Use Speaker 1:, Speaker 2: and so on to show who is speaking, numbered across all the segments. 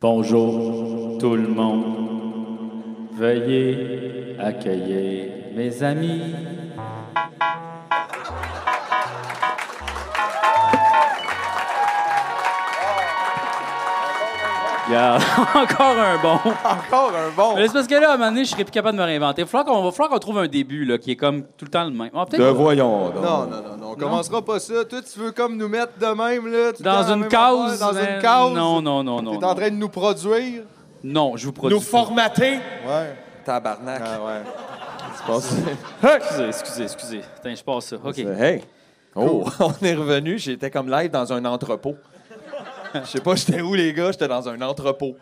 Speaker 1: Bonjour tout le monde. Veuillez accueillir mes amis. Il y a encore un bon.
Speaker 2: Encore un bon.
Speaker 1: Mais c'est parce que là, à un moment donné, je serais plus capable de me réinventer. Il va falloir qu'on va falloir qu'on trouve un début là, qui est comme tout le temps le même. Ah, peut-être
Speaker 3: De voyons donc.
Speaker 2: Non, non, non, non, on commencera pas ça. Toi, tu veux comme nous mettre de même, là. tout le temps
Speaker 1: dans
Speaker 2: la
Speaker 1: une
Speaker 2: même
Speaker 1: cause.
Speaker 2: affaire, Dans
Speaker 1: mais-
Speaker 2: une cause.
Speaker 1: Non, non, non, non.
Speaker 2: T'es
Speaker 1: non.
Speaker 2: en train de nous produire.
Speaker 1: Non, je vous produis.
Speaker 4: Nous formater.
Speaker 2: Ouais.
Speaker 4: Tabarnak.
Speaker 2: Ah ouais.
Speaker 3: Tu penses-
Speaker 1: Excusez, excusez, excusez. Attends, je passe ça. OK.
Speaker 3: Hey! Oh!
Speaker 4: Euh, On est revenu, j'étais comme live dans un entrepôt. Je sais pas, j'étais où, les gars? J'étais dans un entrepôt.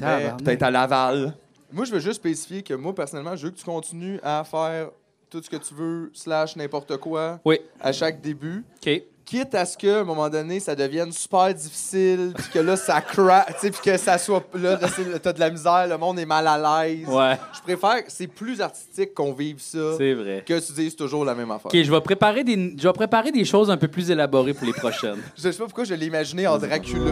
Speaker 4: Mais
Speaker 1: Tabarnak.
Speaker 4: Peut-être à Laval.
Speaker 2: Moi, je veux juste spécifier que moi, personnellement, je veux que tu continues à faire tout ce que tu veux, slash n'importe quoi,
Speaker 1: Oui.
Speaker 2: à chaque début.
Speaker 1: OK.
Speaker 2: Quitte à ce que, à un moment donné, ça devienne super difficile, puis que là, ça craque, tu sais, puis que ça soit. Là, là, c'est- t'as de la misère, le monde est mal à l'aise.
Speaker 1: Ouais,
Speaker 2: Je préfère. C'est plus artistique qu'on vive ça
Speaker 1: c'est vrai.
Speaker 2: que tu dises toujours la même affaire.
Speaker 1: OK, je vais préparer des, je vais préparer des choses un peu plus élaborées pour les prochaines.
Speaker 2: Je sais pas pourquoi je l'ai imaginé en Dracula.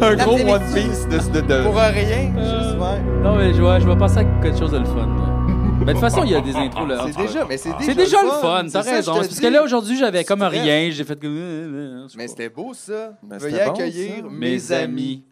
Speaker 4: Un gros
Speaker 2: Mesdames et
Speaker 4: One Piece de. de, de-
Speaker 2: Pour rien,
Speaker 1: Euh,
Speaker 2: juste, ouais.
Speaker 1: Non, mais je vais, je vais passer à quelque chose de le fun. là. Mais de toute façon, il y a des intros là. en tout
Speaker 2: C'est
Speaker 1: cas. ah.
Speaker 2: déjà, mais c'est déjà,
Speaker 1: C'est déjà le fun, t'as
Speaker 2: C'est ça,
Speaker 1: raison.
Speaker 2: je te
Speaker 1: C'est Parce
Speaker 2: dis.
Speaker 1: que là, aujourd'hui, j'avais
Speaker 2: C'est
Speaker 1: comme euh,
Speaker 2: stress.
Speaker 1: rien. J'ai fait que.
Speaker 2: Mais c'était beau, ça.
Speaker 4: Mais
Speaker 2: Veuillez
Speaker 4: Ben, c'était bon,
Speaker 2: accueillir
Speaker 4: ça.
Speaker 2: mes amis.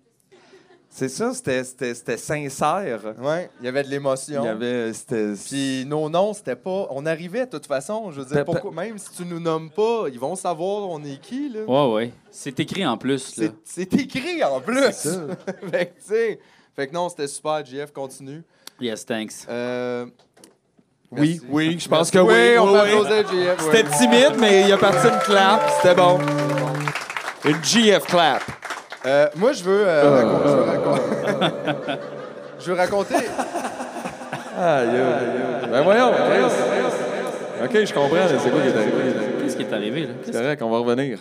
Speaker 4: C'est ça, c'était- c'était c'était sincère.
Speaker 2: Ouais, il y avait de
Speaker 4: Il y
Speaker 2: l'émotion.
Speaker 4: avait. C'était.
Speaker 2: Puis nos noms, c'était pas. On arrivait, de toute façon. Je veux dire,
Speaker 4: Pe- pe-
Speaker 2: pourquoi... même si tu nous nommes pas, ils vont savoir on est qui, là.
Speaker 1: Ouais, ouais. C'est écrit en plus, là.
Speaker 2: C'est- C'est écrit en plus.
Speaker 4: C'est ça.
Speaker 2: fait que, tu sais. Fait que non, c'était super, JF, continue.
Speaker 1: Yes, thanks.
Speaker 2: Euh,
Speaker 4: Oui,
Speaker 2: merci.
Speaker 4: oui, je pense que
Speaker 2: oui,
Speaker 4: oui. oui,
Speaker 2: on
Speaker 4: oui.
Speaker 2: peut applaudir JF. ouais.
Speaker 4: C'était timide, mais il a parti une clap. C'était bon. Une GF clap.
Speaker 2: Euh, moi, je veux, euh, racon- je veux racon- je veux raconter.
Speaker 3: Aïe, aïe, aïe. Ben voyons, Chris. Ok, je comprends, mais c'est quoi qui est
Speaker 2: Euh,
Speaker 3: arrivé?
Speaker 1: Qu'est-ce qui est arrivé, là? Qu'est-ce-
Speaker 3: C'est correct, on va revenir.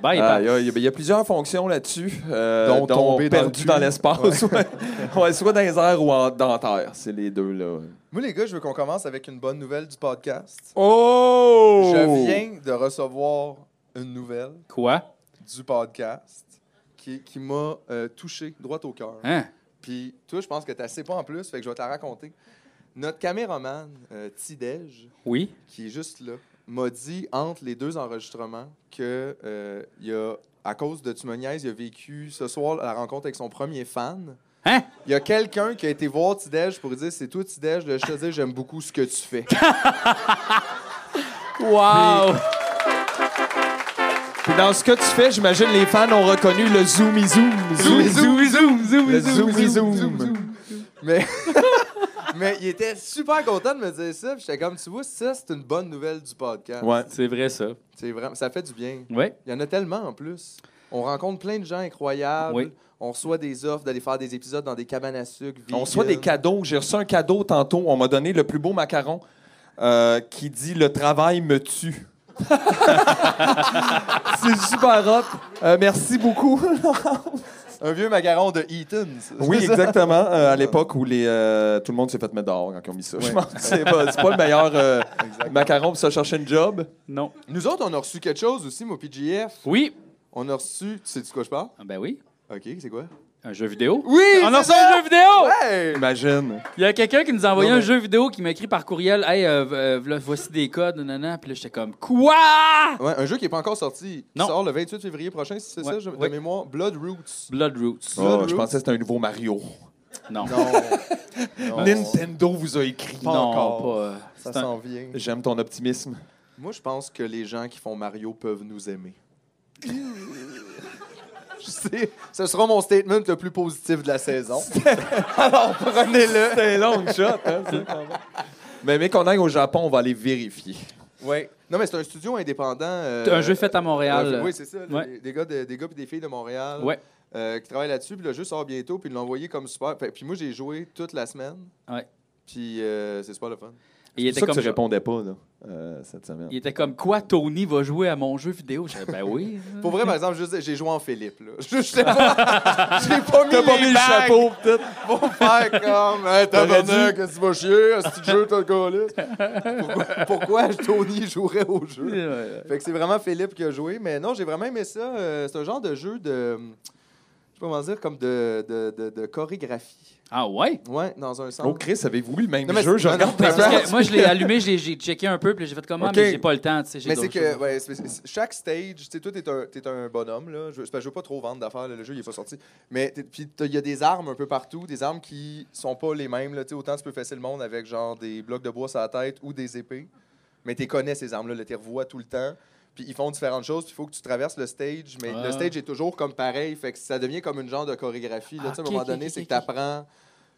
Speaker 1: Bye,
Speaker 4: Ah,
Speaker 1: bye.
Speaker 4: il y a- il y, a- il y a plusieurs fonctions là-dessus, euh,
Speaker 2: Dont
Speaker 4: dont,
Speaker 2: tomber dans le
Speaker 4: perdu
Speaker 2: cul.
Speaker 4: dans l'espace. Ouais. Ouais, soit dans les airs ou en dentaire. C'est les deux, là.
Speaker 2: Moi, les gars, je veux qu'on commence avec une bonne nouvelle du podcast.
Speaker 4: Oh!
Speaker 2: Je viens de recevoir une nouvelle
Speaker 1: Quoi?
Speaker 2: du podcast qui, qui m'a euh, touché droit au cœur.
Speaker 1: Hein?
Speaker 2: Puis toi, je pense que tu sais pas en plus, fait que je vais te la raconter. Notre caméraman, euh, Tidej,
Speaker 1: Oui?
Speaker 2: qui est juste là, m'a dit entre les deux enregistrements que euh, il a, à cause de Tu me niaises, il a vécu ce soir la rencontre avec son premier fan.
Speaker 1: Hein?
Speaker 2: Il y a quelqu'un qui a été voir Tidej pour lui dire c'est toi Tidej de je te dire j'aime beaucoup ce que tu fais.
Speaker 1: Wow!
Speaker 4: Puis dans ce que tu fais, j'imagine les fans ont reconnu le zoomy zoom.
Speaker 2: Zoomy zoom.
Speaker 1: zoom, zoom,
Speaker 4: Le zoomy zoom.
Speaker 2: Mais mais il était super content de me dire ça, puis j'étais comme tu vois ça c'est une bonne nouvelle du podcast.
Speaker 4: Ouais.
Speaker 1: C'est vrai, ça.
Speaker 2: C'est vraiment ça fait du bien.
Speaker 1: Ouais.
Speaker 2: Il y en a tellement en plus. On rencontre plein de gens incroyables.
Speaker 1: Oui.
Speaker 2: On reçoit des offres d'aller faire des épisodes dans des cabanes à sucre.
Speaker 4: On reçoit des
Speaker 2: vegan.
Speaker 4: cadeaux. J'ai reçu un cadeau tantôt. On m'a donné le plus beau macaron euh, qui dit Le travail me tue. C'est super hot. Euh, merci beaucoup.
Speaker 2: Un vieux macaron de Eaton's.
Speaker 4: Oui, exactement. euh, à l'époque où les, euh, tout le monde s'est fait mettre dehors quand ils ont mis ça. Je pense que c'est pas, c'est pas le meilleur euh, macaron pour se chercher une job.
Speaker 1: Non.
Speaker 2: Nous autres, on a reçu quelque chose aussi, mon PGF.
Speaker 1: Oui?
Speaker 2: On a reçu. Tu sais de quoi je parle?
Speaker 1: Ah, ben oui.
Speaker 2: OK, c'est quoi? Ah,
Speaker 1: Un jeu vidéo?
Speaker 2: Oui!
Speaker 1: On a reçu un jeu vidéo!
Speaker 2: Ouais!
Speaker 4: Imagine.
Speaker 1: Il y a quelqu'un qui nous a envoyé
Speaker 4: Non,
Speaker 1: un
Speaker 4: mais-
Speaker 1: jeu vidéo qui m'a écrit par courriel Hey, euh, v- euh, v'là, voici des codes, nanana. Puis là, j'étais comme Quoi
Speaker 2: Ouais, un jeu qui n'est pas encore sorti. Qui
Speaker 1: Non.
Speaker 2: sort le 28 février prochain, si c'est
Speaker 1: Ouais,
Speaker 2: ça, je-
Speaker 1: ouais.
Speaker 2: de mémoire. Blood Roots.
Speaker 1: Blood Roots.
Speaker 4: Oh, je pensais que c'était un nouveau Mario.
Speaker 1: Non. Non,
Speaker 2: Non. Non.
Speaker 4: Oh. Nintendo vous a écrit.
Speaker 2: pas encore.
Speaker 1: pas. euh,
Speaker 2: Ça
Speaker 1: c'est un-
Speaker 2: s'en vient.
Speaker 4: J'aime ton optimisme.
Speaker 2: Moi, je pense que les gens qui font Mario peuvent nous aimer. je sais, ce sera mon statement le plus positif de la saison. Alors, prenez-le.
Speaker 4: C'était long shot. Hein, ça, quand même. Mais mais qu'on aille au Japon, on va aller vérifier.
Speaker 2: Oui. Non, mais c'est un studio indépendant. euh,
Speaker 1: un jeu fait à Montréal.
Speaker 2: euh, oui, c'est ça. là,
Speaker 1: Ouais.
Speaker 2: des- Des, gars de- des gars et des filles de Montréal
Speaker 1: Ouais.
Speaker 2: euh, qui travaillent là-dessus. Puis le jeu sort bientôt. Puis ils l'ont envoyé comme super. Fait- Puis moi, j'ai joué toute la semaine.
Speaker 1: Ouais.
Speaker 2: Puis euh, c'est super le fun.
Speaker 1: Et il
Speaker 4: C'est
Speaker 1: était
Speaker 4: ça que
Speaker 1: comme
Speaker 4: tu répondais pas là, euh, cette semaine.
Speaker 1: Il était comme quoi Tony va jouer à mon jeu vidéo. Je ben oui.
Speaker 2: Pour vrai, par exemple, je dis- j'ai joué en Philippe. Là. Je sais pas. J'ai pas mis,
Speaker 4: T'as pas
Speaker 2: les
Speaker 4: mis le
Speaker 2: bagues
Speaker 4: chapeau, peut-être?
Speaker 2: Pour faire comme. Hey,
Speaker 4: T'aurais
Speaker 2: tabarnak, qu'est-ce que tu vas chier? à ce petit jeu, t'as le câlisse? Pourquoi, pourquoi Tony jouerait au jeu? Fait que c'est vraiment Philippe qui a joué. Mais non, j'ai vraiment aimé ça. Euh, c'est un genre de jeu de. Je sais pas comment dire, comme de, de, de, de chorégraphie.
Speaker 1: ah ouais. Ben,
Speaker 2: Ouais, dans un sens.
Speaker 4: Oh, Chris, avez-vous lu le même
Speaker 2: Non, mais
Speaker 4: jeu?
Speaker 2: c'est-
Speaker 4: Je
Speaker 2: non, non,
Speaker 4: regarde
Speaker 2: mais
Speaker 4: ta
Speaker 1: Parce que
Speaker 4: place.
Speaker 1: moi je l'ai allumé, je l'ai- j'ai checké un peu puis j'ai fait comment
Speaker 4: Ok.
Speaker 1: mais j'ai pas le temps, tu sais, j'ai
Speaker 2: Mais c'est
Speaker 1: d'autres
Speaker 2: que
Speaker 1: choses.
Speaker 2: ouais, c'est- c'est- chaque stage, tu sais, toi, t'es un, t'es un bonhomme, là. Je, c'est parce que je veux pas trop vendre d'affaires, là, le jeu, il est pas sorti. Mais t'es- puis t'as- il y a des armes un peu partout, des armes qui sont pas les mêmes, là. Tu sais, autant tu peux fesser le monde avec genre des blocs de bois sur la tête ou des épées. Mais tu connais ces armes-là, là, tu les revois tout le temps. Puis ils font différentes choses, puis il faut que tu traverses le stage. Mais
Speaker 1: Ah.
Speaker 2: le stage est toujours comme pareil, fait que ça devient comme une genre de chorégraphie. Là, Tu sais, à
Speaker 1: Ok,
Speaker 2: un moment
Speaker 1: ok,
Speaker 2: donné,
Speaker 1: ok,
Speaker 2: c'est que
Speaker 1: ok, ok.
Speaker 2: t'apprends.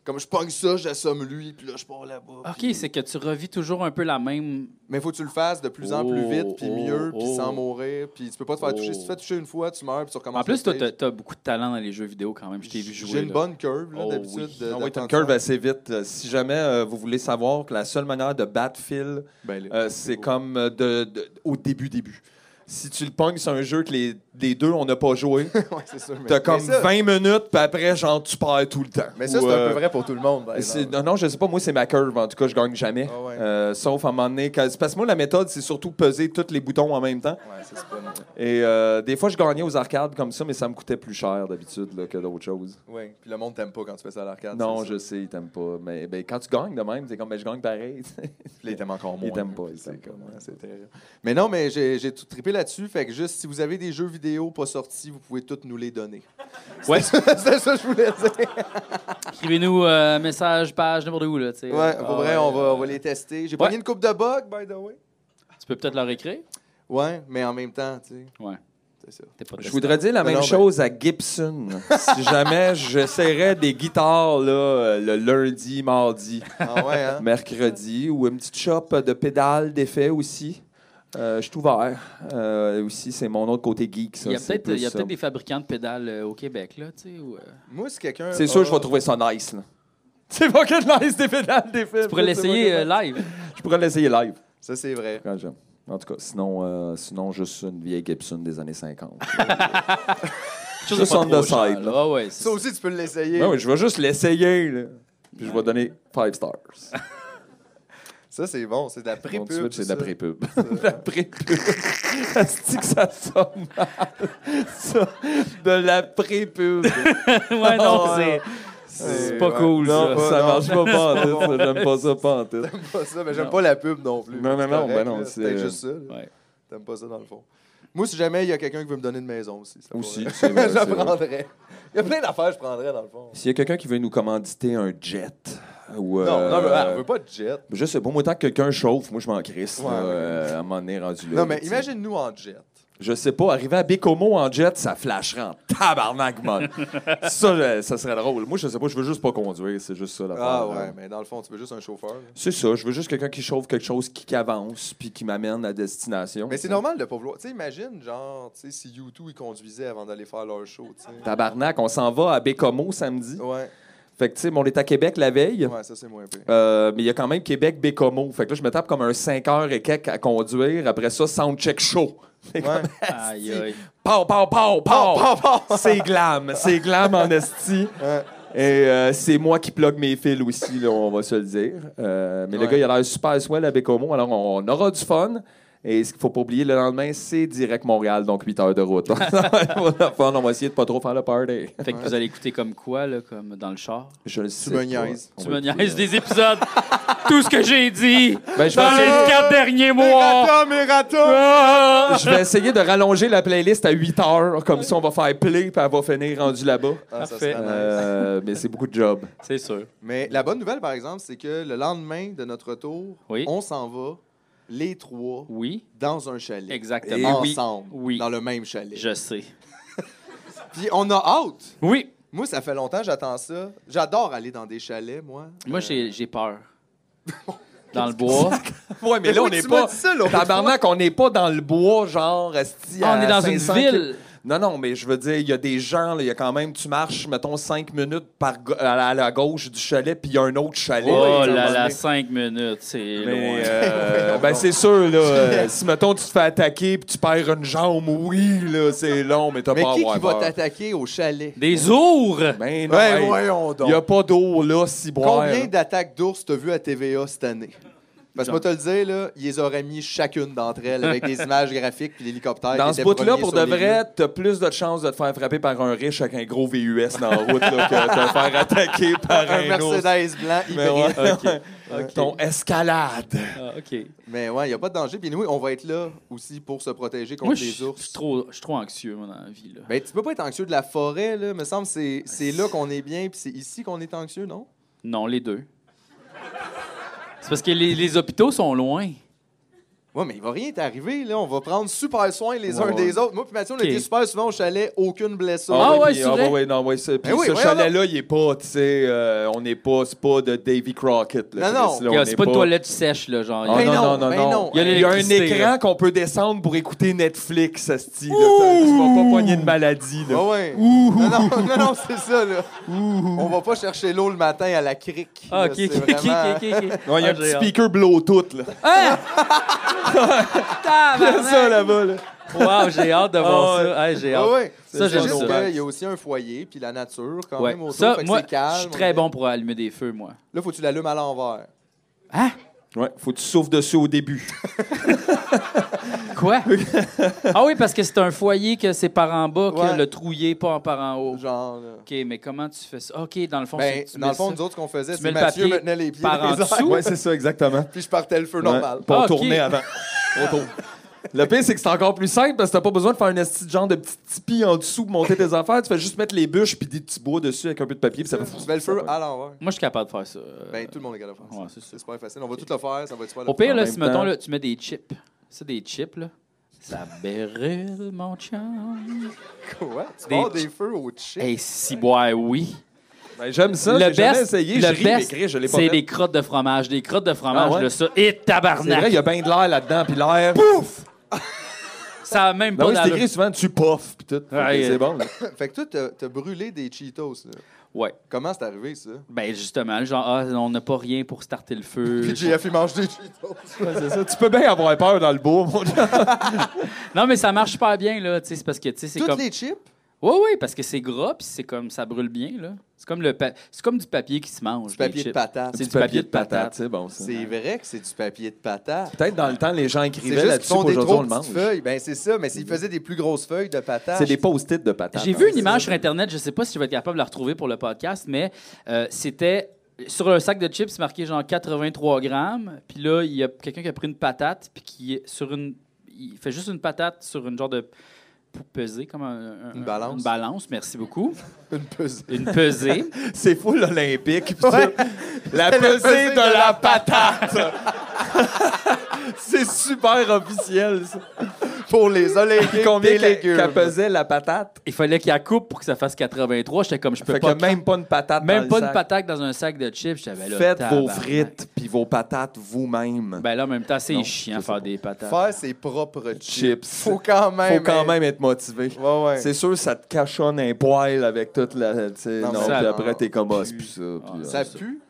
Speaker 2: Comme je pogne ça, j'assomme lui, puis là, je pars là-bas.
Speaker 1: OK,
Speaker 2: puis-
Speaker 1: c'est que tu revis toujours un peu la même
Speaker 2: mais faut que tu le fasses de plus en
Speaker 1: Oh,
Speaker 2: plus vite, puis
Speaker 1: oh,
Speaker 2: mieux, puis
Speaker 1: oh.
Speaker 2: sans mourir. Puis tu peux pas te faire
Speaker 1: Oh.
Speaker 2: toucher. Si tu te fais toucher une fois, tu meurs, puis tu recommences.
Speaker 1: En plus, toi,
Speaker 2: le
Speaker 1: t'as
Speaker 2: stage.
Speaker 1: t'as beaucoup de talent dans les jeux vidéo quand même. Je t'ai vu jouer.
Speaker 2: J'ai une
Speaker 1: là.
Speaker 2: bonne curve, là,
Speaker 1: Oh,
Speaker 2: d'habitude.
Speaker 1: oui.
Speaker 2: de-
Speaker 4: Ah oui, t'as
Speaker 2: d'attention.
Speaker 4: une curve assez vite. Euh, Si jamais euh, vous voulez savoir que la seule manière de battre Phil,
Speaker 2: Ben, là.
Speaker 4: euh, c'est comme euh, de, de- au début-début. Si tu le pognes sur un jeu que les, les deux, on n'a pas joué,
Speaker 2: ouais, c'est sûr. mais-
Speaker 4: t'as comme
Speaker 2: mais ça-
Speaker 4: 20 minutes, puis après, genre, tu perds tout le temps.
Speaker 2: Mais ça,
Speaker 4: Ou,
Speaker 2: c'est un
Speaker 4: euh,
Speaker 2: peu vrai pour tout le monde. par
Speaker 4: c'est-
Speaker 2: exemple.
Speaker 4: Non, non, je sais pas. Moi, c'est ma curve. En tout cas, je gagne jamais.
Speaker 2: Ah ouais.
Speaker 4: Euh, sauf à un moment donné. quand- c'est Parce que moi, la méthode, c'est surtout peser tous les boutons en même temps.
Speaker 2: Ouais, ça, c'est pas une-
Speaker 4: Et euh, des fois, je gagnais aux arcades comme ça, mais ça me coûtait plus cher d'habitude là, que d'autres choses.
Speaker 2: Ouais, puis le monde t'aime pas quand tu fais ça à l'arcade. Ah,
Speaker 4: Non,
Speaker 2: c'est ça.
Speaker 4: je sais, ils t'aiment pas. Mais ben, quand tu gagnes de même, c'est comme, ben, je gagne pareil.
Speaker 2: Puis là, ils t'aiment encore moins.
Speaker 4: Ils t'aiment pas, ils
Speaker 2: C'est
Speaker 4: t'aiment pas.
Speaker 2: comme- ouais, c'est terrible. Mais non, mais j'ai j'ai tout trippé là-dessus. Fait que juste, si vous avez des jeux vidéo pas sortis, vous pouvez tous nous les donner.
Speaker 1: Ouais.
Speaker 2: C'était ça que je voulais dire.
Speaker 1: Écrivez-nous euh, message, page, n'importe où. Là, tu sais.
Speaker 2: Ouais,
Speaker 1: Ah,
Speaker 2: pour vrai, on va, on va les tester. J'ai
Speaker 1: Ouais.
Speaker 2: pogné une coupe de bugs, by the way.
Speaker 1: Tu peux peut-être leur écrire.
Speaker 2: Ouais, mais en même temps, tu sais.
Speaker 1: Ouais.
Speaker 2: C'est ça.
Speaker 1: T'es pas
Speaker 4: Je
Speaker 1: testé.
Speaker 4: voudrais dire la
Speaker 2: Non,
Speaker 4: même
Speaker 2: non, ben-
Speaker 4: chose à Gibson. si jamais j'essaierais des guitares là, euh, le lundi, mardi,
Speaker 2: Ah ouais, hein?
Speaker 4: mercredi, ou une petite shop de pédales d'effets aussi. Euh, je suis ouvert. Euh, aussi, c'est mon autre côté geek. ça,
Speaker 1: Il y a
Speaker 4: c'est
Speaker 1: peut-être il y a
Speaker 4: plus,
Speaker 1: peut-être
Speaker 4: euh,
Speaker 1: des fabricants de pédales euh, au Québec. Là, tu sais, ou, euh,
Speaker 2: Moi, si quelqu'un.
Speaker 4: C'est sûr,
Speaker 2: a-
Speaker 4: je vais trouver ça nice. là. C'est pas que nice des pédales d'effets.
Speaker 1: Tu pourrais l'essayer euh, live.
Speaker 4: Je pourrais l'essayer live.
Speaker 2: Ça, c'est vrai.
Speaker 4: Quand j'aime. En tout cas, sinon, euh, sinon juste une vieille Gibson des années 50.
Speaker 1: Chose
Speaker 4: Juste
Speaker 1: de pas
Speaker 4: on the
Speaker 1: trop cher,
Speaker 4: side,
Speaker 1: là.
Speaker 4: là.
Speaker 1: Ah ouais, c'est-
Speaker 2: Ça aussi, tu peux l'essayer.
Speaker 4: Ben oui, je vais juste l'essayer. là. Puis je vais donner 5 stars.
Speaker 2: Ça, c'est bon. C'est de la
Speaker 4: Mon
Speaker 2: pré-pub.
Speaker 4: Twitch, c'est de la
Speaker 2: ça.
Speaker 4: pré-pub. de la pré-pub. Asti que ça sonne mal, ça. De la pré-pub.
Speaker 1: ouais, non, c'est c'est
Speaker 2: C'est-
Speaker 1: pas
Speaker 2: ouais.
Speaker 1: cool.
Speaker 4: Non,
Speaker 1: ça.
Speaker 2: pas-
Speaker 4: ça
Speaker 2: non.
Speaker 4: marche pas, pas en tout. ça. J'aime pas ça, pas en tout.
Speaker 2: T'aimes pas ça, mais
Speaker 1: Non.
Speaker 2: j'aime pas la pub non plus.
Speaker 4: Non, non,
Speaker 2: C'est
Speaker 4: non, ben
Speaker 2: correct,
Speaker 4: non,
Speaker 2: là.
Speaker 4: c'est-
Speaker 2: C'est peut-être juste ça. là.
Speaker 1: Ouais.
Speaker 2: T'aimes pas ça, dans le fond. Moi, si jamais il y a quelqu'un qui veut me donner une maison aussi. ça
Speaker 4: Aussi,
Speaker 2: pourrait.
Speaker 4: c'est vrai,
Speaker 2: je
Speaker 4: c'est
Speaker 2: la
Speaker 4: vrai.
Speaker 2: prendrais. Il y a plein d'affaires que je prendrais, dans le fond.
Speaker 4: S'il y a quelqu'un qui veut nous commanditer un jet ou.
Speaker 2: Non,
Speaker 4: euh,
Speaker 2: non, mais ah, on veut pas de jet.
Speaker 4: Je sais pas, moi, tant que quelqu'un chauffe, moi, je m'en crisse.
Speaker 2: Ouais,
Speaker 4: là,
Speaker 2: ouais.
Speaker 4: euh, à un moment donné, rendu là.
Speaker 2: Non, mais
Speaker 4: tu sais.
Speaker 2: imagine-nous en jet.
Speaker 4: Je sais pas, arriver à Bécomo en jet, ça flasherait en tabarnak, man. ça, je- ça serait drôle. Moi, je sais pas, je veux juste pas conduire, c'est juste ça, hein. la
Speaker 2: Ah ouais, mais dans le fond, tu veux juste un chauffeur. là.
Speaker 4: C'est ça, je veux juste quelqu'un qui chauffe quelque chose, qui, qui avance, puis qui m'amène à destination.
Speaker 2: Mais c'est normal de pas vouloir. Tu sais, imagine, genre, tu sais, si U2 ils conduisaient avant d'aller faire leur show, tu sais.
Speaker 4: Tabarnak, on s'en va à Bécomo samedi.
Speaker 2: Ouais,
Speaker 4: Fait que, tu sais, bon, on est à Québec la veille.
Speaker 2: ouais, ça c'est moins pire.
Speaker 4: Euh, mais il y a quand même Québec-Bécomo. Fait que là, je me tape comme un 5 heures et quelques à conduire. Après ça, soundcheck chaud. Fait que
Speaker 2: Ouais.
Speaker 1: Aïe, aïe.
Speaker 4: Pow, pow, pow, pow! C'est glam, c'est glam en esti.
Speaker 2: Ouais.
Speaker 4: Et euh, c'est moi qui plug mes fils aussi, là, on va se le dire. Euh, mais le
Speaker 2: Ouais.
Speaker 4: gars, il a l'air super swell avec Homo, alors on, on aura du fun. Et ce qu'il faut pas oublier, le lendemain, c'est direct Montréal, donc 8 heures de route. on va le fun, on va essayer de pas trop faire le party.
Speaker 1: Fait que vous allez écouter comme quoi, là, comme dans le char?
Speaker 4: Je le sais.
Speaker 2: me
Speaker 4: pas.
Speaker 2: niaises.
Speaker 4: On
Speaker 1: Tu
Speaker 4: va
Speaker 1: me
Speaker 4: écouter,
Speaker 1: niaises
Speaker 4: euh,
Speaker 1: des épisodes. Tout ce que j'ai dit
Speaker 4: ben, je, vais
Speaker 1: dans les
Speaker 4: essayer,
Speaker 1: quatre derniers mois.
Speaker 2: mes ratons!
Speaker 1: Ah!
Speaker 4: je vais essayer de rallonger la playlist à 8 heures, comme ça on va faire play, puis elle va finir rendue là-bas.
Speaker 2: Ah, ça
Speaker 1: Parfait.
Speaker 2: serait nice.
Speaker 4: Euh, mais c'est beaucoup de job.
Speaker 1: C'est sûr.
Speaker 2: Mais la bonne nouvelle, par exemple, c'est que le lendemain de notre retour,
Speaker 1: Oui.
Speaker 2: on s'en va, les trois,
Speaker 1: Oui,
Speaker 2: dans un chalet.
Speaker 1: Exactement.
Speaker 4: Et oui.
Speaker 2: Ensemble.
Speaker 1: Oui.
Speaker 2: Dans le même chalet.
Speaker 1: je sais.
Speaker 2: Puis on a hâte!
Speaker 1: Oui,
Speaker 2: Moi, ça fait longtemps, j'attends ça. J'adore aller dans des chalets, moi.
Speaker 1: Moi,
Speaker 2: Euh,
Speaker 1: j'ai j'ai peur. Dans le bois.
Speaker 4: Ouais, mais, là,
Speaker 2: oui,
Speaker 4: on n'est
Speaker 2: tu m'as
Speaker 4: pas.
Speaker 2: dit ça, l'autre
Speaker 4: Tabarnak, on n'est pas dans le bois, genre, esti,
Speaker 1: Ah, on
Speaker 4: à
Speaker 1: est dans une
Speaker 4: 500
Speaker 1: ville.
Speaker 4: Non, non, mais je veux dire, il y a des gens, là, il y a quand même, tu marches, mettons, cinq minutes par go- à, la, à la gauche du chalet, puis il y a un autre chalet.
Speaker 1: Oh
Speaker 4: tu sais,
Speaker 1: là
Speaker 4: à un moment
Speaker 1: là,
Speaker 4: donné.
Speaker 1: cinq minutes, c'est loin.
Speaker 4: Mais, euh, ben, c'est sûr, là. euh, si, mettons, tu te fais attaquer, puis tu perds une jambe, oui, là, c'est long, mais t'as
Speaker 2: Mais
Speaker 4: pas à
Speaker 2: qui,
Speaker 4: avoir
Speaker 2: qui va
Speaker 4: peur.
Speaker 2: t'attaquer au chalet?
Speaker 1: Des ours!
Speaker 4: Ben, non,
Speaker 2: Ben,
Speaker 4: hey,
Speaker 2: voyons
Speaker 4: Il
Speaker 2: donc.
Speaker 4: n'y a pas d'eau là, si boire.
Speaker 2: Combien d'attaques d'ours t'as vu à TVA cette année? Parce que moi, te le dire, là, ils les auraient mis chacune d'entre elles avec des images graphiques puis l'hélicoptère.
Speaker 4: Dans
Speaker 2: qui
Speaker 4: ce
Speaker 2: était
Speaker 4: bout-là,
Speaker 2: premier
Speaker 4: pour
Speaker 2: sur
Speaker 4: de
Speaker 2: les lieux.
Speaker 4: vrai, t'as plus de chances de te faire frapper par un riche avec un gros VUS dans la route là, que de te faire attaquer par
Speaker 2: Un
Speaker 4: un, ours.
Speaker 2: Mercedes blanc
Speaker 4: Mais
Speaker 2: hybride.
Speaker 4: ouais,
Speaker 1: OK.
Speaker 4: Ton escalade.
Speaker 1: Ah, OK.
Speaker 2: Mais ouais, il n'y a pas de danger. Puis nous, on va être là aussi pour se protéger contre
Speaker 1: Moi, je
Speaker 2: les
Speaker 1: suis
Speaker 2: ours.
Speaker 1: je suis trop, je suis trop anxieux, moi, dans la vie. Là.
Speaker 2: Ben, tu peux pas être anxieux de la forêt, là. Me semble que c'est c'est là qu'on est bien, puis c'est ici qu'on est anxieux, non?
Speaker 1: Non, les deux. C'est parce que les, les hôpitaux sont loin.
Speaker 2: Ouais, mais il va rien t'arriver, là. On va prendre super soin les
Speaker 4: Ouais,
Speaker 2: uns
Speaker 4: ouais.
Speaker 2: des autres. Moi, puis Mathieu, on
Speaker 1: Ok.
Speaker 2: était super souvent au chalet, aucune blessure.
Speaker 1: Ah ouais,
Speaker 4: puis-
Speaker 1: c'est vrai?
Speaker 4: Ah ouais, non, ouais, c'est- puis
Speaker 2: Ben oui,
Speaker 4: ce
Speaker 2: voyons
Speaker 4: chalet-là, il est pas, tu sais, euh, on n'est pas, c'est pas de Davy Crockett. Là,
Speaker 2: Non, non.
Speaker 4: Chris, là,
Speaker 1: Ok,
Speaker 4: on
Speaker 1: c'est
Speaker 4: est
Speaker 1: pas une toilette sèche, là, genre.
Speaker 4: Ah,
Speaker 2: Ben
Speaker 4: non, non,
Speaker 2: non,
Speaker 4: non,
Speaker 2: ben
Speaker 4: non.
Speaker 2: non.
Speaker 1: Il y a
Speaker 4: Il y a un
Speaker 1: l'électricité,
Speaker 4: écran
Speaker 1: là.
Speaker 4: qu'on peut descendre pour écouter Netflix, ça se là. Tu tu vas pas pogner de maladie, là.
Speaker 2: Ouais, ouais. Non, non, non, non, c'est ça, là. On va pas chercher l'eau le matin à la crique.
Speaker 1: Ah, ok,
Speaker 2: là, c'est
Speaker 1: ok, ok,
Speaker 2: vraiment-
Speaker 1: ok, ok.
Speaker 2: Oh!
Speaker 4: Non, il y a
Speaker 1: Ah, j'ai
Speaker 4: un petit
Speaker 1: hâte.
Speaker 4: speaker Bluetooth, là.
Speaker 1: Hein?
Speaker 4: C'est ça,
Speaker 1: Tabarnak!
Speaker 4: là-bas, là.
Speaker 1: Wow, j'ai hâte de voir
Speaker 4: Ah,
Speaker 1: ça. Hey, j'ai
Speaker 2: Ah
Speaker 1: hâte.
Speaker 2: ouais.
Speaker 1: Ça,
Speaker 2: C'est
Speaker 1: j'aime
Speaker 2: juste
Speaker 1: ça.
Speaker 2: qu'il y a aussi un foyer, puis la nature, quand
Speaker 1: Ouais.
Speaker 2: même, autour.
Speaker 1: Ça,
Speaker 2: fait que
Speaker 1: moi,
Speaker 2: c'est calme.
Speaker 1: je suis très bon pour allumer des feux, moi.
Speaker 2: Là, faut que tu l'allumes à l'envers.
Speaker 1: Hein?
Speaker 4: Ouais, faut que tu souffles dessus au début.
Speaker 1: Quoi? ah oui, parce que c'est un foyer que c'est par en bas, que
Speaker 2: Ouais.
Speaker 1: le trouillé, pas par en haut.
Speaker 2: Genre, là.
Speaker 1: OK, mais comment tu fais ça? OK, dans le fond,
Speaker 2: Ben,
Speaker 1: c'est- tu
Speaker 2: dans le
Speaker 1: mets
Speaker 2: fond,
Speaker 1: ça-
Speaker 2: nous autres, ce qu'on faisait,
Speaker 1: mets
Speaker 2: c'est
Speaker 1: le
Speaker 2: Mathieu
Speaker 1: papier
Speaker 2: maintenait les pieds
Speaker 1: par
Speaker 2: dans les
Speaker 1: en
Speaker 2: airs,
Speaker 1: dessous.
Speaker 4: Ouais, c'est ça, exactement.
Speaker 2: puis je partais le feu normal.
Speaker 4: Ouais, Pas
Speaker 1: Ah,
Speaker 4: tourner
Speaker 1: ok.
Speaker 4: avant. On tourne. Le pire, c'est que c'est encore plus simple parce que t'as pas besoin de faire un esti de genre de petit tipi en dessous pour monter tes affaires. Tu fais juste mettre les bûches puis des petits bois dessus avec un peu de papier puis ça
Speaker 2: Tu
Speaker 4: fait.
Speaker 2: mets le feu à l'envers.
Speaker 1: Moi, je suis capable de faire ça. euh,
Speaker 2: Ben, tout le monde est capable de faire ça.
Speaker 1: ouais, c'est ça.
Speaker 2: C'est super facile. On va tout le faire, ça va être super
Speaker 1: Au pire,
Speaker 4: En
Speaker 1: là,
Speaker 4: même
Speaker 1: si, mettons,
Speaker 4: temps-
Speaker 1: là, tu mets des chips. Ça, des chips, là. Ça brûle, mon chum.
Speaker 2: Quoi? Tu
Speaker 1: Des
Speaker 2: pars des
Speaker 1: chi-
Speaker 2: feux au chip?
Speaker 1: Hey, si, boire, oui.
Speaker 4: Ben, J'aime ça.
Speaker 1: le
Speaker 4: j'ai jamais
Speaker 1: best,
Speaker 4: essayé.
Speaker 1: le
Speaker 4: je ris, mais
Speaker 1: best,
Speaker 4: Chris, je l'ai pas
Speaker 1: c'est
Speaker 4: fait.
Speaker 1: des crottes de fromage. Des crottes de fromage,
Speaker 4: Ah ouais?
Speaker 1: là, ça. Et
Speaker 4: C'est vrai,
Speaker 1: tabarnak!
Speaker 4: il y a bien de l'air là-dedans puis l'air. Pouf!
Speaker 1: Ça a même
Speaker 4: Ben
Speaker 1: pas
Speaker 4: oui, c'est
Speaker 1: d'allure.
Speaker 4: écrit souvent tu puffs puis tout.
Speaker 1: Ouais,
Speaker 4: Ok,
Speaker 1: euh,
Speaker 4: c'est bon. là.
Speaker 2: Fait que toi, t'as- t'as brûlé des Cheetos. là.
Speaker 1: Ouais.
Speaker 2: Comment c'est arrivé, ça?
Speaker 1: Ben, justement, genre, ah, on n'a pas rien pour starter le feu.
Speaker 2: Puis JF, il mange des Cheetos.
Speaker 4: Ouais, c'est ça. Tu peux bien avoir peur dans le bois, mon gars.
Speaker 1: Non, mais ça marche pas bien, là. tu sais, C'est parce que, tu sais, c'est
Speaker 2: Toutes
Speaker 1: comme.
Speaker 2: les chips?
Speaker 1: Oui, oui, parce que c'est gras, puis c'est comme ça brûle bien, là. C'est comme, le pa- c'est comme du papier qui se mange.
Speaker 2: Du papier
Speaker 1: les
Speaker 2: de
Speaker 1: chips.
Speaker 2: patate.
Speaker 1: C'est du papier de patate.
Speaker 4: c'est bon ça.
Speaker 2: C'est vrai que c'est du papier de patate.
Speaker 4: Peut-être dans le temps, les gens
Speaker 2: C'est
Speaker 4: écrivaient
Speaker 2: juste qu'ils
Speaker 4: là-dessus,
Speaker 2: font des
Speaker 4: aujourd'hui on
Speaker 2: trop
Speaker 4: le
Speaker 2: petites
Speaker 4: mange.
Speaker 2: feuilles. Ben, c'est ça, mais s'ils faisaient des plus grosses feuilles de patate...
Speaker 4: C'est des post-it de patate.
Speaker 1: J'ai
Speaker 4: hein.
Speaker 1: vu une image sur Internet, je sais pas si je vais être capable de la retrouver pour le podcast, mais euh, c'était sur un sac de chips marqué genre 83 grammes, puis là, il y a quelqu'un qui a pris une patate, puis qui est sur une. Il fait juste une patate sur une genre de. Pour peser, comme un- un-
Speaker 2: Une balance.
Speaker 1: Une balance, merci beaucoup.
Speaker 2: Une pesée.
Speaker 1: Une pesée.
Speaker 4: C'est fou l'Olympique. La
Speaker 2: C'est la
Speaker 4: pesée
Speaker 2: pesée
Speaker 4: de
Speaker 2: de
Speaker 4: la patate. C'est super officiel. Ça.
Speaker 2: Pour les Olympiques
Speaker 4: Combien
Speaker 2: des
Speaker 4: qu'elle qu'elle
Speaker 2: légumes.
Speaker 4: pesait la patate?
Speaker 1: Il fallait qu'il la coupe pour que ça fasse 83. J'étais comme, je peux
Speaker 4: Fait
Speaker 1: pas.
Speaker 4: que même pas une patate.
Speaker 1: Même
Speaker 4: dans
Speaker 1: pas
Speaker 4: le
Speaker 1: une
Speaker 4: sac.
Speaker 1: patate dans un sac de chips. J'avais là.
Speaker 4: Faites vos
Speaker 1: tabarnak.
Speaker 4: frites puis vos patates vous-même.
Speaker 1: Ben là, en même temps, c'est
Speaker 4: Non,
Speaker 1: chiant
Speaker 4: je sais
Speaker 1: faire
Speaker 4: pas.
Speaker 1: des patates.
Speaker 2: Faire ses propres chips.
Speaker 4: Chips.
Speaker 2: Faut quand même...
Speaker 4: Faut quand même être motivé.
Speaker 2: Ben, Ouais, ouais.
Speaker 4: C'est sûr, ça te cachonne un poil avec toute la. tu sais, Non,
Speaker 2: Non,
Speaker 1: ça-
Speaker 4: puis après, t'es comme os,
Speaker 1: Pue.
Speaker 4: puis ça. puis,
Speaker 1: Ah,
Speaker 4: euh,
Speaker 2: Ça pue?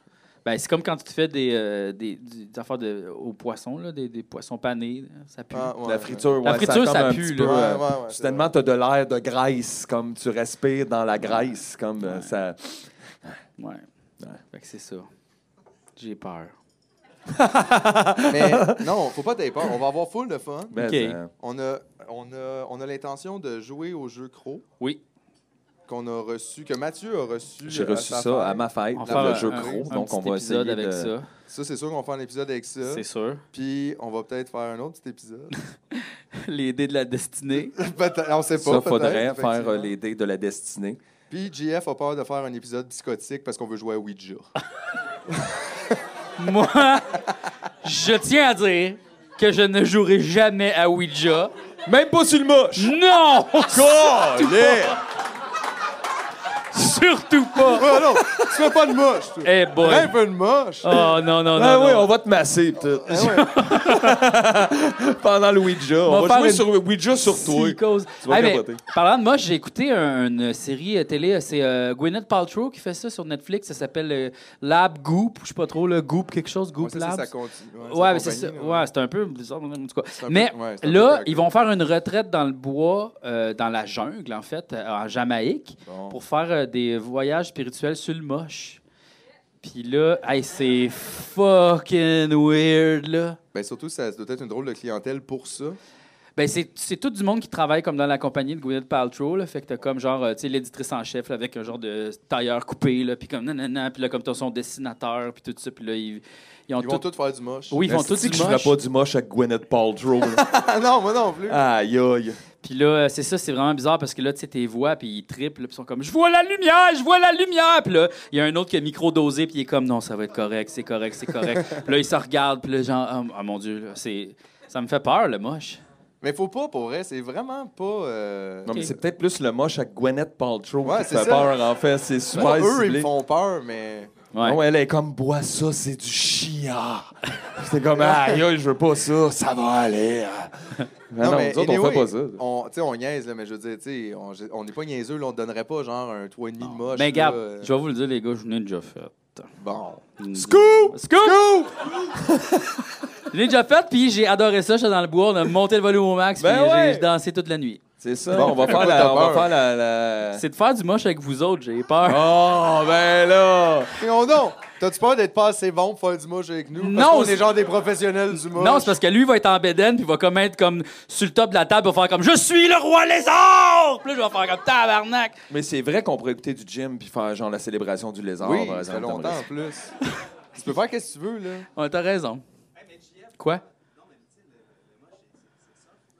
Speaker 1: Ben, c'est comme quand tu te fais des, euh, des, des- des affaires de, aux poissons, là, des, des poissons panés. là, Ça pue.
Speaker 2: Ah, ouais,
Speaker 4: La
Speaker 2: ouais.
Speaker 4: friture, ouais,
Speaker 1: La friture,
Speaker 4: ça,
Speaker 1: ça
Speaker 4: comme
Speaker 1: pue,
Speaker 4: un petit
Speaker 1: là.
Speaker 4: peu,
Speaker 2: Ouais,
Speaker 4: euh,
Speaker 2: ouais, ouais, c'est
Speaker 4: Soudainement, t'as de l'air de graisse, comme tu respires dans la graisse, comme euh, ça.
Speaker 1: Ouais. Fait que c'est ça. J'ai peur.
Speaker 2: Mais non, faut pas t'aies peur. On va avoir full de fun.
Speaker 4: Mais,
Speaker 1: Ok.
Speaker 4: euh,
Speaker 2: On a, on a, on a l'intention de jouer au jeu Croc
Speaker 1: Oui.
Speaker 2: qu'on a reçu, que Mathieu a reçu.
Speaker 4: J'ai
Speaker 2: à
Speaker 4: reçu
Speaker 2: sa
Speaker 4: ça à
Speaker 2: fête.
Speaker 4: ma fête,
Speaker 1: On va
Speaker 4: là, le
Speaker 1: faire
Speaker 4: jeu
Speaker 1: un-
Speaker 4: gros,
Speaker 1: un
Speaker 4: donc
Speaker 1: petit
Speaker 4: on va essayer
Speaker 1: épisode avec
Speaker 4: de...
Speaker 1: ça,
Speaker 2: Ça, c'est sûr qu'on va faire un épisode avec ça.
Speaker 1: c'est sûr.
Speaker 2: Puis on va peut-être faire un autre petit épisode.
Speaker 1: Les dés de la destinée.
Speaker 2: Peut-être, on sait pas.
Speaker 4: Ça,
Speaker 2: peut-être,
Speaker 4: faudrait faire
Speaker 2: effectivement.
Speaker 4: euh, les dés de la destinée.
Speaker 2: Puis JF a peur de faire un épisode psychotique parce qu'on veut jouer à Ouija.
Speaker 1: Moi, je tiens à dire que je ne jouerai jamais à Ouija.
Speaker 4: Même pas sur le moche!
Speaker 1: Non!
Speaker 4: Colin!
Speaker 1: Surtout pas!
Speaker 2: Ah non, tu fais pas de moche, toi.
Speaker 1: Eh boy!
Speaker 2: Un peu de moche. Ah,
Speaker 1: Oh non, non, non.
Speaker 4: Ah
Speaker 1: non.
Speaker 4: oui, on va te masser, pis tout. Pendant le Ouija.
Speaker 1: On va
Speaker 4: On va
Speaker 1: faire
Speaker 4: jouer
Speaker 1: une
Speaker 4: sur Ouija sur toi.
Speaker 1: Si, cause.
Speaker 4: Tu vas
Speaker 1: Ah, mais,
Speaker 4: capoter.
Speaker 1: parlant de moi, j'ai écouté un- une série euh, télé, c'est euh, Gwyneth Paltrow qui fait ça sur Netflix, ça s'appelle euh, Lab Goop, je sais pas trop, le Goop quelque chose,
Speaker 2: Ouais,
Speaker 1: Goop
Speaker 2: ça,
Speaker 1: Labs.
Speaker 2: ça, ça continue.
Speaker 1: Ouais, mais c'est ça. Ouais, c'est un peu bizarre, en tout cas.
Speaker 2: C'est un peu-
Speaker 1: Mais
Speaker 2: ouais, c'est un peu
Speaker 1: là,
Speaker 2: craqué.
Speaker 1: ils vont faire une retraite dans le bois, euh, dans la jungle, en fait, euh, en Jamaïque, pour faire euh, des voyages spirituels sur le moche. Puis là, hey, c'est fucking weird, là.
Speaker 2: Ben surtout, ça doit être une drôle de clientèle pour ça.
Speaker 1: Ben, c'est c'est tout du monde qui travaille comme dans la compagnie de Gwyneth Paltrow. Là, fait que t'as comme genre, euh, tu sais, l'éditrice en chef là, avec un genre de tailleur coupé, là, puis comme nanana, puis là, comme t'as son dessinateur, puis tout ça, puis là, ils, ils ont
Speaker 2: Ils vont
Speaker 1: tout...
Speaker 2: tous Ben, faire du moche.
Speaker 1: Oui, ils font tout
Speaker 4: Est-ce
Speaker 1: du
Speaker 4: que je ferais
Speaker 1: moche.
Speaker 4: pas du moche avec Gwyneth Paltrow. là?
Speaker 2: Ah non, moi non plus.
Speaker 4: Aïe, aïe.
Speaker 1: Puis là, euh, c'est ça, c'est vraiment bizarre parce que là, tu sais, tes voix, puis ils triplent, puis ils sont comme, je vois la lumière, je vois la lumière. Puis là, il y a un autre qui a micro-dosé, puis il est comme, non, ça va être correct, c'est correct, c'est correct. puis là, ils se regardent, puis là, genre, ah ah, mon Dieu, là, c'est. Ça me fait peur, le moche.
Speaker 2: Mais faut pas pour vrai, c'est vraiment pas. euh,
Speaker 4: Non, mais
Speaker 1: Ok.
Speaker 4: c'est peut-être plus le moche avec Gwyneth Paltrow
Speaker 2: Ouais,
Speaker 4: qui
Speaker 2: c'est
Speaker 4: fait
Speaker 2: ça.
Speaker 4: peur, en fait. C'est
Speaker 2: non,
Speaker 4: super
Speaker 2: eux, ils
Speaker 4: ciblé.
Speaker 2: me font peur, mais.
Speaker 1: Ouais.
Speaker 4: Non, elle est comme, bois ça, c'est du chia. c'est comme, aïe, aïe, je veux pas ça, ça va aller. Mais non, nous autres, on fait pas ça.
Speaker 2: On, tu sais, on niaise, là, mais je veux dire, tu sais, on- on n'est pas niaiseux, là, on te donnerait pas genre un 3,5 de moche.
Speaker 1: Mais
Speaker 2: là,
Speaker 1: regarde,
Speaker 2: euh,
Speaker 1: Ben, je vais vous le dire, les gars, je l'ai déjà fait.
Speaker 2: Bon.
Speaker 1: Scoop! Scoop! Je l'ai déjà fait, puis j'ai adoré ça. J'étais dans le bois, on a monté le volume au max,
Speaker 4: Ben
Speaker 1: puis j'ai-
Speaker 4: ouais.
Speaker 1: j'ai dansé toute la nuit.
Speaker 4: C'est ça,
Speaker 2: Bon,
Speaker 4: on va
Speaker 2: fais
Speaker 4: faire
Speaker 2: pas
Speaker 4: la...
Speaker 2: ta
Speaker 4: On va
Speaker 2: peur.
Speaker 4: faire la... la-
Speaker 1: C'est de faire du moche avec vous autres, j'ai peur.
Speaker 4: Oh, ben là!
Speaker 2: Et on donc, t'as-tu peur d'être pas assez bon pour faire du moche avec nous?
Speaker 1: Non,
Speaker 2: Parce qu'on
Speaker 1: c'est-
Speaker 2: est genre des professionnels du moche.
Speaker 1: Non, c'est parce que lui va être en bédaine, puis va comme être comme sur le top de la table, va faire comme Je suis le roi lézard! Puis là, je vais faire comme tabarnak!
Speaker 4: Mais c'est vrai qu'on pourrait écouter du gym puis faire genre la célébration du lézard,
Speaker 2: Oui,
Speaker 4: par
Speaker 2: ça fait
Speaker 4: exemple.
Speaker 2: longtemps en plus. tu peux faire qu'est-ce que tu veux, là.
Speaker 1: Ouais, t'as raison. Quoi?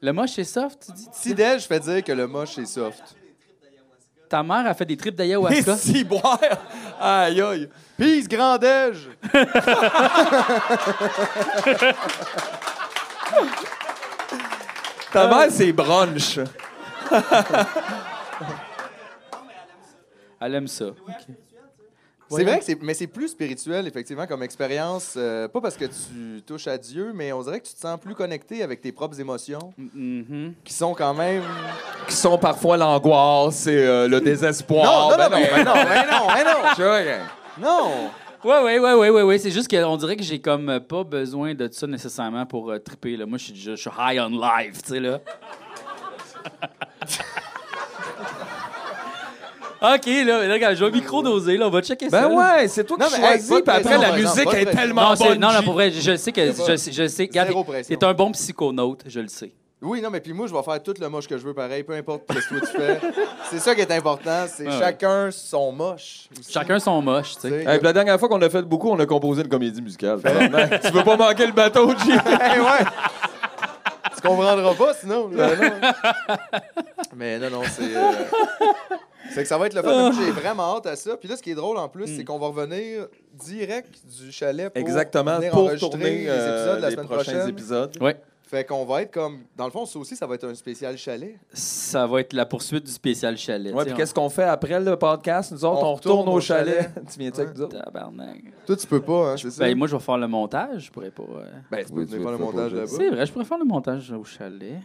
Speaker 1: Le moche, c'est soft, tu dis?
Speaker 2: Si Del, je fais dire que le moche est soft.
Speaker 1: Ta mère a fait des tripes
Speaker 4: Et
Speaker 1: d'ayahuasca.
Speaker 4: si boire! Aïe, aïe!
Speaker 2: Peace, grand Dej!
Speaker 4: Ta mère, c'est brunch.
Speaker 1: Elle aime ça.
Speaker 2: C'est vrai que c'est, mais c'est plus spirituel, effectivement, comme expérience. euh, pas parce que tu touches à Dieu, mais on dirait que tu te sens plus connecté avec tes propres émotions,
Speaker 1: Mhm.
Speaker 2: qui sont quand même.
Speaker 4: Qui sont parfois l'angoisse et euh, le désespoir.
Speaker 2: non, non, non,
Speaker 4: Ben
Speaker 2: ben non, ben non, ben non,
Speaker 4: Tu vois, hein.
Speaker 2: non.
Speaker 1: Ouais, ouais, ouais, ouais, ouais, ouais. C'est juste qu'on dirait que j'ai comme euh, pas besoin de ça nécessairement pour euh, triper. Là. Moi, je suis déjà- je suis high on life, tu sais, là. OK, là, mais là, regarde, je vais micro-doser, là. On va checker ça.
Speaker 4: Ben
Speaker 1: là.
Speaker 4: ouais, c'est toi
Speaker 2: Non,
Speaker 4: qui
Speaker 2: mais, hey,
Speaker 4: choisis,
Speaker 2: pas de
Speaker 4: puis après,
Speaker 2: pression,
Speaker 4: la
Speaker 2: par exemple,
Speaker 4: musique
Speaker 2: pas de
Speaker 4: est
Speaker 2: pression.
Speaker 4: tellement
Speaker 1: Non, c'est-
Speaker 4: bonne.
Speaker 1: non, non,
Speaker 4: G.
Speaker 1: pour vrai, je, je sais que je, sais- je sais. Regarde,
Speaker 2: Zéro
Speaker 1: t'es-
Speaker 2: pression.
Speaker 1: t'es un bon psychonaute, je le sais.
Speaker 2: Oui, non, mais puis moi, je vais faire tout le moche que je veux pareil, peu importe ce que tu fais. C'est ça qui est important, c'est
Speaker 1: ouais.
Speaker 2: chacun son moche.
Speaker 1: Chacun son moche, tu sais.
Speaker 2: T'sais.
Speaker 4: Hey, puis la dernière fois qu'on a fait beaucoup, on a composé une comédie musicale. Tabarnak. tu veux pas manquer le bateau, G?
Speaker 2: Hey, Eh ouais. tu comprendras pas sinon. là. Mais non, non, c'est. euh, C'est que ça va être le fun. Moi,
Speaker 4: Ah.
Speaker 2: J'ai vraiment hâte à ça. Puis là, ce qui est drôle en plus,
Speaker 4: Hmm.
Speaker 2: c'est qu'on va revenir direct du chalet pour
Speaker 4: Exactement,
Speaker 2: venir
Speaker 4: pour
Speaker 2: enregistrer
Speaker 4: tourner
Speaker 2: les
Speaker 4: euh,
Speaker 2: épisodes de la
Speaker 4: les
Speaker 2: semaine
Speaker 4: prochains
Speaker 2: prochaine.
Speaker 4: épisodes.
Speaker 1: Ouais.
Speaker 2: Fait qu'on va être comme. Dans le fond, ça aussi, ça va être un spécial chalet.
Speaker 1: Ça va être la poursuite du spécial chalet.
Speaker 4: Ouais,
Speaker 1: tu
Speaker 4: puis
Speaker 1: sais,
Speaker 4: qu'est-ce qu'on fait après le podcast? Nous autres, on, retourne, au chalet. tu viens de avec nous
Speaker 1: on-
Speaker 4: autres?
Speaker 1: Tabarnak.
Speaker 2: Toi, tu peux pas, hein, c'est ça?
Speaker 1: Ben, moi, je vais faire le montage. Je pourrais pas. euh,
Speaker 2: Ben, tu peux
Speaker 4: Oui,
Speaker 2: venir
Speaker 4: tu
Speaker 2: faire le
Speaker 4: veux pas
Speaker 2: montage
Speaker 4: poser.
Speaker 2: là-bas.
Speaker 1: C'est vrai, je pourrais faire le montage au chalet.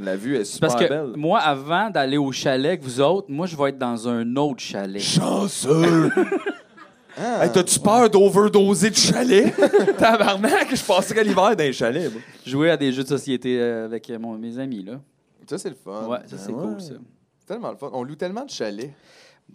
Speaker 4: La vue est super
Speaker 1: Parce que
Speaker 4: belle.
Speaker 1: moi, avant d'aller au chalet avec vous autres, moi, je vais être dans un autre chalet.
Speaker 4: Chanceux!
Speaker 2: Ah.
Speaker 4: Hey, T'as-tu peur d'overdoser de chalet? Tabarnak, je passerais l'hiver dans les chalets. moi.
Speaker 1: Jouer à des jeux de société euh, avec euh, mon- mes amis, là.
Speaker 2: Ça, c'est le fun.
Speaker 1: Ouais, ça, c'est
Speaker 4: ouais.
Speaker 1: cool, ça.
Speaker 2: C'est tellement le fun. On loue tellement de chalets.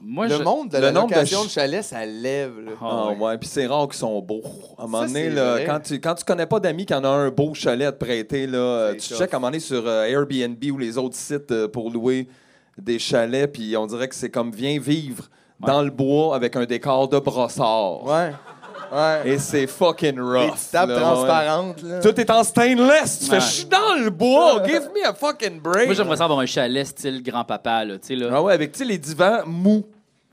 Speaker 1: Moi,
Speaker 2: le
Speaker 1: je...
Speaker 2: monde de
Speaker 4: le
Speaker 2: la
Speaker 4: nombre de
Speaker 2: location de,
Speaker 4: ch-
Speaker 2: chalet, ça lève. là.
Speaker 1: Ah,
Speaker 4: Ah
Speaker 1: ouais.
Speaker 4: ouais, puis c'est rare qu'ils sont beaux. À un moment
Speaker 2: Ça,
Speaker 4: donné,
Speaker 2: c'est
Speaker 4: là,
Speaker 2: vrai.
Speaker 4: quand, tu, quand tu connais pas d'amis qui en a un beau chalet à te prêter, là, euh, tu
Speaker 2: tough.
Speaker 4: checkes à un moment donné sur euh, Airbnb ou les autres sites euh, pour louer des chalets, puis on dirait que c'est comme viens vivre dans le bois avec un décor de brossard.
Speaker 2: Ouais. Ouais.
Speaker 4: Et c'est fucking
Speaker 2: Des
Speaker 4: rough.
Speaker 2: petites tables
Speaker 4: là, ouais.
Speaker 2: transparentes. Là.
Speaker 4: Tout est en stainless. Tu fais,
Speaker 1: Ouais.
Speaker 4: je suis dans le bois. Give me a fucking break.
Speaker 1: moi, j'aimerais ça avoir un chalet style grand-papa, là, tu sais, là.
Speaker 4: Ah ouais, avec tu sais, les divans mous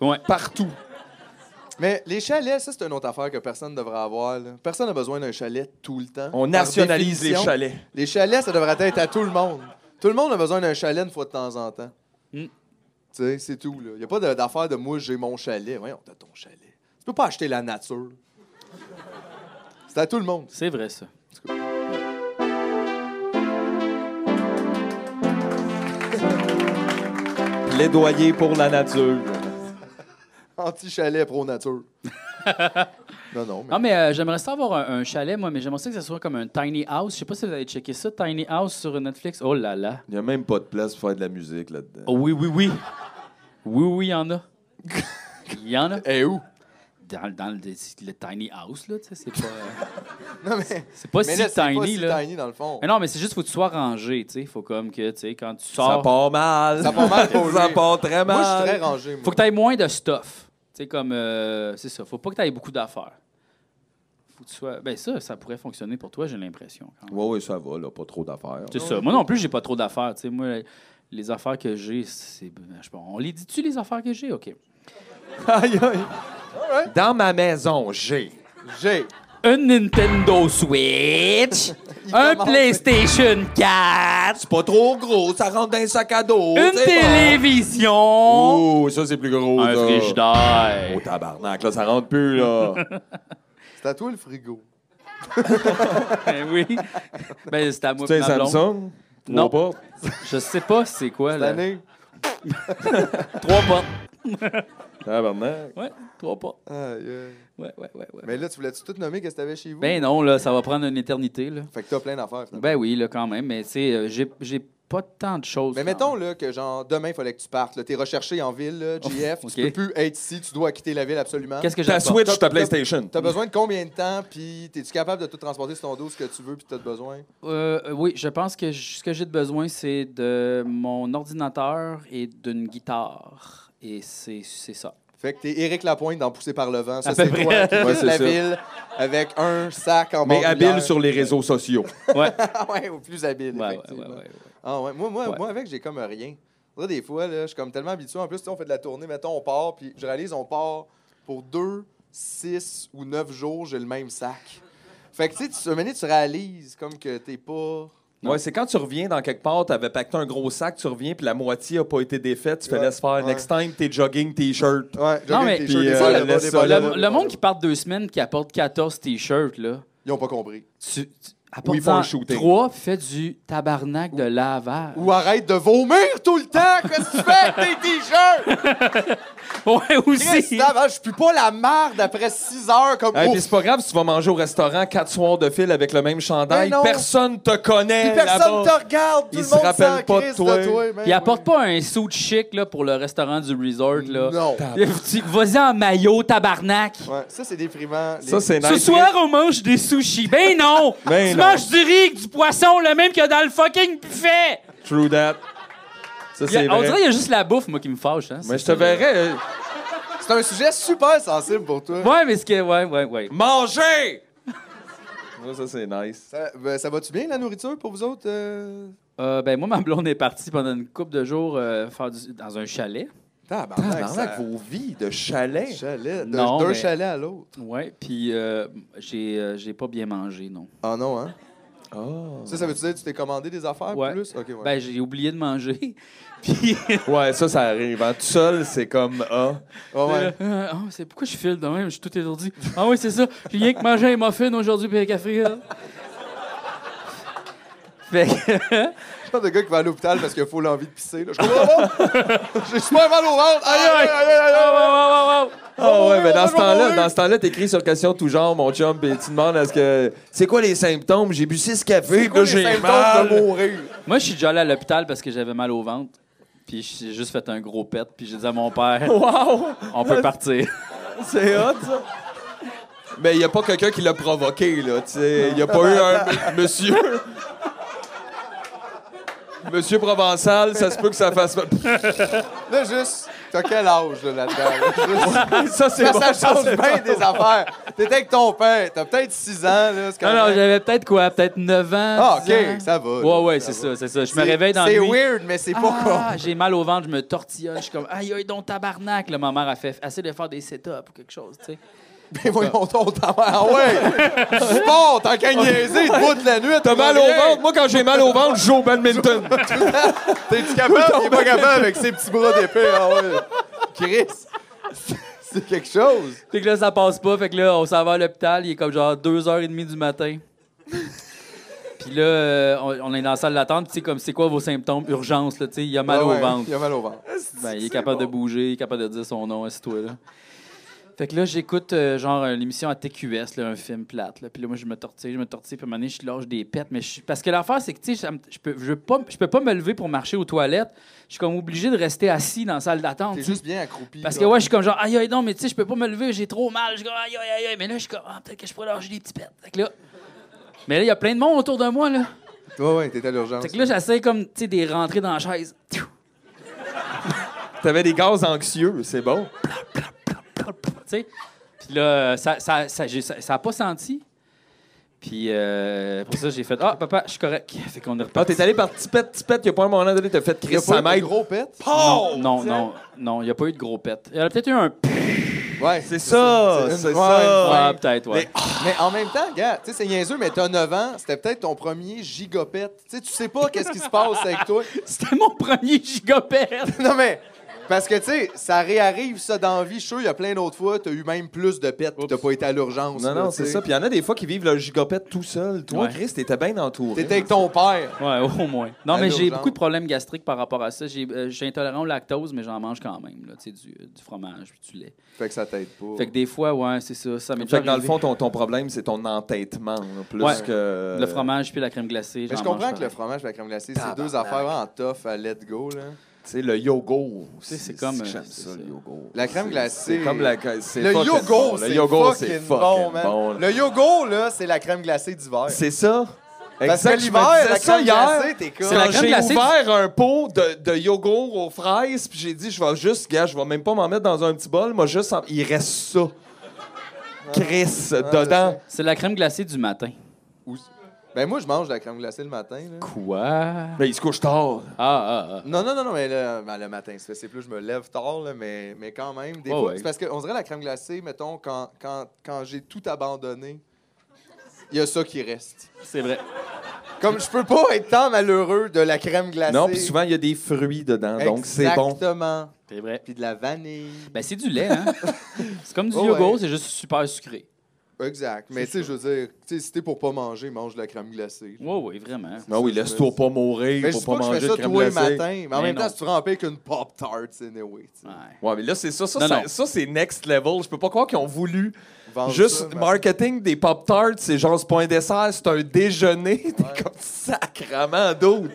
Speaker 2: Ah.
Speaker 1: Ouais.
Speaker 4: partout.
Speaker 2: Mais les chalets, ça, c'est une autre affaire que personne ne devrait avoir. là. Personne n'a besoin d'un chalet tout le temps.
Speaker 4: On
Speaker 2: Par
Speaker 4: nationalise les
Speaker 2: définition,
Speaker 4: chalets.
Speaker 2: Les chalets, ça devrait être à tout le monde. Tout le monde a besoin d'un chalet une fois de temps en temps.
Speaker 1: Mm.
Speaker 2: Tu Tu sais, c'est tout. Il n'y a pas de- d'affaire de moi, j'ai mon chalet. Voyons, t'as ton chalet. Tu peux pas acheter la nature. C'est à tout le monde.
Speaker 1: C'est vrai, ça.
Speaker 4: Plaidoyer pour la nature.
Speaker 2: Anti-chalet pro-nature. non, non, mais
Speaker 1: Non, mais euh, j'aimerais ça avoir un, un chalet, moi, mais j'aimerais ça que ça soit comme un tiny house. Je sais pas si vous avez checké ça, tiny house sur Netflix. Oh là là.
Speaker 4: Il n'y a même pas de place pour faire de la musique là-dedans.
Speaker 1: Oh oui, oui, oui. Oui, oui, il y en a. Il y en a.
Speaker 2: Eh où?
Speaker 1: Dans, dans le, le tiny house, là, tu sais, c'est pas, euh,
Speaker 2: Non, mais,
Speaker 1: c'est pas
Speaker 2: mais
Speaker 1: si
Speaker 2: là, c'est pas
Speaker 1: tiny,
Speaker 2: si
Speaker 1: là.
Speaker 2: tiny, dans le fond.
Speaker 1: Mais non, mais c'est juste faut que tu sois rangé, tu sais. Faut comme que, tu sais, quand tu
Speaker 4: Ça
Speaker 1: sors,
Speaker 4: part mal.
Speaker 2: Ça part mal pour
Speaker 4: Ça
Speaker 2: lui.
Speaker 4: part très mal.
Speaker 2: Moi, je suis très rangé. Moi.
Speaker 1: euh, faut que tu aies moins de stuff. Tu sais, comme, euh, c'est ça. Faut pas que tu aies beaucoup d'affaires. Faut que tu sois. Ben, ça, ça pourrait fonctionner pour toi, j'ai l'impression. quand même.
Speaker 4: Ouais, ouais, ça va, là, pas trop d'affaires.
Speaker 1: C'est ça. Moi non plus, j'ai pas trop d'affaires. Tu sais, moi, les affaires que j'ai, c'est. ben, Je sais pas, on les dit-tu, les affaires que j'ai? OK.
Speaker 4: Aïe, aïe. Dans ma maison, j'ai.
Speaker 2: J'ai.
Speaker 1: Un Nintendo Switch, un
Speaker 2: commence.
Speaker 1: PlayStation 4,
Speaker 4: Pas trop gros, ça rentre dans un sac à dos.
Speaker 1: une
Speaker 4: c'est
Speaker 1: télévision,
Speaker 4: bon. Oh, ça, c'est plus gros.
Speaker 1: un
Speaker 4: là.
Speaker 1: Ah, frigidaire.
Speaker 4: Oh, tabarnak, là, ça rentre plus, là.
Speaker 2: C'est à toi le frigo.
Speaker 1: Ben oui. Ben, c'est à moi.
Speaker 4: tu sais,
Speaker 1: puis ma blonde.
Speaker 4: Samsung?
Speaker 1: Non.
Speaker 4: Trois portes?
Speaker 1: Je sais pas c'est quoi.
Speaker 2: Cette
Speaker 1: Ah, là.
Speaker 2: année.
Speaker 1: Trois portes.
Speaker 4: Tabarnak.
Speaker 1: Ouais, trois portes.
Speaker 2: Aïe, aïe.
Speaker 1: Ouais, ouais, ouais. ouais.
Speaker 2: Mais là, tu voulais-tu tout nommer qu'est-ce que t'avais chez vous?
Speaker 1: Ben non, là, ça va prendre une éternité, là.
Speaker 2: Fait que t'as plein d'affaires. finalement.
Speaker 1: Ben oui, là, quand même. Mais tu sais, euh, j'ai j'ai pas tant de choses.
Speaker 2: Mais
Speaker 1: quand
Speaker 2: mettons là, que genre demain, il fallait que tu partes. là. T'es recherché en ville, là, GF.
Speaker 1: Oh, Ok.
Speaker 2: Tu peux plus être ici. Tu dois quitter la ville absolument.
Speaker 1: Qu'est-ce que
Speaker 4: Ta
Speaker 1: j'apporte?
Speaker 4: Switch, ta PlayStation.
Speaker 2: T'as besoin de combien de temps? Puis t'es-tu capable de tout transporter sur ton dos ce que tu veux puis t'as de besoin?
Speaker 1: Euh, euh, oui, je pense que j- ce que j'ai de besoin, c'est de mon ordinateur et d'une guitare. Et c'est c'est ça.
Speaker 2: Fait que t'es Éric Lapointe dans Poussé par le vent.
Speaker 1: À
Speaker 2: Ça,
Speaker 1: peu
Speaker 2: c'est
Speaker 1: près.
Speaker 2: toi qui
Speaker 4: Ouais,
Speaker 2: quitte
Speaker 4: c'est
Speaker 2: la
Speaker 4: ça.
Speaker 2: ville avec un sac en
Speaker 4: Mais
Speaker 2: bandoulière.
Speaker 4: habile sur les réseaux sociaux.
Speaker 1: Ouais.
Speaker 2: Ah ouais, ou plus habile,
Speaker 1: Ouais, ouais,
Speaker 2: effectivement.
Speaker 1: ouais, ouais, ouais.
Speaker 2: Ah ouais, moi, moi,
Speaker 1: Ouais.
Speaker 2: moi avec, j'ai comme rien. Là, des fois, là, je suis comme tellement habitué. En plus, tu sais, on fait de la tournée, mettons, on part, puis je réalise, on part pour deux, six ou neuf jours, j'ai le même sac. Fait que, tu sais, tu- à un moment donné, tu réalises comme que t'es pas...
Speaker 4: Ouais, c'est quand tu reviens dans quelque part, t'avais pacté un gros sac, tu reviens, puis la moitié a pas été défaite, tu fais
Speaker 2: Ouais,
Speaker 4: laisse faire.
Speaker 2: ouais.
Speaker 4: Next time, tes jogging t-shirt.
Speaker 2: Ouais,
Speaker 1: Non, mais-
Speaker 4: Puis, euh, laisse ça, là,
Speaker 1: Le, le monde qui part deux semaines, qui apporte 14 t-shirts, là,
Speaker 2: Ils ont pas compris.
Speaker 1: tu, tu
Speaker 4: Ou ils font un
Speaker 1: apportes
Speaker 4: shooting.
Speaker 1: trois, puis fais du tabarnak de lavage.
Speaker 2: Ou arrête de vomir tout le temps! Qu'est-ce que tu fais avec tes t-shirts?
Speaker 1: Ouais, aussi.
Speaker 2: Christ, avant, je pue pas la marde après six heures comme...
Speaker 4: Hey,
Speaker 2: Ouf.
Speaker 4: Ah, puis c'est pas grave si tu vas manger au restaurant quatre soirs de fil avec le même
Speaker 2: Mais
Speaker 4: chandail.
Speaker 2: non.
Speaker 4: Personne te
Speaker 2: Puis
Speaker 4: connaît.
Speaker 2: personne
Speaker 4: là-bas.
Speaker 2: te regarde! Tout
Speaker 4: Ils
Speaker 2: le
Speaker 4: se
Speaker 2: monde
Speaker 4: rappellent
Speaker 2: s'en
Speaker 4: pas de
Speaker 2: crisse
Speaker 4: toi.
Speaker 2: ben
Speaker 1: Puis apporte
Speaker 2: oui.
Speaker 1: pas un suit chic là, pour le restaurant du resort. Là.
Speaker 2: Non.
Speaker 1: Tu- Vas-y en maillot, tabarnak.
Speaker 2: Ouais, ça, c'est déprimant. Les-
Speaker 4: Ça, c'est
Speaker 1: Ce
Speaker 4: nice.
Speaker 1: soir, on mange des sushis. Ben non!
Speaker 4: Ben
Speaker 1: tu
Speaker 4: non.
Speaker 1: manges du riz avec du poisson, le même que dans le fucking buffet!
Speaker 4: True that. Ça,
Speaker 1: Il y a-
Speaker 4: c'est
Speaker 1: on
Speaker 4: vrai.
Speaker 1: dirait qu'il y a juste la bouffe, moi, qui me fâche. Hein, C'est-
Speaker 4: Mais je te verrais. euh,
Speaker 2: C'est un sujet super sensible pour toi.
Speaker 1: Ouais, mais ce que. Ouais, ouais, ouais.
Speaker 4: Manger! Ouais, ça, c'est nice.
Speaker 2: Ça, ben, ça va-tu bien, la nourriture, pour vous autres? euh?
Speaker 1: Euh, ben, moi, ma blonde est partie pendant une couple de jours euh, faire du- dans un chalet.
Speaker 2: Tabarnak, ça-
Speaker 4: Tabarnak, vos vies de chalet.
Speaker 2: Chalet, d'un
Speaker 1: Non,
Speaker 2: d'un
Speaker 1: mais-
Speaker 2: chalet à l'autre.
Speaker 1: Ouais, puis euh, j'ai euh, j'ai pas bien mangé, non.
Speaker 2: Ah non, hein?
Speaker 4: Oh.
Speaker 2: Ça, ça veut-tu dire que tu t'es commandé des
Speaker 4: Ah,
Speaker 2: affaires
Speaker 1: Ouais.
Speaker 2: plus? Ok, ouais.
Speaker 1: Ben, j'ai oublié de manger. Puis.
Speaker 4: Ouais, ça, ça arrive. hein. Tout seul, c'est comme. Ah.
Speaker 2: Ah ouais.
Speaker 1: Euh, ah, c'est pourquoi je file de même, je suis tout étourdi. Ah oui, c'est ça. J'ai rien que manger un muffin aujourd'hui puis un café. là. Fait que-
Speaker 2: Le genre de gars qui va à l'hôpital parce qu'il faut l'envie de pisser. Là. Je comprends pas! J'ai super mal au ventre! Aïe, aïe, aïe, aïe,
Speaker 1: Oh, oh,
Speaker 2: aïe!
Speaker 1: oh, oh, oh.
Speaker 4: Ah ouais, mais dans ce
Speaker 2: Bonjour,
Speaker 4: temps-là,
Speaker 2: bonjour.
Speaker 4: dans ce temps-là, t'écris sur question tout genre, mon chum, pis tu demandes est-ce que c'est quoi les symptômes? J'ai bu 6 cafés,
Speaker 2: C'est
Speaker 4: pis
Speaker 2: quoi
Speaker 4: là
Speaker 2: les
Speaker 4: j'ai
Speaker 2: symptômes
Speaker 4: mal.
Speaker 2: de mourir?
Speaker 1: Moi, je suis déjà allé à l'hôpital parce que j'avais mal au ventre. Puis j'ai juste fait un gros pet, puis j'ai dit à mon père,
Speaker 4: Wow!
Speaker 1: on peut partir.
Speaker 4: C'est hot ça! Mais y a pas quelqu'un qui l'a provoqué, là, tu sais. Y a pas eu un m- monsieur. Monsieur Provençal, ça se peut que ça fasse. pas-
Speaker 2: Là, juste, t'as quel âge là, là-dedans? là? Juste-
Speaker 4: ça, c'est
Speaker 2: Ça,
Speaker 4: bon.
Speaker 2: ça
Speaker 4: ça,
Speaker 2: change
Speaker 4: c'est
Speaker 2: bien
Speaker 4: bon.
Speaker 2: des affaires. T'étais avec ton père, t'as peut-être 6 ans. Là, c'est
Speaker 1: Non, non,
Speaker 2: correct.
Speaker 1: j'avais peut-être quoi, peut-être 9 ans.
Speaker 2: Ah,
Speaker 1: 10 ans.
Speaker 2: ok, ça va. là.
Speaker 1: Ouais, ouais, c'est ça, c'est ça. Je me
Speaker 2: C'est-
Speaker 1: réveille dans la
Speaker 2: C'est
Speaker 1: nuit.
Speaker 2: weird, mais c'est pas con.
Speaker 1: Ah, j'ai mal au ventre, je me tortillonne, je suis comme aïe aïe donc tabarnak. Là, ma mère a fait essayer de faire des setups ou quelque chose, tu sais.
Speaker 2: Ben voyons donc, t'en Ah ouais! Sport, t'as qu'à niaiser, te bout de la nuit,
Speaker 4: T'as mal au ventre? Moi, quand j'ai mal au ventre, je joue au badminton.
Speaker 2: T'es-tu capable? Il est pas capable avec ses petits bras d'épée, ah ouais. Chris, c'est quelque chose.
Speaker 1: Fait que là, ça passe pas. Fait que là, on s'en va à l'hôpital. Il est comme genre 2h30 du matin. Puis là, euh, on, on est dans la salle d'attente. Tu sais, comme c'est quoi vos symptômes? Urgence, là, tu sais, il a mal
Speaker 2: Ah
Speaker 1: au
Speaker 2: ouais,
Speaker 1: ventre.
Speaker 2: Il a mal au ventre.
Speaker 1: Ben, il est capable de bouger, il est capable de dire son nom, c'est toi là. Fait que là, j'écoute euh, genre euh, l'émission à TQS, là, un film plate. Là. Puis là, moi, je me tortille, je me tortille, puis à un moment donné, je lâche des pets. Mais je suis- Parce que l'affaire, c'est que, tu sais, ça me- je peux, je, veux pas- je peux pas me lever pour marcher aux toilettes. Je suis comme obligé de rester assis dans la salle d'attente.
Speaker 2: T'es juste bien accroupi.
Speaker 1: Parce que,
Speaker 2: là.
Speaker 1: ouais, je suis comme genre, aïe, aïe, non, mais tu sais, je peux pas me lever, j'ai trop mal. Je suis comme, aïe, aïe, aïe, aïe. Mais là, je suis comme, ah, peut-être que je pourrais lâcher des petits pets. Fait que là, mais là, il y a plein de monde autour de moi, là.
Speaker 2: Ouais, ouais, t'es à l'urgence.
Speaker 1: Fait que là, j'essaie comme, tu sais, des rentrées dans la chaise.
Speaker 4: T'avais des gaz anxieux, c'est bon.
Speaker 1: tu sais. Puis là, ça n'a ça, ça, j'ai- ça- ça a pas senti. Puis euh, pour ça, j'ai fait Ah, papa, je suis correct. Fait qu'on est
Speaker 4: Ah,
Speaker 1: reparti.
Speaker 4: t'es allé par petit pet, petit pet, il y a pas un moment donné, t'as fait
Speaker 2: Il y
Speaker 4: Chris,
Speaker 2: a pas
Speaker 4: ça
Speaker 2: eu de
Speaker 4: m'aide.
Speaker 2: gros pet?
Speaker 4: Oh!
Speaker 1: non, non, non, non, il n'y a pas eu de gros pet. Il y en a peut-être eu un.
Speaker 2: Ouais.
Speaker 4: C'est ça,
Speaker 2: C'est-
Speaker 4: c'est
Speaker 2: ouais,
Speaker 4: ça.
Speaker 1: Ah, peut-être, ouais.
Speaker 2: Mais en même temps, gars, tu sais, c'est niaiseux, mais t'as 9 ans, c'était peut-être ton premier gigopet. Tu sais, tu sais pas qu'est-ce qui se passe avec toi.
Speaker 1: C'était mon premier gigopet.
Speaker 2: Non, mais. Parce que, tu sais, ça réarrive, ça, dans la vie. Je suis sûr, il y a plein d'autres fois, t'as eu même plus de pets, pis t'as pas été à l'urgence.
Speaker 4: Non,
Speaker 2: là,
Speaker 4: non,
Speaker 2: tu
Speaker 4: c'est
Speaker 2: sais.
Speaker 4: ça. Puis il y en a des fois qui vivent le gigopète tout seul. Toi,
Speaker 1: Ouais.
Speaker 4: Chris, t'étais bien entouré.
Speaker 2: T'étais avec ton père.
Speaker 1: Ouais, au moins. Non,
Speaker 2: À
Speaker 1: mais j'ai
Speaker 2: l'urgence.
Speaker 1: beaucoup de problèmes gastriques par rapport à ça. J'ai- euh, Je suis intolérant au lactose, mais j'en mange quand même, là, tu sais, du, du fromage puis du lait.
Speaker 2: Fait que ça t'aide pas.
Speaker 1: Fait que des fois, ouais, c'est ça. Ça m'est
Speaker 4: Fait
Speaker 1: déjà
Speaker 4: que dans le
Speaker 1: arrivé.
Speaker 4: fond, ton, ton problème, c'est ton entêtement, là, plus
Speaker 1: Ouais.
Speaker 4: que.
Speaker 1: Le fromage puis la crème glacée.
Speaker 2: Mais je
Speaker 1: j'en mange
Speaker 2: comprends que
Speaker 1: pareil.
Speaker 2: le fromage et la crème glacée, c'est deux affaires en tough à let go. Là.
Speaker 4: Tu sais, le yogourt.
Speaker 1: sais, c'est comme,
Speaker 4: J'aime
Speaker 1: euh, c'est
Speaker 4: ça,
Speaker 1: ça.
Speaker 4: le yogourt.
Speaker 2: La crème
Speaker 4: C'est-
Speaker 2: glacée.
Speaker 4: C'est comme la. c'est
Speaker 2: Le
Speaker 4: fucking bon.
Speaker 2: yogourt,
Speaker 4: Le
Speaker 2: c'est
Speaker 4: yogourt, c'est
Speaker 2: fucking
Speaker 4: fucking
Speaker 2: bon, man.
Speaker 4: bon, là.
Speaker 2: Le yogourt, là, c'est la crème glacée d'hiver.
Speaker 4: C'est ça.
Speaker 2: Parce que
Speaker 4: Exact, je me
Speaker 2: l'hiver,
Speaker 4: disais
Speaker 2: la
Speaker 4: ça
Speaker 2: crème
Speaker 4: hier.
Speaker 2: glacée, t'es comme...
Speaker 1: C'est la
Speaker 4: Quand
Speaker 1: crème
Speaker 4: j'ai
Speaker 1: glacée,
Speaker 4: ouvert un pot de, de yogourt aux fraises, puis j'ai dit, je vais juste, gars, je vais même pas m'en mettre dans un petit bol, moi juste, en- il reste ça. Chris, dedans.
Speaker 1: C'est la crème glacée du matin.
Speaker 2: Ou- Ben moi, je mange de la crème glacée le matin. là.
Speaker 1: Quoi? Ah,
Speaker 4: Mais il se couche tard.
Speaker 1: ah, ah.
Speaker 2: Non, non, non, non, mais le, ben, le matin, c'est c'est plus, je me lève tard, là, mais, mais quand même. Des
Speaker 1: Ouais,
Speaker 2: fois,
Speaker 1: ouais.
Speaker 2: C'est parce qu'on dirait la crème glacée, mettons, quand, quand, quand j'ai tout abandonné, il y a ça qui reste.
Speaker 1: C'est vrai.
Speaker 2: Comme je peux pas être tant malheureux de la crème glacée.
Speaker 4: Non, puis souvent, il y a des fruits dedans, donc c'est bon.
Speaker 2: Exactement.
Speaker 1: C'est vrai.
Speaker 2: Puis de la vanille.
Speaker 1: Ben, c'est du lait, hein? c'est comme du
Speaker 2: Oh,
Speaker 1: yogourt,
Speaker 2: ouais.
Speaker 1: c'est juste super sucré.
Speaker 4: Ben,
Speaker 2: Exact. Mais tu sais, je veux dire, tu sais, si t'es pour pas manger, mange de la crème glacée.
Speaker 1: Oui, oui, vraiment.
Speaker 4: Non, oui, laisse-toi pas mourir
Speaker 2: Mais je
Speaker 4: pour
Speaker 2: dis pas
Speaker 4: pas
Speaker 2: que je
Speaker 4: manger
Speaker 2: fais
Speaker 4: de
Speaker 2: ça
Speaker 4: crème
Speaker 2: tous les
Speaker 4: glacée.
Speaker 2: matins, mais en
Speaker 1: Mais
Speaker 2: même
Speaker 1: non.
Speaker 2: temps, si tu rampes avec une Pop-Tart, c'est anyway. tu sais.
Speaker 1: Ouais.
Speaker 4: Ouais, mais là, c'est ça. Ça,
Speaker 1: Non,
Speaker 4: ça,
Speaker 1: non.
Speaker 4: ça, c'est next level. Je peux pas croire qu'ils ont voulu
Speaker 2: Vendre
Speaker 4: juste
Speaker 2: ça, mais-
Speaker 4: marketing des Pop-Tarts. C'est genre, c'est pas un dessert, c'est un déjeuner. T'es comme sacrament d'autre.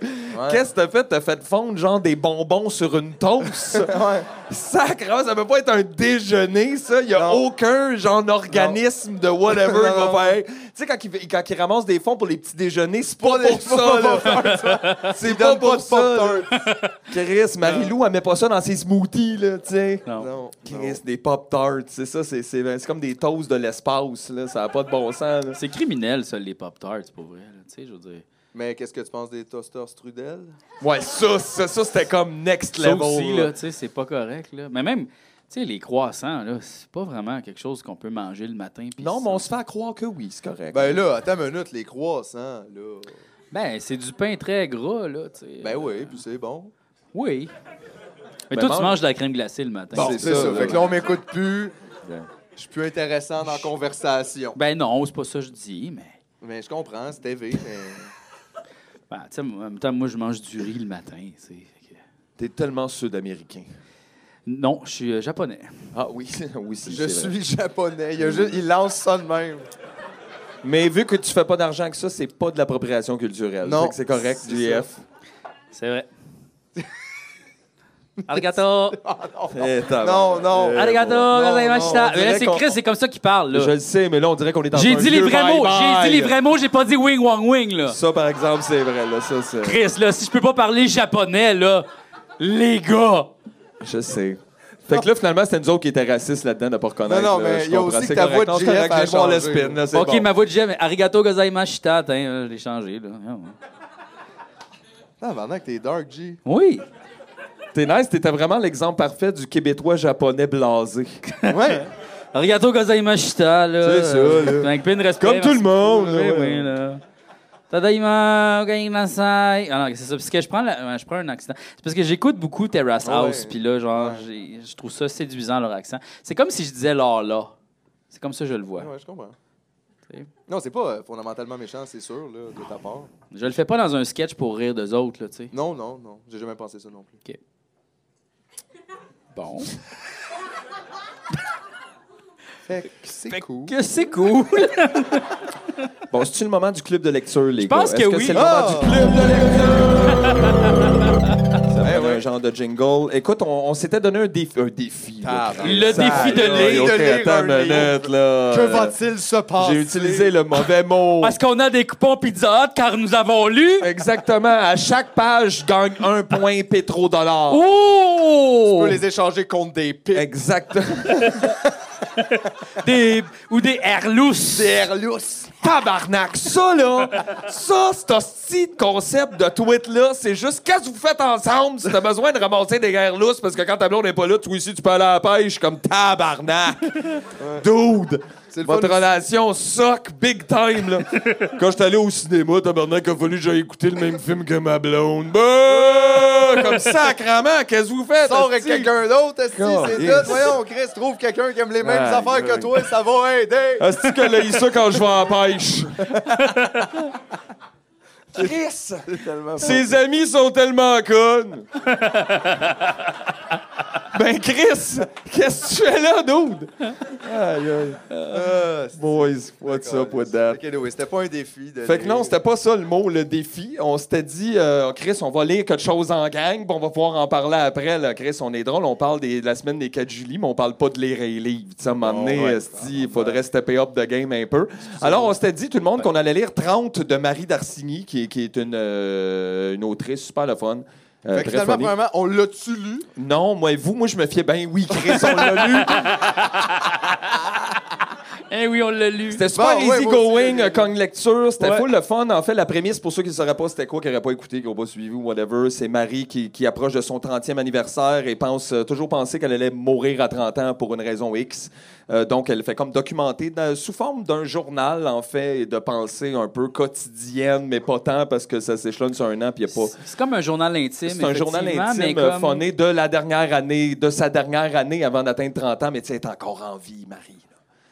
Speaker 4: Qu'est-ce que t'as fait? T'as fait fondre genre des bonbons sur une toast.
Speaker 2: Ouais.
Speaker 4: sacrament, ça peut pas être un déjeuner, ça. Il y a
Speaker 2: Non.
Speaker 4: aucun genre organisme de whatever qui va
Speaker 2: Non.
Speaker 4: faire. hey, Tu sais, quand ils quand ils ramassent des fonds pour les petits déjeuners, c'est pas,
Speaker 2: Pas des-
Speaker 4: pour ça, là. C'est pas
Speaker 2: Donne
Speaker 4: pour
Speaker 2: pas de
Speaker 4: ça. là.
Speaker 2: Pop-Tart.
Speaker 4: Chris, Marie-Lou, elle met pas ça dans ses smoothies, là, tu sais.
Speaker 1: Non.
Speaker 2: Non. non.
Speaker 4: Chris, des Pop-Tarts, c'est ça, c'est, c'est, c'est comme des toasts de l'espace, là, ça n'a pas de bon sens. là.
Speaker 1: C'est criminel, ça, les Pop-Tarts, c'est pas vrai. là. Tu sais, je veux dire.
Speaker 2: Mais qu'est-ce que tu penses des toasters Strudel?
Speaker 4: Ouais, ça, ça, ça, c'était comme next
Speaker 1: Ça
Speaker 4: level.
Speaker 1: aussi,
Speaker 4: là.
Speaker 1: là, tu sais, c'est pas correct, là. Mais même, tu sais, les croissants, là, c'est pas vraiment quelque chose qu'on peut manger le matin. puis
Speaker 4: Non,
Speaker 1: ça-
Speaker 4: mais on se fait croire que oui, c'est correct.
Speaker 2: Ben là, attends une minute, les croissants, là.
Speaker 1: Ben, c'est du pain très gras, là, tu sais.
Speaker 2: Ben oui, puis c'est bon.
Speaker 1: Oui. Mais
Speaker 4: Ben,
Speaker 1: toi,
Speaker 4: mange-
Speaker 1: tu manges de la crème glacée le matin.
Speaker 2: Bon,
Speaker 4: Ben, c'est
Speaker 2: c'est
Speaker 4: ça,
Speaker 2: ça.
Speaker 4: là.
Speaker 2: Fait que là, on m'écoute plus.
Speaker 4: Bien.
Speaker 2: Je suis plus intéressant dans la conversation.
Speaker 1: Ben non, c'est pas ça que je dis, mais...
Speaker 2: Mais je comprends, c'est TV, mais...
Speaker 1: Ben, tu sais, en même temps, moi, je mange du riz le matin, tu sais. Fait que-
Speaker 4: T'es tellement sud-américain.
Speaker 1: Non, je suis euh, japonais.
Speaker 4: Ah oui, oui, c'est
Speaker 2: Je
Speaker 4: c'est vrai.
Speaker 2: suis japonais. Il, a juste- il lance ça de même.
Speaker 4: Mais vu que tu fais pas d'argent avec ça, c'est pas de l'appropriation culturelle.
Speaker 2: Non,
Speaker 4: Fait que c'est correct,
Speaker 2: c'est
Speaker 4: JF.
Speaker 1: C'est vrai.
Speaker 4: Oh,
Speaker 1: Arigato!
Speaker 4: Eh, t'as-
Speaker 2: Non, non.
Speaker 4: Eh,
Speaker 1: Arigato!
Speaker 4: bon.
Speaker 1: gozaimashita. Mais
Speaker 4: on
Speaker 1: là,
Speaker 4: dirait
Speaker 1: c'est
Speaker 4: qu'on-
Speaker 1: Chris, c'est comme ça qu'il parle,
Speaker 4: Je
Speaker 1: là.
Speaker 4: le sais, mais là, on dirait qu'on est dans
Speaker 1: J'ai
Speaker 4: un
Speaker 1: dit les
Speaker 4: vieux
Speaker 1: vrais mots!
Speaker 4: bye-bye.
Speaker 1: J'ai dit les vrais mots, j'ai pas dit wing wang wing, là.
Speaker 4: Ça, par exemple, c'est vrai. Là, ça, c'est...
Speaker 1: Chris, là, si je peux pas parler japonais, là, les gars!
Speaker 4: Je sais. Fait que là, finalement, c'était nous autres qui étaient racistes là-dedans de pas reconnaître.
Speaker 2: Non, non,
Speaker 4: là,
Speaker 2: mais
Speaker 4: je
Speaker 2: il y a
Speaker 4: comprends.
Speaker 2: aussi
Speaker 4: C'est
Speaker 2: que ta
Speaker 4: correct.
Speaker 2: voix de
Speaker 4: Non, c'est
Speaker 2: JF
Speaker 4: correct,
Speaker 2: a
Speaker 4: je vais voir le
Speaker 2: changé.
Speaker 4: spin, là, c'est
Speaker 1: Ok,
Speaker 4: bon.
Speaker 1: ma voix de j'aime. Arigato gozaimashita. Attends, euh, je l'ai changé, là. Ah, ouais.
Speaker 2: Ah, maintenant que t'es dark, G.
Speaker 1: Oui!
Speaker 4: T'es nice, t'étais vraiment l'exemple parfait du Québécois japonais blasé.
Speaker 2: Ouais.
Speaker 1: Arigato gozaimashita, là. Euh,
Speaker 2: C'est ça, là.
Speaker 1: Avec plein de respect.
Speaker 4: Comme tout le
Speaker 1: merci
Speaker 4: monde,
Speaker 1: beaucoup,
Speaker 4: là,
Speaker 1: oui,
Speaker 4: ouais.
Speaker 1: oui, là. Tadaima, gozaimasai. Ah non, c'est ça. Parce que je prends, la- je prends un accent. C'est parce que j'écoute beaucoup Terrace
Speaker 2: Ouais.
Speaker 1: House, puis là, genre, j'ai- je trouve ça séduisant, leur accent. C'est comme si je disais là, là. C'est comme ça que je le vois.
Speaker 2: Ouais, je comprends.
Speaker 1: Tu sais.
Speaker 2: Non, c'est pas euh, fondamentalement méchant, c'est sûr, là, de ta part.
Speaker 1: Je le fais pas dans un sketch pour rire d'eux autres, là, tu sais.
Speaker 2: Non, non, non. J'ai jamais pensé ça non plus.
Speaker 1: Bon.
Speaker 2: Fait que c'est cool.
Speaker 1: Que c'est cool.
Speaker 4: Bon, c'est-tu le moment du club de lecture, les gars?
Speaker 1: pense que
Speaker 4: Est-ce
Speaker 1: oui.
Speaker 4: c'est le
Speaker 2: Ah!
Speaker 4: moment ben, du club de lecture? Ça
Speaker 2: Eh
Speaker 4: prend un
Speaker 2: ouais.
Speaker 4: genre de jingle. Écoute, on, on s'était donné un défi. Un défi. là.
Speaker 2: Tabarnak.
Speaker 1: Le défi de
Speaker 4: Hey,
Speaker 1: lire.
Speaker 4: OK,
Speaker 2: de lire
Speaker 4: attends
Speaker 2: un
Speaker 4: une minute, là.
Speaker 2: Que va-t-il se passer?
Speaker 4: J'ai utilisé le mauvais mot.
Speaker 1: Parce qu'on a des coupons Pizza Hut car nous avons lu.
Speaker 4: Exactement. À chaque page, je gagne un point pétrodollar.
Speaker 1: Oh!
Speaker 2: On peut les échanger contre des pics.
Speaker 4: Exactement.
Speaker 1: Des... Ou des Airlousses.
Speaker 2: Derlus.
Speaker 4: Tabarnak, ça là, ça, cet hostie de concept de tweet là, c'est juste qu'est-ce que vous faites ensemble si t'as besoin de ramasser des guerres lousses parce que quand ta blonde n'est pas là, toi ici tu peux aller à la pêche comme tabarnak. Dude,
Speaker 2: C'est le
Speaker 4: votre
Speaker 2: fun.
Speaker 4: relation suck big time là. quand j'étais allé au cinéma, tabarnak, il a fallu que j'aille écouter le même film que ma blonde. Bah, comme sacrament, qu'est-ce que vous faites?
Speaker 2: Sors avec
Speaker 4: hostie?
Speaker 2: quelqu'un d'autre, esti, c'est
Speaker 4: Yes.
Speaker 2: tout. Voyons, Chris, trouve quelqu'un qui aime les mêmes
Speaker 4: Ah,
Speaker 2: affaires
Speaker 4: gueule.
Speaker 2: que toi, ça va aider.
Speaker 4: Est-ce que là, ça quand je vais en pêche? Chris!
Speaker 2: C'est tellement
Speaker 4: Ses amis sont tellement connes. ben Chris, qu'est-ce que tu fais là, dude? Aïe, aïe.
Speaker 2: Ah, c'est-
Speaker 4: Boys, what's up with that?
Speaker 2: Ok, anyway, c'était pas un défi. de
Speaker 4: Fait que
Speaker 2: lire.
Speaker 4: non, c'était pas ça le mot, le défi. On s'était dit, euh, Chris, on va lire quelque chose en gang, puis on va pouvoir en parler après. Là. Chris, on est drôle, on parle des- de la semaine des 4 juillet, mais on parle pas de lire et livres. Tu sais, à un moment
Speaker 2: Oh,
Speaker 4: donné,
Speaker 2: ouais.
Speaker 4: esti, il faudrait stepper up de game un peu. Alors, on s'était dit, tout le monde, qu'on allait lire 30 de Marie Darcigny, qui, est- qui est une, euh, une autrice super le fun. euh,
Speaker 2: Fait que
Speaker 4: très
Speaker 2: finalement,
Speaker 4: funny.
Speaker 2: premièrement, on l'a-tu lu?
Speaker 4: Non, moi, vous, moi, je me fiais, ben oui, Chris, on l'a lu.
Speaker 1: Eh oui, on l'a lu.
Speaker 4: C'était super
Speaker 2: Bon, ouais,
Speaker 4: easy
Speaker 2: moi aussi,
Speaker 4: going,
Speaker 2: j'ai-
Speaker 4: euh, Kong Lecture. C'était
Speaker 1: Ouais.
Speaker 4: full le fun. En fait, la prémisse, pour ceux qui ne sauraient pas c'était quoi, qui n'auraient pas écouté, qui n'ont pas suivi ou whatever, c'est Marie qui, qui approche de son 30e anniversaire et pense euh, toujours penser qu'elle allait mourir à 30 ans pour une raison X. Euh, donc, elle fait comme documenter dans- sous forme d'un journal, en fait, et de pensée un peu quotidienne, mais pas tant parce que ça s'échelonne sur un an puis il n'y a pas.
Speaker 1: C'est comme un journal intime.
Speaker 4: C'est un journal
Speaker 1: effectivement, mais
Speaker 4: intime,
Speaker 1: comme-
Speaker 4: euh, phoné de la dernière année, de sa dernière année avant d'atteindre 30 ans, mais tu sais, elle est encore en vie, Marie. là.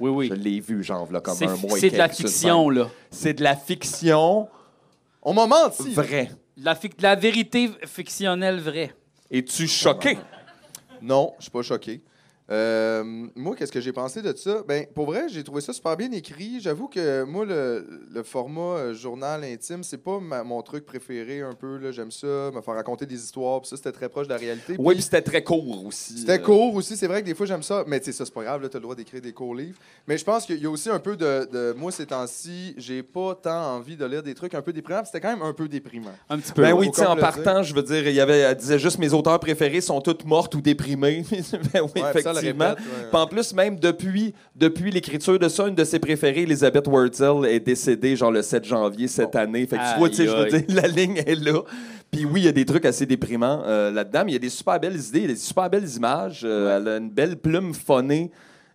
Speaker 1: Oui, oui.
Speaker 4: Je l'ai vu, genre, là, comme
Speaker 1: C'est-
Speaker 4: un mois et
Speaker 1: C'est de la
Speaker 4: quelques sur
Speaker 1: fiction, là.
Speaker 4: c'est de la fiction
Speaker 2: On m'a menti.
Speaker 4: vraie.
Speaker 1: De La, fic- de la vérité fictionnelle vraie.
Speaker 4: Es-tu choqué?
Speaker 2: Non, je suis pas choqué. Euh, moi, qu'est-ce que j'ai pensé de ça? Ben, pour vrai, j'ai trouvé ça super bien écrit. J'avoue que moi, le, le format euh, journal intime, c'est pas ma- mon truc préféré un peu. là. J'aime ça, me faire raconter des histoires. Puis ça, c'était très proche de la réalité.
Speaker 4: Oui, puis c'était très court aussi.
Speaker 2: C'était
Speaker 4: Euh,
Speaker 2: court aussi, c'est vrai que des fois j'aime ça, mais tu sais, ça c'est pas grave, là, t'as le droit d'écrire des courts livres. Mais je pense qu'il y a aussi un peu de, de- Moi, ces temps-ci, j'ai pas tant envie de lire des trucs un peu déprimants, puis c'était quand même un peu déprimant.
Speaker 1: Un petit peu.
Speaker 4: Ben
Speaker 2: Faut
Speaker 4: oui, tu sais,
Speaker 2: comme
Speaker 4: en
Speaker 2: le
Speaker 4: partant, je veux dire, il y avait, elle disait juste mes auteurs préférés sont toutes mortes ou déprimées. ben oui,
Speaker 2: Ouais, puis ça, le
Speaker 4: effectivement.
Speaker 2: répète, ouais.
Speaker 4: Puis en plus, même depuis, depuis l'écriture de ça, une de ses préférées, Elizabeth Wurzel, est décédée genre le 7 janvier cette année. Fait que tu vois, tu sais, je veux
Speaker 1: Aïe, aïe.
Speaker 4: dire, la ligne est là. Puis oui, il y a des trucs assez déprimants euh, là-dedans, mais il y a des super belles idées, des super belles images. Euh, Elle a une belle plume phonée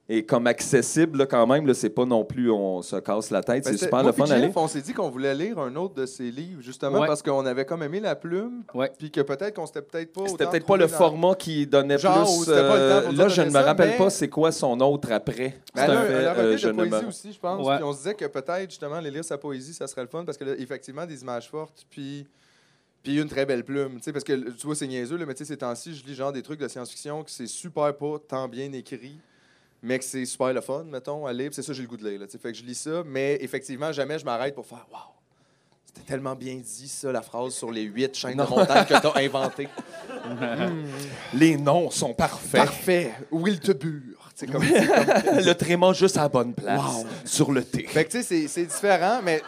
Speaker 4: et comme accessible là, quand même. là, C'est pas non plus on se casse la tête.
Speaker 2: Ben,
Speaker 4: C'est
Speaker 2: c'était-
Speaker 4: super
Speaker 2: moi
Speaker 4: le fun
Speaker 2: puis
Speaker 4: à
Speaker 2: Jeff,
Speaker 4: lire.
Speaker 2: On s'est dit qu'on voulait lire un autre de ses livres, justement,
Speaker 1: Ouais.
Speaker 2: parce qu'on avait comme aimé la plume,
Speaker 1: Ouais.
Speaker 2: puis que peut-être qu'on s'était peut-être pas.
Speaker 4: C'était
Speaker 2: autant
Speaker 4: peut-être pas le
Speaker 2: trouvé dans-
Speaker 4: format qui donnait
Speaker 2: hein, Genre, ou
Speaker 4: plus.
Speaker 2: c'était
Speaker 4: euh,
Speaker 2: pas le temps pour
Speaker 4: là,
Speaker 2: dire
Speaker 4: je ne me
Speaker 2: ça,
Speaker 4: rappelle
Speaker 2: mais-
Speaker 4: pas c'est quoi son autre après.
Speaker 2: Mais
Speaker 4: C'est
Speaker 2: elle a,
Speaker 4: un
Speaker 2: un-
Speaker 4: fait,
Speaker 2: elle a un
Speaker 4: euh,
Speaker 2: recueil
Speaker 4: je
Speaker 2: de
Speaker 4: ne me-
Speaker 2: poésie aussi, je pense.
Speaker 1: Ouais.
Speaker 2: Puis on se disait que peut-être, justement, aller lire sa poésie, ça serait le fun, parce que là, effectivement, des images fortes, puis. Puis une très belle plume, tu sais, parce que tu vois, c'est niaiseux, là, mais tu sais, ces temps-ci, je lis genre des trucs de science-fiction que c'est super pas tant bien écrit, mais que c'est super le fun, mettons, à lire. Puis C'est ça, j'ai le goût de lire, là, tu sais, fait que je lis ça, mais effectivement, jamais je m'arrête pour faire « Wow, c'était tellement bien dit, ça, la phrase sur les huit chaînes de montagne que t'as inventées. »
Speaker 4: Les noms sont parfaits.
Speaker 2: Parfait. Will te bure. tu sais, Comme...
Speaker 4: le tréma juste à la bonne place. Sur le thé.
Speaker 2: fait que tu sais, c'est- c'est différent, mais,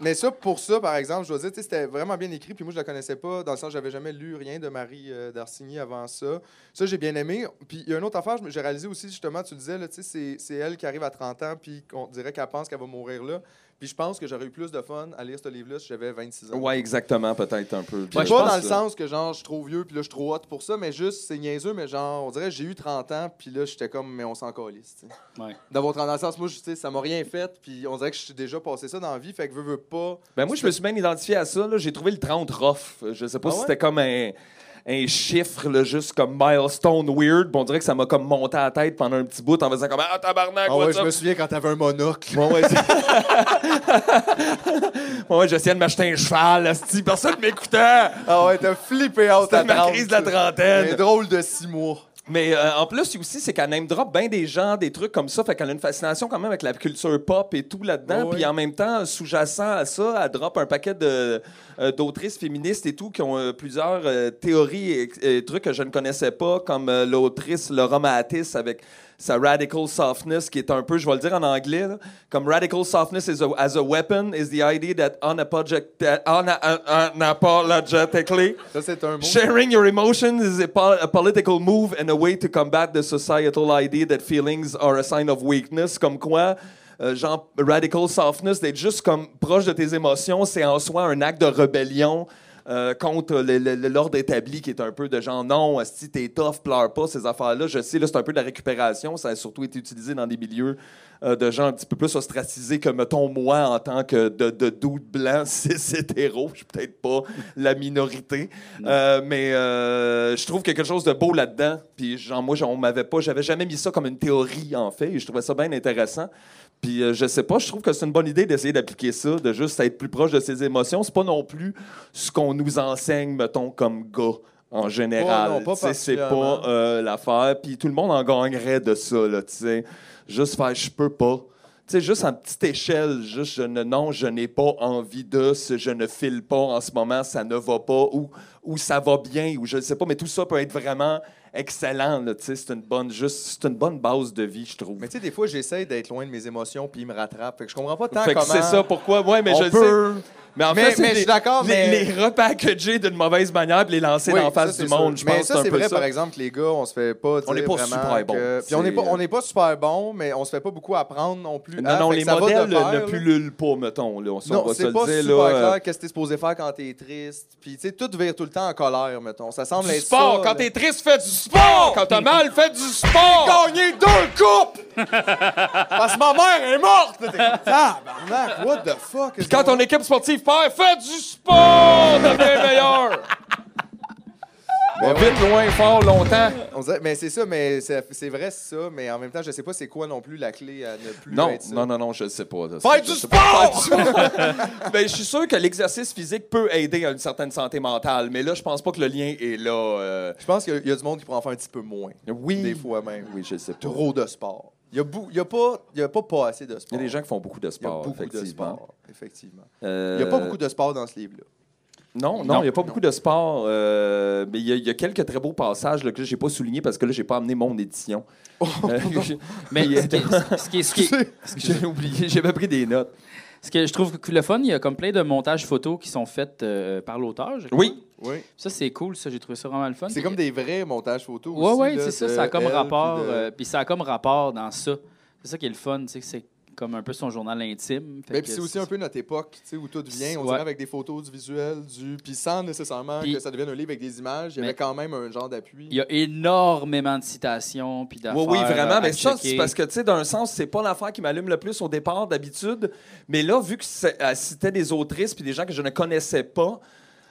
Speaker 2: mais ça, pour ça, par exemple, je dois dire, tu sais, c'était vraiment bien écrit, puis moi, je la connaissais pas, dans le sens, j'avais jamais lu rien de Marie euh, Darcigny avant ça. Ça, j'ai bien aimé. Puis il y a une autre affaire, je me- j'ai réalisé aussi, justement, tu le disais, là, tu sais, c'est c'est elle qui arrive à 30 ans, puis on dirait qu'elle pense qu'elle va mourir là. Puis je pense que j'aurais eu plus de fun à lire ce livre-là si j'avais 26 ans.
Speaker 4: Ouais, exactement, peut-être un peu.
Speaker 2: Puis
Speaker 4: Je
Speaker 2: pas
Speaker 4: pense,
Speaker 2: dans le
Speaker 4: euh,
Speaker 2: sens que genre je suis trop vieux puis là je suis trop hot pour ça, mais juste c'est niaiseux, mais genre on dirait j'ai eu 30 ans puis là j'étais comme mais on s'en calisse. tu sais.
Speaker 1: Ouais.
Speaker 2: D'avoir 30 ans, dans le sens moi je tu sais, ça m'a rien fait puis on dirait que je suis déjà passé ça dans la vie, fait que veux veux pas.
Speaker 4: Ben moi, je me suis même identifié à ça. là. J'ai trouvé le 30 rough. Je sais pas
Speaker 2: Ah
Speaker 4: si
Speaker 2: ouais?
Speaker 4: c'était comme un, un chiffre, là, juste comme milestone weird. Puis on dirait que ça m'a comme monté à la tête pendant un petit bout en faisant comme Ah, tabarnak,
Speaker 2: Ah ouais,
Speaker 4: what's
Speaker 2: je
Speaker 4: up?
Speaker 2: me souviens quand t'avais un monocle.
Speaker 4: Ouais, ouais, c'est- ouais, ouais, j'essayais de m'acheter un cheval, asti, personne m'écoutait.
Speaker 2: Ah ouais, t'as flippé out
Speaker 4: C'était
Speaker 2: à
Speaker 4: ma
Speaker 2: 30,
Speaker 4: crise de la
Speaker 2: ça.
Speaker 4: trentaine.
Speaker 2: Un drôle de six mois.
Speaker 4: Mais euh, en plus aussi, c'est qu'elle name drop bien des gens, des trucs comme ça. Fait qu'elle a une fascination quand même avec la culture pop et tout là-dedans.
Speaker 2: Ouais, ouais.
Speaker 4: Puis en même temps, sous-jacent à ça, elle drop un paquet de, euh, d'autrices féministes et tout qui ont euh, plusieurs euh, théories et, et trucs que je ne connaissais pas, comme euh, l'autrice Laura Mathis avec sa radical softness, qui est un peu, je vais le dire en anglais, là, comme radical softness is a- as a weapon is the idea that unapologetic- una- un- unapologetically
Speaker 2: Ça c'est un mot.
Speaker 4: Sharing your emotions is a, po- a political move and a way to combat the societal idea that feelings are a sign of weakness. Comme quoi, euh, genre radical softness, d'être juste comme proche de tes émotions, c'est en soi un acte de rébellion. euh, contre le- le- le- l'ordre établi qui est un peu de genre non, si t'es tough, pleure pas, ces affaires-là. Je sais, là, c'est un peu de la récupération. Ça a surtout été utilisé dans des milieux euh, de gens un petit peu plus ostracisés que, mettons, moi, en tant que de, de doute blanc, cis hétéro. Je suis peut-être pas la minorité. Euh, mais euh, je trouve qu'il y a quelque chose de beau là-dedans. Puis genre, moi, j'en- on m'avait pas, j'avais jamais mis ça comme une théorie en fait. Et je trouvais ça bien intéressant. Puis euh, je sais pas, je trouve que c'est une bonne idée d'essayer d'appliquer ça, de juste être plus proche de ses émotions. C'est pas non plus ce qu'on nous enseigne, mettons, comme gars. En général,
Speaker 2: Oh non, pas
Speaker 4: Tu sais, c'est pas
Speaker 2: particulièrement.
Speaker 4: euh, l'affaire. Puis tout le monde en gagnerait de ça, là, tu sais. Juste faire, je peux pas. Tu sais, juste en petite échelle, juste je ne, non, je n'ai pas envie de, ce, je ne file pas en ce moment, ça ne va pas, ou, ou ça va bien, ou je ne sais pas, mais tout ça peut être vraiment excellent, là, tu sais, c'est une bonne, juste, c'est une bonne base de vie, je trouve.
Speaker 2: Mais tu sais, des fois, j'essaie d'être loin de mes émotions, puis ils me rattrapent. Fait que je comprends pas tant
Speaker 4: Fait que
Speaker 2: comment...
Speaker 4: c'est ça, pourquoi, ouais, mais
Speaker 2: on
Speaker 4: je le
Speaker 2: peut-
Speaker 4: sais. Mais en
Speaker 2: Mais-
Speaker 4: fait, c'est
Speaker 2: mais
Speaker 4: des-
Speaker 2: je suis d'accord,
Speaker 4: les,
Speaker 2: mais-
Speaker 4: les repackager d'une mauvaise manière, puis les lancer
Speaker 2: Oui,
Speaker 4: dans la
Speaker 2: ça,
Speaker 4: face
Speaker 2: c'est
Speaker 4: du
Speaker 2: sûr.
Speaker 4: monde, je
Speaker 2: Mais
Speaker 4: pense que
Speaker 2: ça,
Speaker 4: c'est
Speaker 2: c'est
Speaker 4: un peu
Speaker 2: vrai,
Speaker 4: ça.
Speaker 2: par exemple, les gars, on se fait pas dire
Speaker 4: On est pas
Speaker 2: vraiment
Speaker 4: super bons.
Speaker 2: que- Puis on
Speaker 4: C'est-
Speaker 2: n'est pas, on est pas super bons, mais on se fait pas beaucoup apprendre non plus.
Speaker 4: Non,
Speaker 2: Ah,
Speaker 4: non,
Speaker 2: fait que
Speaker 4: les
Speaker 2: ça va de
Speaker 4: modèles
Speaker 2: pair,
Speaker 4: ne
Speaker 2: là.
Speaker 4: pullulent pas, mettons, là, on, on
Speaker 2: Non,
Speaker 4: va se
Speaker 2: c'est
Speaker 4: le
Speaker 2: pas
Speaker 4: dire,
Speaker 2: super
Speaker 4: là, euh,
Speaker 2: clair qu'est-ce que t'es supposé faire quand t'es triste. Puis, tu sais, tout vire tout le temps en colère, mettons. Ça semble
Speaker 4: du
Speaker 2: être
Speaker 4: sport.
Speaker 2: ça,
Speaker 4: quand
Speaker 2: là.
Speaker 4: t'es triste, fais du sport. Quand t'as mal, fais du sport.
Speaker 2: Gagner deux coupes! Parce que ma mère est morte! Là, t'es comme, Tabarnak, what the fuck?
Speaker 4: Puis quand ton équipe sportive perd, fais du sport. Deviens meilleur.
Speaker 2: Ben
Speaker 4: Va vite, loin, fort, longtemps.
Speaker 2: On dirait- mais c'est ça, mais c'est c'est vrai ça, mais en même temps, je sais pas c'est quoi non plus la clé à ne plus
Speaker 4: Non,
Speaker 2: être ça.
Speaker 4: non, non, non, je ne sais pas. là.
Speaker 2: Faire
Speaker 4: Je
Speaker 2: du
Speaker 4: sais pas.
Speaker 2: sport!
Speaker 4: Faire du sport! Ben, je suis sûr que l'exercice physique peut aider à une certaine santé mentale, mais là, je pense pas que le lien est là. euh,
Speaker 2: Je pense qu'il y, a- il y a du monde qui pourrait en faire un petit peu moins.
Speaker 4: Oui.
Speaker 2: Des fois même.
Speaker 4: Oui, je sais pas.
Speaker 2: Trop de sport. Il y a, bou- il y a, pas, il y a pas pas assez de
Speaker 4: Il y
Speaker 2: sport.
Speaker 4: a des gens qui font beaucoup de
Speaker 2: Il y a
Speaker 4: sport,
Speaker 2: beaucoup de
Speaker 4: effectivement.
Speaker 2: sport. Effectivement.
Speaker 4: Euh,
Speaker 2: Il n'y a pas beaucoup de sport dans ce livre-là.
Speaker 4: Non, non, il n'y a pas beaucoup de sport, euh, mais il y, a- il y a quelques très beaux passages là, que je n'ai pas soulignés parce que là, j'ai pas amené mon édition. Euh,
Speaker 1: Mais ce qui est- ce qui est- ce qui est-
Speaker 4: j'ai oublié, j'avais pris des notes.
Speaker 1: ce que je trouve que le fun, il y a comme plein de montages photos qui sont faits euh, par l'auteur. je crois.
Speaker 4: Oui,
Speaker 2: Oui.
Speaker 1: Ça, c'est cool, ça. J'ai trouvé ça vraiment le fun.
Speaker 2: C'est comme des vrais montages photos.
Speaker 1: Ouais,
Speaker 2: aussi,
Speaker 1: ouais,
Speaker 2: là,
Speaker 1: c'est ça.
Speaker 2: de
Speaker 1: Ça a comme
Speaker 2: elle,
Speaker 1: rapport.
Speaker 2: puis de-
Speaker 1: euh, Puis ça a comme rapport dans ça. C'est ça qui est le fun, tu sais, que c'est comme un peu son journal intime. Fait
Speaker 2: Mais
Speaker 1: que
Speaker 2: Ben, puis c'est aussi un peu notre époque, tu sais, où tout vient, on
Speaker 1: Ouais.
Speaker 2: dirait avec des photos, du visuel, du... Puis sans nécessairement
Speaker 1: Puis-
Speaker 2: que ça devienne un livre avec des images, il y
Speaker 1: Mais-
Speaker 2: avait quand même un genre d'appui.
Speaker 1: Il y a énormément de citations. Puis d'affaires. euh,
Speaker 4: Oui, oui,
Speaker 1: à
Speaker 4: vraiment. Mais ça,
Speaker 1: checker.
Speaker 4: c'est parce que, tu sais, d'un sens, c'est pas l'affaire qui m'allume le plus au départ d'habitude. Mais là, vu que c'est- elle citait des autrices puis des gens que je ne connaissais pas,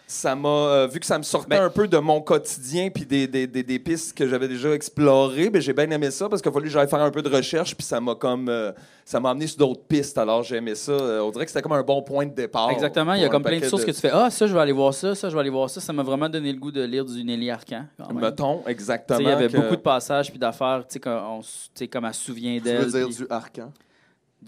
Speaker 4: ça m'a euh, vu que ça me sortait
Speaker 1: Ben-
Speaker 4: un peu de mon quotidien puis des, des, des, des pistes que j'avais déjà explorées. Ben, j'ai bien aimé ça parce qu'il a fallu que j'aille faire un peu de recherche puis ça m'a comme euh, ça m'a amené sur d'autres pistes. Alors j'ai aimé ça. Euh, on dirait que c'était comme un bon point de départ.
Speaker 1: Exactement, il y a
Speaker 4: pour un
Speaker 1: comme plein de
Speaker 4: paquet
Speaker 1: sources que tu fais. Ah, ça, je vais aller voir ça, ça, je vais aller voir ça. Ça m'a vraiment donné le goût de lire du Nelly Arcan. quand même. Tu
Speaker 4: Mettons, exactement.
Speaker 1: sais, Il y avait
Speaker 4: que-
Speaker 1: beaucoup de passages puis d'affaires, tu sais, qu'on- on s- tu sais, comme elle se souvient
Speaker 2: Tu
Speaker 1: d'elle.
Speaker 2: veux dire
Speaker 1: puis
Speaker 2: du arcan.
Speaker 4: Mhm.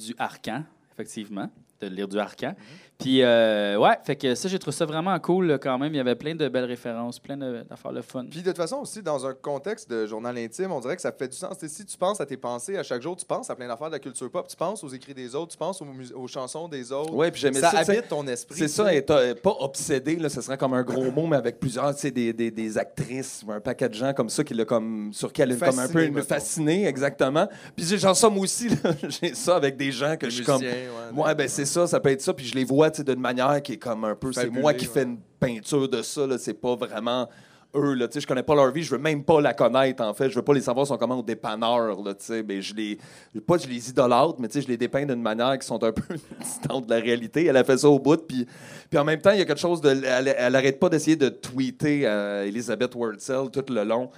Speaker 1: du Arcan, effectivement, de lire du Arcan. Puis, euh, ouais, fait que ça, j'ai trouvé ça vraiment cool là, quand même. Il y avait plein de belles références, plein de- d'affaires le fun.
Speaker 2: Puis de toute façon aussi, dans un contexte de journal intime, on dirait que ça fait du sens. T'sais, si tu penses à tes pensées à chaque jour, tu penses à plein d'affaires de la culture pop, tu penses aux écrits des autres, tu penses aux, mus- aux chansons des autres.
Speaker 4: Ouais, puis j'aimais
Speaker 2: ça,
Speaker 4: ça, tu sais.
Speaker 2: habite ton esprit.
Speaker 4: C'est ça,
Speaker 2: t'sais.
Speaker 4: être, euh, pas obsédé, là, ce serait comme un gros mot, mais avec plusieurs, tu sais, des, des, des actrices, ou un paquet de gens comme ça, qui l'a comme, sur qui elle a comme un
Speaker 2: Fasciné,
Speaker 4: peu une
Speaker 2: mettons.
Speaker 4: fascinée, exactement. Puis j'ai- j'en somme aussi, là, j'ai ça avec des gens que
Speaker 2: Les
Speaker 4: je suis comme.
Speaker 2: musiciens, ouais.
Speaker 4: Ouais, ben c'est ça, ça peut être ça. Puis je les vois tu sais, d'une manière qui est comme un peu. C'est
Speaker 2: Fabuleux,
Speaker 4: moi qui
Speaker 2: ouais.
Speaker 4: fais une peinture de ça, là, c'est pas vraiment eux. Là, tu sais, je connais pas leur vie, je veux même pas la connaître en fait. Je veux pas les savoir, sont comment au dépanneur. Là, tu sais. mais je les, pas que je les idolâtre, mais tu sais, je les dépeins d'une manière qui sont un peu distante de la réalité. Elle a fait ça au bout. Puis, puis en même temps, il y a quelque chose de. Elle, elle arrête pas d'essayer de tweeter à Elizabeth Wurtzel tout le long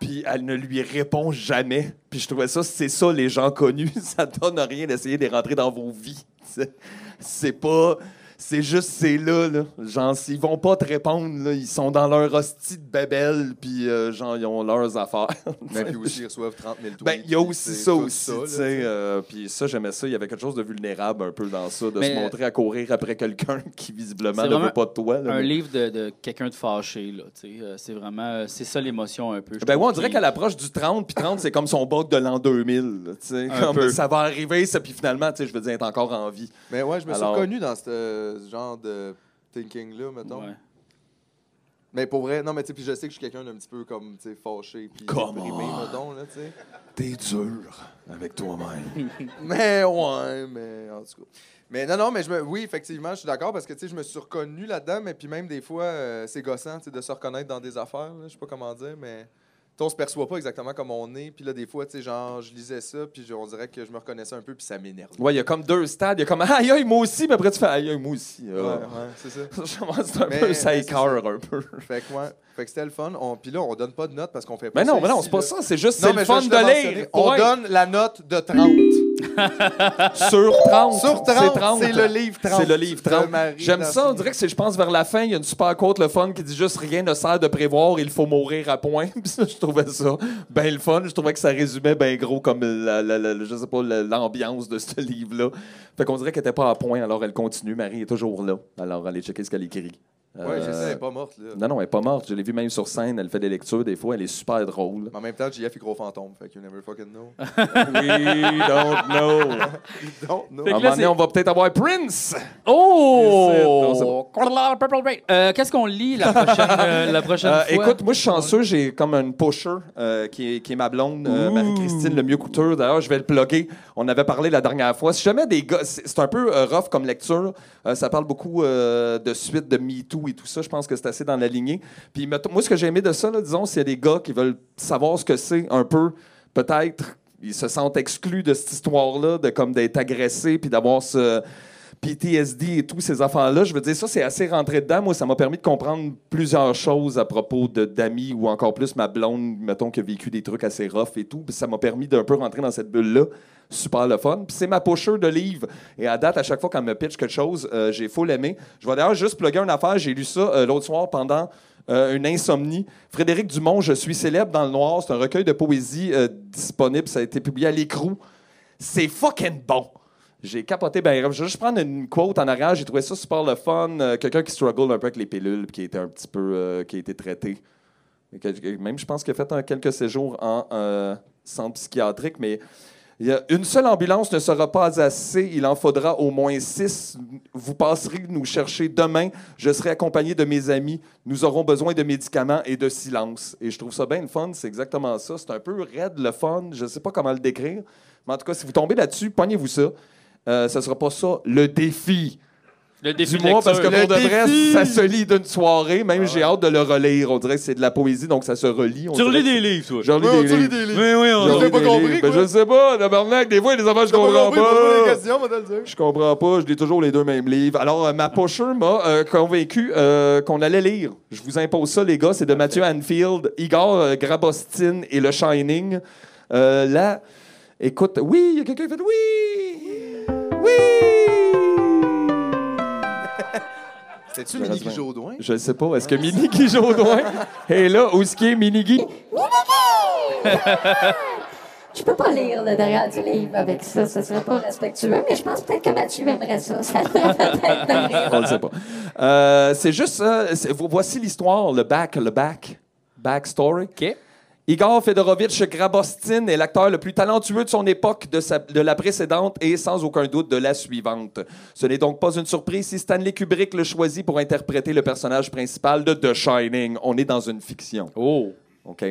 Speaker 4: puis elle ne lui répond jamais. Puis je trouvais ça, c'est ça les gens connus, ça donne rien d'essayer de les rentrer dans vos vies. C'est- C'est pas, c'est juste, c'est là, là. Genre, s'ils vont pas te répondre, là, ils sont dans leur hostie de babel, puis euh, genre, ils ont leurs affaires.
Speaker 2: Mais puis aussi, ils reçoivent 30 000 tweets.
Speaker 4: Ben, il y a aussi
Speaker 2: c'est
Speaker 4: ça
Speaker 2: tout
Speaker 4: aussi,
Speaker 2: là,
Speaker 4: tu sais. euh, Puis ça, j'aimais ça. Il y avait quelque chose de vulnérable un peu dans ça, de
Speaker 1: Mais,
Speaker 4: se
Speaker 1: euh,
Speaker 4: montrer à courir après quelqu'un qui visiblement
Speaker 1: c'est
Speaker 4: ne
Speaker 1: vraiment
Speaker 4: veut pas de toi. là.
Speaker 1: Un livre de, de quelqu'un de fâché, là, tu sais. euh, c'est vraiment... euh, c'est ça l'émotion, un peu. je
Speaker 4: Ben
Speaker 1: trouve,
Speaker 4: ouais, on dirait
Speaker 1: qui-
Speaker 4: qu'à l'approche du 30, puis 30, c'est comme son bug de l'an 2000. là, tu sais,
Speaker 1: Un
Speaker 4: comme
Speaker 1: peu.
Speaker 4: ça va arriver, ça, puis finalement, tu sais, je veux dire, elle est encore en vie.
Speaker 2: Mais ouais, je me
Speaker 4: Alors-
Speaker 2: suis reconnu dans ce euh, genre de thinking-là, mettons.
Speaker 1: Ouais.
Speaker 2: Mais pour vrai, non, mais tu sais, puis je sais que je suis quelqu'un d'un petit peu comme, tu sais, fâché, puis
Speaker 4: Come
Speaker 2: déprimé,
Speaker 4: on.
Speaker 2: mettons, là, tu sais.
Speaker 4: T'es dur avec toi-même.
Speaker 2: Mais ouais, mais en tout cas. Mais non, non, mais je me... oui, effectivement, je suis d'accord parce que, tu sais, je me suis reconnu là-dedans, mais puis même des fois, euh, c'est gossant, tu sais, de se reconnaître dans des affaires, là, je sais pas comment dire, mais... tu sais, On se perçoit pas exactement comme on est. Puis là, des fois, tu sais, genre, je lisais ça, puis je- on dirait que je me reconnaissais un peu, puis ça m'énerve.
Speaker 4: ouais, il y a comme deux stades. Il y a comme aïe, aïe, moi aussi, mais après, tu fais aïe, aïe, moi aussi.
Speaker 2: Ouais,
Speaker 4: euh.
Speaker 2: ouais, c'est ça.
Speaker 4: Je pense que c'est un
Speaker 2: Mais-
Speaker 4: peu, ça
Speaker 2: mais c'est
Speaker 4: écœure un peu.
Speaker 2: Fait que, ouais. Fait que c'était le fun. On... Puis là, on donne pas de notes parce qu'on fait pas
Speaker 4: Mais non,
Speaker 2: ça
Speaker 4: mais non,
Speaker 2: ici,
Speaker 4: c'est pas
Speaker 2: là.
Speaker 4: ça. C'est juste,
Speaker 2: Non,
Speaker 4: c'est
Speaker 2: mais
Speaker 4: le
Speaker 2: je veux
Speaker 4: fun
Speaker 2: juste
Speaker 4: de
Speaker 2: le
Speaker 4: lire.
Speaker 2: mentionner. On
Speaker 4: Ouais.
Speaker 2: donne la note de 30.
Speaker 4: Sur 30.
Speaker 2: Sur
Speaker 4: C'est
Speaker 2: 30, c'est le livre 30.
Speaker 4: C'est le livre 30.
Speaker 2: de Marie
Speaker 4: J'aime ça, on
Speaker 2: Danceny.
Speaker 4: dirait que c'est, je pense, vers la fin, il y a une super quote, le fun, qui dit juste rien ne sert de prévoir, il faut mourir à point. Puis ça, je trouvais ça ben le fun. Je trouvais que ça résumait ben gros comme la, la- la- je sais pas, la- l'ambiance de ce livre-là. Fait qu'on dirait qu'elle était pas à point, alors elle continue. Marie est toujours là. Alors allez checker ce qu'elle écrit.
Speaker 2: Ouais, je sais,
Speaker 4: Euh,
Speaker 2: elle est pas morte, là.
Speaker 4: Non, non, elle est pas morte. Je l'ai vue même sur scène. Elle fait des lectures des fois. Elle est super drôle.
Speaker 2: Mais en même temps, JF est gros fantôme, fait que you never fucking know.
Speaker 4: We don't know.
Speaker 2: non, non.
Speaker 1: Fait que là,
Speaker 4: À un moment donné,
Speaker 1: c'est-
Speaker 4: on va peut-être avoir Prince. Yes, it.
Speaker 1: Oh! Cordula Purple Rain. Euh, Qu'est-ce qu'on lit la prochaine, euh, la prochaine
Speaker 4: Euh,
Speaker 1: fois?
Speaker 4: écoute, moi, je suis chanceux, j'ai comme une pusher euh, qui, est, qui est ma blonde, euh, Marie-Christine Lemieux Couture. D'ailleurs, je vais le plugger. On avait parlé la dernière fois. Si jamais des gars, c'est c'est un peu euh, rough comme lecture. Euh, ça parle beaucoup euh, de suite, de Me Too et tout ça. Je pense que c'est assez dans la lignée. Puis, mettons- moi, ce que j'ai aimé de ça, là, disons, s'il y a des gars qui veulent savoir ce que c'est un peu, peut-être, ils se sentent exclus de cette histoire-là, de comme d'être agressés puis d'avoir ce. PTSD et tous ces affaires-là, je veux dire, ça, c'est assez rentré dedans. Moi, ça m'a permis de comprendre plusieurs choses à propos de d'amis ou encore plus ma blonde, mettons, qui a vécu des trucs assez rough et tout. Puis ça m'a permis d'un peu rentrer dans cette bulle-là. Super le fun. Puis c'est ma pocheur de livres. Et à date, à chaque fois qu'elle me pitch quelque chose, euh, j'ai full aimé. Je vais d'ailleurs juste plugger une affaire. J'ai lu ça euh, l'autre soir pendant euh, une insomnie. Frédéric Dumont, Je suis célèbre dans le noir. C'est un recueil de poésie euh, disponible. Ça a été publié à l'écrou. C'est fucking bon. J'ai capoté. Ben, je vais juste prendre une quote en arrière. J'ai trouvé ça super le fun. Euh, Quelqu'un qui struggle un peu avec les pilules, puis qui a été un petit peu, euh, qui a été traité. Et que- Même, je pense qu'il a fait un- quelques séjours en euh, centre psychiatrique, mais il y a une seule ambulance ne sera pas assez. Il en faudra au moins six. Vous passerez nous chercher demain. Je serai accompagné de mes amis. Nous aurons besoin de médicaments et de silence. Et je trouve ça bien le fun. C'est exactement ça. C'est un peu raide le fun. Je sais pas comment le décrire. Mais en tout cas, si vous tombez là-dessus, pognez-vous ça. Euh, ça sera pas ça le défi
Speaker 1: le
Speaker 4: du
Speaker 1: défi de
Speaker 4: mois parce que
Speaker 1: lecture.
Speaker 4: pour de vrai,
Speaker 1: défi!
Speaker 4: ça se lit d'une soirée. Même j'ai hâte de le relire. On dirait que c'est de la poésie, donc ça se relit. On
Speaker 1: Tu relis
Speaker 4: dirait-
Speaker 1: des livres, toi.
Speaker 4: Je relis
Speaker 2: Ouais, on
Speaker 4: des
Speaker 2: tue les
Speaker 4: livres.
Speaker 2: délits.
Speaker 1: Mais oui,
Speaker 4: J'en
Speaker 2: J'en
Speaker 1: on...
Speaker 2: ai
Speaker 4: ai
Speaker 2: pas
Speaker 4: des
Speaker 2: compris,
Speaker 4: livres. Ben,
Speaker 2: quoi.
Speaker 4: je sais pas, tabarnak, des fois, les affaires, je
Speaker 2: T'as pas
Speaker 4: comprends
Speaker 2: compris, pose-moi des
Speaker 4: pas.
Speaker 2: questions, on va te le dire.
Speaker 4: Je comprends pas, je lis toujours les deux mêmes livres. Alors, euh, ma pocheur m'a euh, convaincu euh, qu'on allait lire. Je vous impose ça, les gars. C'est de Mathieu Hanfield, Igor euh, Grabostin et Le Shining. Euh, là, écoute, oui, il y a quelqu'un qui fait oui! Oui!
Speaker 2: C'était-tu
Speaker 4: J'aurais
Speaker 2: Mini
Speaker 4: dû-
Speaker 2: Jodoin?
Speaker 4: Je sais pas. Est-ce que Mini Guy Jodoin est là? Où est-ce qu'il est, Mini Guy?
Speaker 5: Tu je peux pas lire le derrière du livre avec ça, ce serait pas respectueux, mais je pense peut-être que Mathieu aimerait ça. Ça le ferait peut-être de rire.
Speaker 4: On le sait pas. Euh, c'est juste ça. c'est- vo- voici l'histoire, le back, le back, backstory.
Speaker 1: OK.
Speaker 4: Igor Fedorovitch Grabostin est l'acteur le plus talentueux de son époque, de, sa- de la précédente et sans aucun doute de la suivante. Ce n'est donc pas une surprise si Stanley Kubrick le choisit pour interpréter le personnage principal de The Shining. On est dans une fiction,
Speaker 1: Oh.
Speaker 4: OK?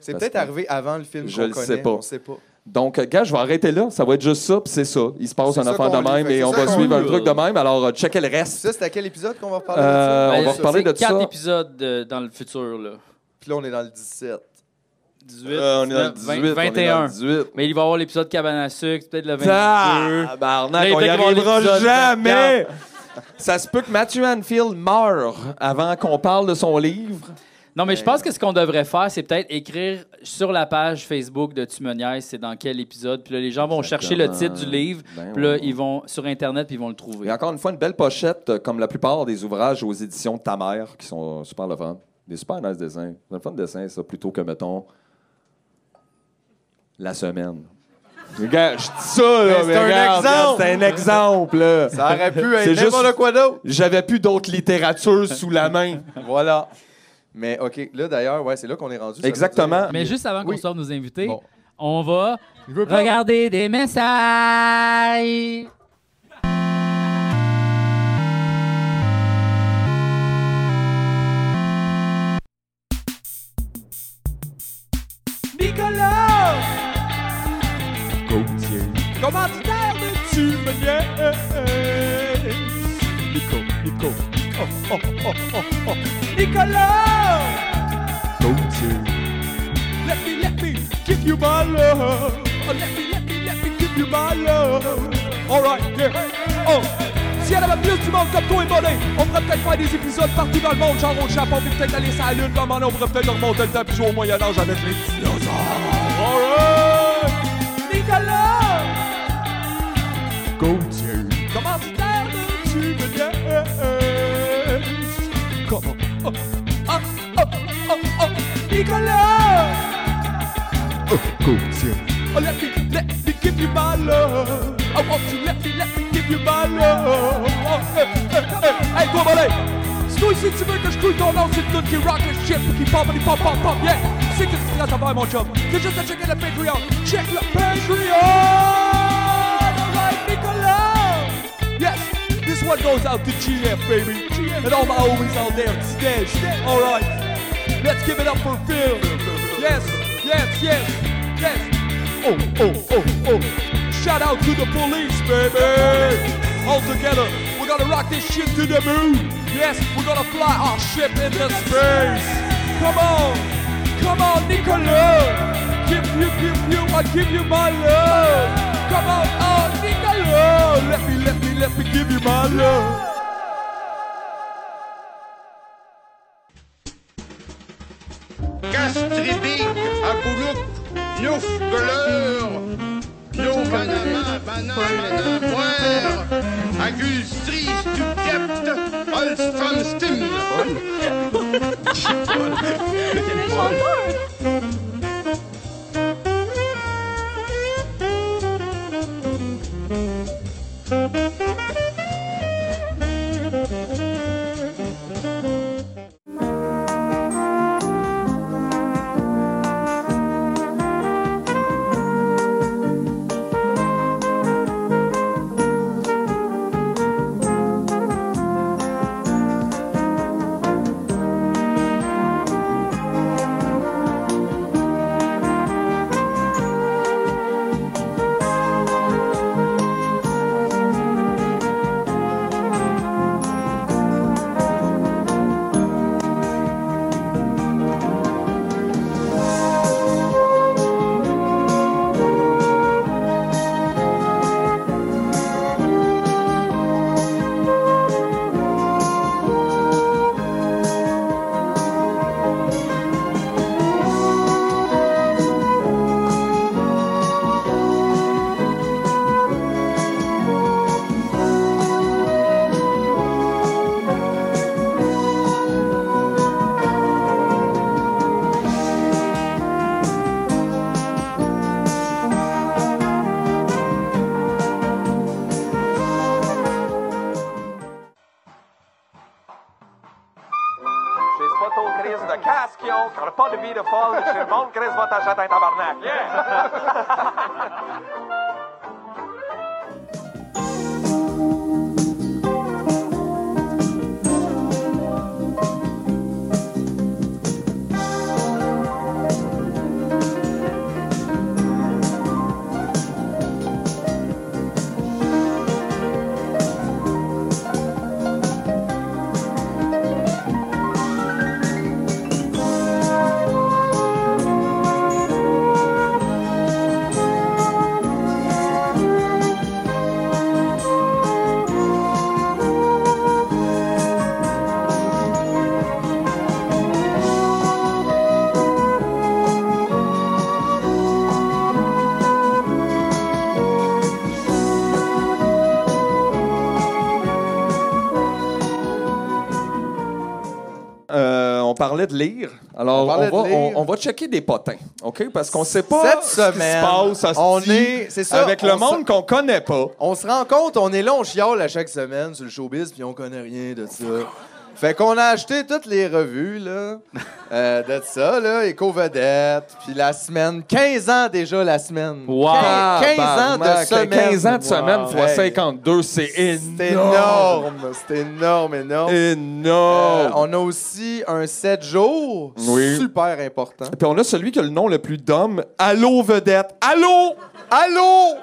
Speaker 2: C'est
Speaker 4: Ça
Speaker 2: peut-être
Speaker 4: se peut.
Speaker 2: arrivé avant le film.
Speaker 4: Je
Speaker 2: qu'on
Speaker 4: le
Speaker 2: connaît,
Speaker 4: sais pas.
Speaker 2: On sait pas.
Speaker 4: Donc, euh, gars, je vais arrêter là. Ça va être juste ça, puis c'est ça. Il se passe
Speaker 2: C'est
Speaker 4: un
Speaker 2: ça
Speaker 4: affaire de
Speaker 2: qu'on lit,
Speaker 4: même
Speaker 2: fait que
Speaker 4: et on
Speaker 2: c'est
Speaker 4: va
Speaker 2: ça qu'on
Speaker 4: suivre un
Speaker 2: lit.
Speaker 4: truc de même. Alors, euh, checkez le reste.
Speaker 2: Ça, c'est à quel épisode qu'on va reparler
Speaker 4: Euh,
Speaker 2: de ça? Ben,
Speaker 4: on va
Speaker 2: ça,
Speaker 4: reparler
Speaker 1: Ben, c'est
Speaker 4: de
Speaker 1: quatre
Speaker 4: ça.
Speaker 1: épisodes euh, dans le futur, là.
Speaker 2: c'est- Puis là, on est dans le 17.
Speaker 1: 18,
Speaker 4: Euh, on est dans le
Speaker 1: 19,
Speaker 4: 18,
Speaker 1: 20,
Speaker 4: on est dans le
Speaker 1: 21.
Speaker 4: 18.
Speaker 1: Mais il va y avoir l'épisode cabane à sucre, peut-être le 22.
Speaker 2: Ah!
Speaker 1: Là,
Speaker 4: Ah, Tabarnak,
Speaker 1: il
Speaker 4: on
Speaker 1: fait qu'il
Speaker 4: y
Speaker 1: va avoir
Speaker 4: arrivera
Speaker 1: l'épisode
Speaker 4: jamais! Ça se peut que Matthew Anfield meure avant qu'on parle de son livre.
Speaker 1: Non,
Speaker 2: Ah,
Speaker 1: mais je pense que ce qu'on devrait faire, c'est peut-être écrire sur la page Facebook de Tu me niaises, c'est dans quel épisode. Puis là, les gens vont chercher le titre du livre.
Speaker 4: Ben
Speaker 1: Puis là,
Speaker 4: ouais.
Speaker 1: ils vont sur Internet, puis ils vont le
Speaker 4: Et
Speaker 1: trouver.
Speaker 4: encore une fois, une belle pochette, euh, comme la plupart des ouvrages aux éditions de ta mère, qui sont super le fun. Des super nice dessins. C'est le fun dessin, ça, plutôt que, mettons, la semaine. Regarde, je dis ça, là,
Speaker 2: Mais c'est
Speaker 4: mais
Speaker 2: un
Speaker 4: regarde,
Speaker 2: exemple.
Speaker 4: C'est un exemple, là.
Speaker 2: Ça aurait pu être
Speaker 4: C'est juste-
Speaker 2: n'importe quoi d'autre.
Speaker 4: J'avais plus d'autres littératures sous la main.
Speaker 2: Voilà. Mais OK, là, d'ailleurs, ouais, c'est là qu'on est rendu. ça veut
Speaker 4: Exactement.
Speaker 2: dire-
Speaker 1: Mais juste avant qu'on
Speaker 2: Oui.
Speaker 1: sorte nos invités,
Speaker 2: Bon.
Speaker 1: on va
Speaker 2: Je veux pas-
Speaker 1: regarder des messages.
Speaker 4: Oh. Oh, Oh,
Speaker 6: Castribig, Apouloup, Nouf, Beleur, Nouf, Anama, Banana, Moire, Agus, Tris, Tukept, Holstrom, Stim.
Speaker 7: Thank masques qu'ils ont, qui ont pas de vie de folle de chez le monde, Chris va t'acheter un tabarnak. Yeah!
Speaker 4: Euh, on parlait de lire. Alors,
Speaker 2: On
Speaker 4: on,
Speaker 2: parlait
Speaker 4: va,
Speaker 2: de lire.
Speaker 4: on- on va checker des potins, OK? Parce qu'on sait pas
Speaker 2: Cette
Speaker 4: ce qui
Speaker 2: semaine,
Speaker 4: se passe
Speaker 2: on
Speaker 4: hostie,
Speaker 2: est- c'est ça,
Speaker 4: avec
Speaker 2: on
Speaker 4: le monde qu'on connaît pas.
Speaker 2: On se rend compte, on est là, on chiale à chaque semaine sur le showbiz, puis on connaît rien de ça. Fait qu'on a acheté toutes les revues, là, euh, de ça, là, Éco-Vedette, puis la semaine, 15 ans déjà la semaine.
Speaker 1: Wow.
Speaker 2: Quin- 15, ans de
Speaker 4: Tabarnak,
Speaker 2: semaine.
Speaker 4: 15 ans de semaine
Speaker 2: Wow.
Speaker 4: fois
Speaker 2: Hey.
Speaker 4: 52, c'est
Speaker 2: C'est
Speaker 4: énorme.
Speaker 2: énorme, c'est énorme, énorme. Euh,
Speaker 4: Énorme.
Speaker 2: on a aussi un 7 jours,
Speaker 4: Oui.
Speaker 2: super important.
Speaker 4: Puis on a celui qui a le nom le plus d'homme. Allô, vedette. Allô!
Speaker 2: Allô?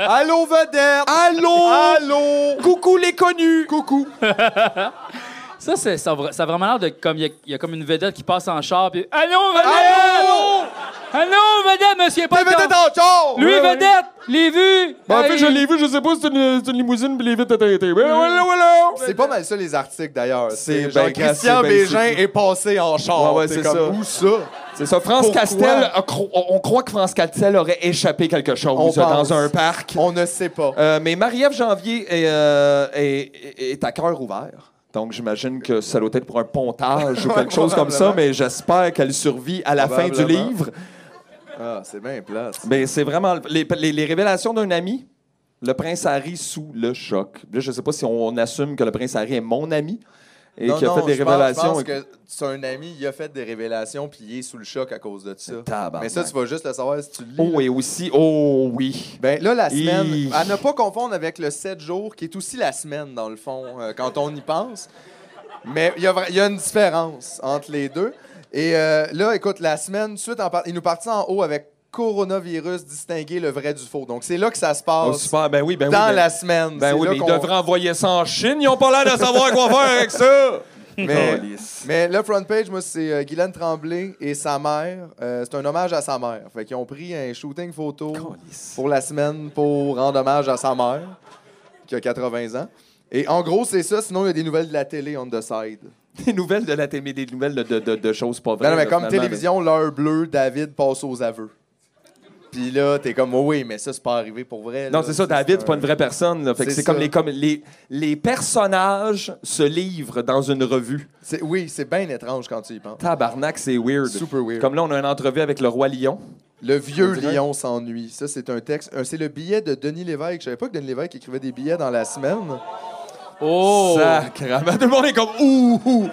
Speaker 2: Allô, Vedette?
Speaker 4: Allô!
Speaker 2: Allô?
Speaker 4: Coucou les connus! Coucou!
Speaker 1: Ça, c'est, ça, a vra- ça a vraiment l'air de comme il y, a- il y a comme une vedette qui passe en char puis allô vedette,
Speaker 2: Allô?
Speaker 1: allô vedette, monsieur pas
Speaker 2: Eh, T'es
Speaker 1: de
Speaker 2: vedette
Speaker 1: temps.
Speaker 2: en char!
Speaker 1: lui
Speaker 2: Ouais, ouais.
Speaker 1: vedette, les vues.
Speaker 4: Ben, en fait,
Speaker 1: Hey.
Speaker 4: je l'ai vu, je sais pas, c'est une, c'est une limousine, puis les vite arrêté. Voilà, voilà, voilà!
Speaker 2: C'est pas mal ça, les articles, d'ailleurs.
Speaker 4: C'est
Speaker 2: C'est
Speaker 4: ben
Speaker 2: genre Christian
Speaker 4: crassé, ben
Speaker 2: Bégin
Speaker 4: c'est-
Speaker 2: est passé en char.
Speaker 4: Ouais, ouais,
Speaker 2: T'es
Speaker 4: c'est
Speaker 2: comme,
Speaker 4: ça.
Speaker 2: Où ça?
Speaker 4: C'est ça, France
Speaker 2: Pourquoi?
Speaker 4: Castel, on cro- on, on croit que France Castel aurait échappé quelque chose
Speaker 2: On
Speaker 4: euh,
Speaker 2: pense.
Speaker 4: dans un parc.
Speaker 2: On ne sait pas.
Speaker 4: Euh, mais Marie-Ève Janvier est, euh, est- est- est à cœur ouvert. Donc, j'imagine que ça doit être pour un pontage ou quelque chose comme ça, mais j'espère qu'elle survit à la fin du
Speaker 2: Probablement.
Speaker 4: livre.
Speaker 2: Ah, c'est bien place.
Speaker 4: Mais c'est vraiment les, les- les révélations d'un ami. Le prince Harry sous le choc. Là, je sais pas si on, on assume que le prince Harry est mon ami et
Speaker 2: non,
Speaker 4: qu'il a
Speaker 2: non,
Speaker 4: fait des
Speaker 2: je pense-
Speaker 4: révélations.
Speaker 2: Je pense que c'est un ami, il a fait des révélations, puis il est sous le choc à cause de ça.
Speaker 4: Tabarnak.
Speaker 2: Mais ça, tu vas juste le savoir si tu le lis.
Speaker 4: Oh, et aussi, oh oui.
Speaker 2: Ben, là, la semaine,
Speaker 4: Hi.
Speaker 2: à ne pas confondre avec le 7 jours, qui est aussi la semaine, dans le fond, euh, quand on y pense. Mais il y, a vra- il y a une différence entre les deux. Et euh, là, écoute, la semaine, tout de suite, en par- il nous partit en haut avec coronavirus, distinguer le vrai du faux. Donc, c'est là que ça se
Speaker 4: Oh,
Speaker 2: passe
Speaker 4: super, ben oui, ben oui.
Speaker 2: dans
Speaker 4: ben-
Speaker 2: la semaine.
Speaker 4: Ben
Speaker 2: C'est
Speaker 4: oui,
Speaker 2: là
Speaker 4: mais ils
Speaker 2: qu'on-
Speaker 4: devraient envoyer ça en Chine. Ils ont pas l'air de savoir quoi faire avec ça.
Speaker 2: Mais-
Speaker 4: Calice.
Speaker 2: Mais le front page, moi, c'est euh, Guylaine Tremblay et sa mère. Euh, c'est un hommage à sa mère. Fait qu'ils ont pris un shooting photo pour la semaine pour rendre hommage à sa mère, qui a 80 ans. Et en gros, c'est ça. Sinon, il y a des nouvelles de la télé on the side.
Speaker 4: Des nouvelles de la télé, des nouvelles de, de- de- de choses pas vraies.
Speaker 2: Ben non, mais
Speaker 4: là,
Speaker 2: comme
Speaker 4: finalement,
Speaker 2: télévision, l'heure bleue, David passe aux aveux. Puis là, t'es comme, oh oui, mais ça, c'est pas arrivé pour vrai.
Speaker 4: mais- Non,
Speaker 2: là.
Speaker 4: c'est ça, David, c'est pas une vraie personne. là. Fait que
Speaker 2: C'est
Speaker 4: c'est comme
Speaker 2: ça.
Speaker 4: les, comme les les personnages se livrent dans une revue.
Speaker 2: c'est- Oui, c'est bien étrange quand tu y penses.
Speaker 4: Tabarnak, c'est weird.
Speaker 2: Super weird.
Speaker 4: Comme là, on a une entrevue avec le roi Lion.
Speaker 2: Le vieux
Speaker 4: On dirait-
Speaker 2: lion s'ennuie. Ça, c'est un texte. euh, C'est le billet de Denis Lévesque. Je savais pas que Denis Lévesque écrivait des billets dans la semaine.
Speaker 1: Oh.
Speaker 4: Sacrament. Tout le monde est comme ouh, ouh,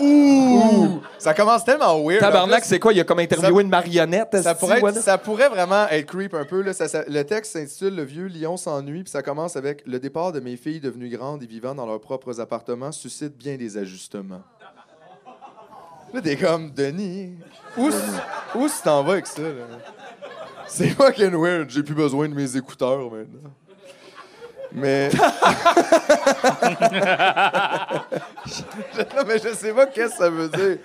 Speaker 4: ouh.
Speaker 2: Ça commence tellement weird. En
Speaker 4: Tabarnak,
Speaker 2: plus,
Speaker 4: c'est quoi Il a comme interviewé
Speaker 2: ça-
Speaker 4: une marionnette.
Speaker 2: ça
Speaker 4: esti,
Speaker 2: pourrait, être-
Speaker 4: voilà.
Speaker 2: ça pourrait vraiment être creep un peu. Là. Ça- ça- le texte s'intitule Le vieux lion s'ennuie, puis ça commence avec Le départ de mes filles devenues grandes et vivant dans leurs propres appartements suscite bien des ajustements. Là, t'es comme Denis. Où, s- où tu t'en vas avec ça? là? C'est fucking weird. J'ai plus besoin de mes écouteurs maintenant. Mais. Non, mais je sais pas qu'est-ce que ça veut dire.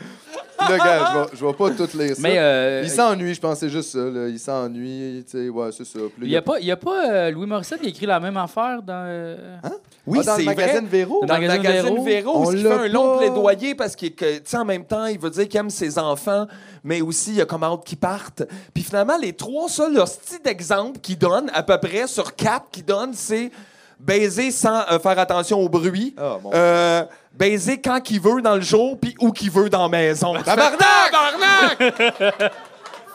Speaker 2: Le gars, je vais- je vais pas tout lire ça.
Speaker 1: Mais euh,
Speaker 2: Il s'ennuie, je pense, c'est juste ça. là. Il s'ennuie, tu sais, ouais, c'est ça. Puis là,
Speaker 1: il y a pas, il y a pas euh, Louis Morissette qui a écrit la même affaire dans. euh,
Speaker 4: Oui,
Speaker 2: Ah, dans le
Speaker 4: c'est vrai.
Speaker 2: magazine Véro.
Speaker 1: Dans
Speaker 4: dans
Speaker 1: le
Speaker 4: le
Speaker 1: magazine
Speaker 4: magazine Véro,
Speaker 2: on
Speaker 4: parce qu'il
Speaker 2: l'a
Speaker 4: fait un long
Speaker 2: pas.
Speaker 4: plaidoyer parce qu'il est que, tu sais, en même temps, il veut dire qu'il aime ses enfants, mais aussi il y a comme hâte qu'ils partent. Puis finalement, les trois seuls hosties d'exemples qu'il donne, à peu près sur quatre qu'il donne, c'est baiser sans euh, faire attention au bruit,
Speaker 2: Ah, mon
Speaker 4: euh, baiser quand qu'il veut dans le jour, puis où qu'il veut dans la maison. Tabarnak! Tabarnak!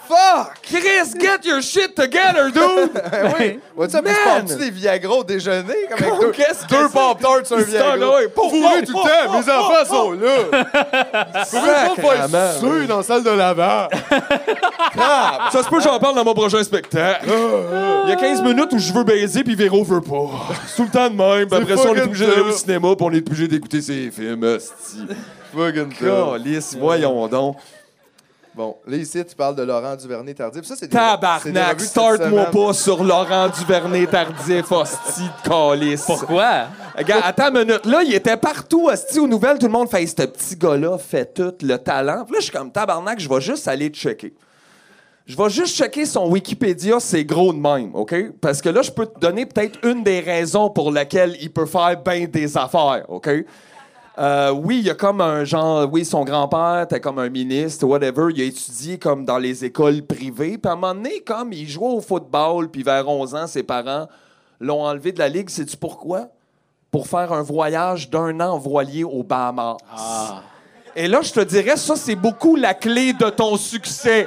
Speaker 2: Fuck!
Speaker 4: Chris, get your shit together, dude!
Speaker 2: Ben oui! What's up? Mais se
Speaker 4: Man!
Speaker 2: portes-tu des Viagra au déjeuner? Comme avec deux,
Speaker 4: Qu'est-ce
Speaker 2: deux
Speaker 4: que
Speaker 2: Pop-Tarts sur un
Speaker 4: c'est?
Speaker 2: Viagra.
Speaker 4: Ah, ouais, pour-
Speaker 2: Vous voulez tout le temps, mes enfants sont là! Vous voulez pas
Speaker 4: Sacrément,
Speaker 2: faire suer dans la salle de lavage?
Speaker 4: Ça se peut que j'en parle dans mon prochain spectacle.
Speaker 2: Ah,
Speaker 4: Il y a 15 minutes où je veux baiser puis Véro veut pas. C'est tout le temps de même. Puis après ça, on est
Speaker 2: fucking
Speaker 4: obligé d'aller au
Speaker 2: tough.
Speaker 4: cinéma puis on est obligé d'écouter ses films. hostie.
Speaker 2: Fucking tough.
Speaker 4: Calisse, voyons donc.
Speaker 2: Bon, là, ici, tu parles de Laurent Duvernay-Tardif. Ça, c'est des- c'est des revues
Speaker 4: Tabarnak,
Speaker 2: de cette
Speaker 4: start-moi
Speaker 2: semaine.
Speaker 4: pas sur Laurent Duvernay tardif, hostie de calice.
Speaker 1: Pourquoi?
Speaker 4: Regarde, attends une minute. Là, il était partout, hostie, aux nouvelles. Tout le monde fait ce petit gars-là, fait tout, le talent. Puis là, je suis comme tabarnak, je vais juste aller checker. Je vais juste checker son Wikipédia, c'est gros de même, OK? Parce que là, je peux te donner peut-être une des raisons pour laquelle il peut faire bien des affaires, OK? Euh, oui, il y a comme un genre, oui, son grand-père était comme un ministre, whatever. Il a étudié comme dans les écoles privées. Puis à un moment donné, comme il jouait au football, puis vers 11 ans, ses parents l'ont enlevé de la ligue. Sais-tu pourquoi? Pour faire un voyage d'un an en voilier aux Bahamas.
Speaker 2: Ah.
Speaker 4: Et là, je te dirais, ça, c'est beaucoup la clé de ton succès.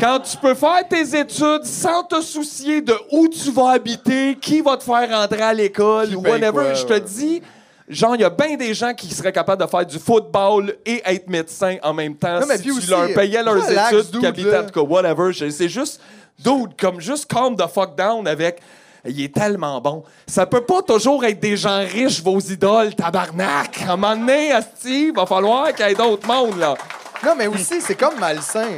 Speaker 4: Quand tu peux faire tes études sans te soucier de où tu vas habiter, qui va te faire rentrer à l'école,
Speaker 2: Qui
Speaker 4: ou
Speaker 2: paye
Speaker 4: whatever,
Speaker 2: quoi,
Speaker 4: je te
Speaker 2: ouais.
Speaker 4: dis, genre, il y a bien des gens qui seraient capables de faire du football et être médecin en même temps
Speaker 2: Non, mais
Speaker 4: si
Speaker 2: puis
Speaker 4: tu
Speaker 2: aussi,
Speaker 4: leur payais leurs
Speaker 2: relax,
Speaker 4: études,
Speaker 2: dude,
Speaker 4: puis habitaient
Speaker 2: là.
Speaker 4: en tout cas, whatever. Je- C'est juste, dude, comme juste calm the fuck down avec... Il est tellement bon. Ça peut pas toujours être des gens riches, vos idoles, tabarnak. À un moment donné, Asti, va falloir qu'il y ait d'autres mondes, là.
Speaker 2: Non, mais aussi, c'est comme malsain.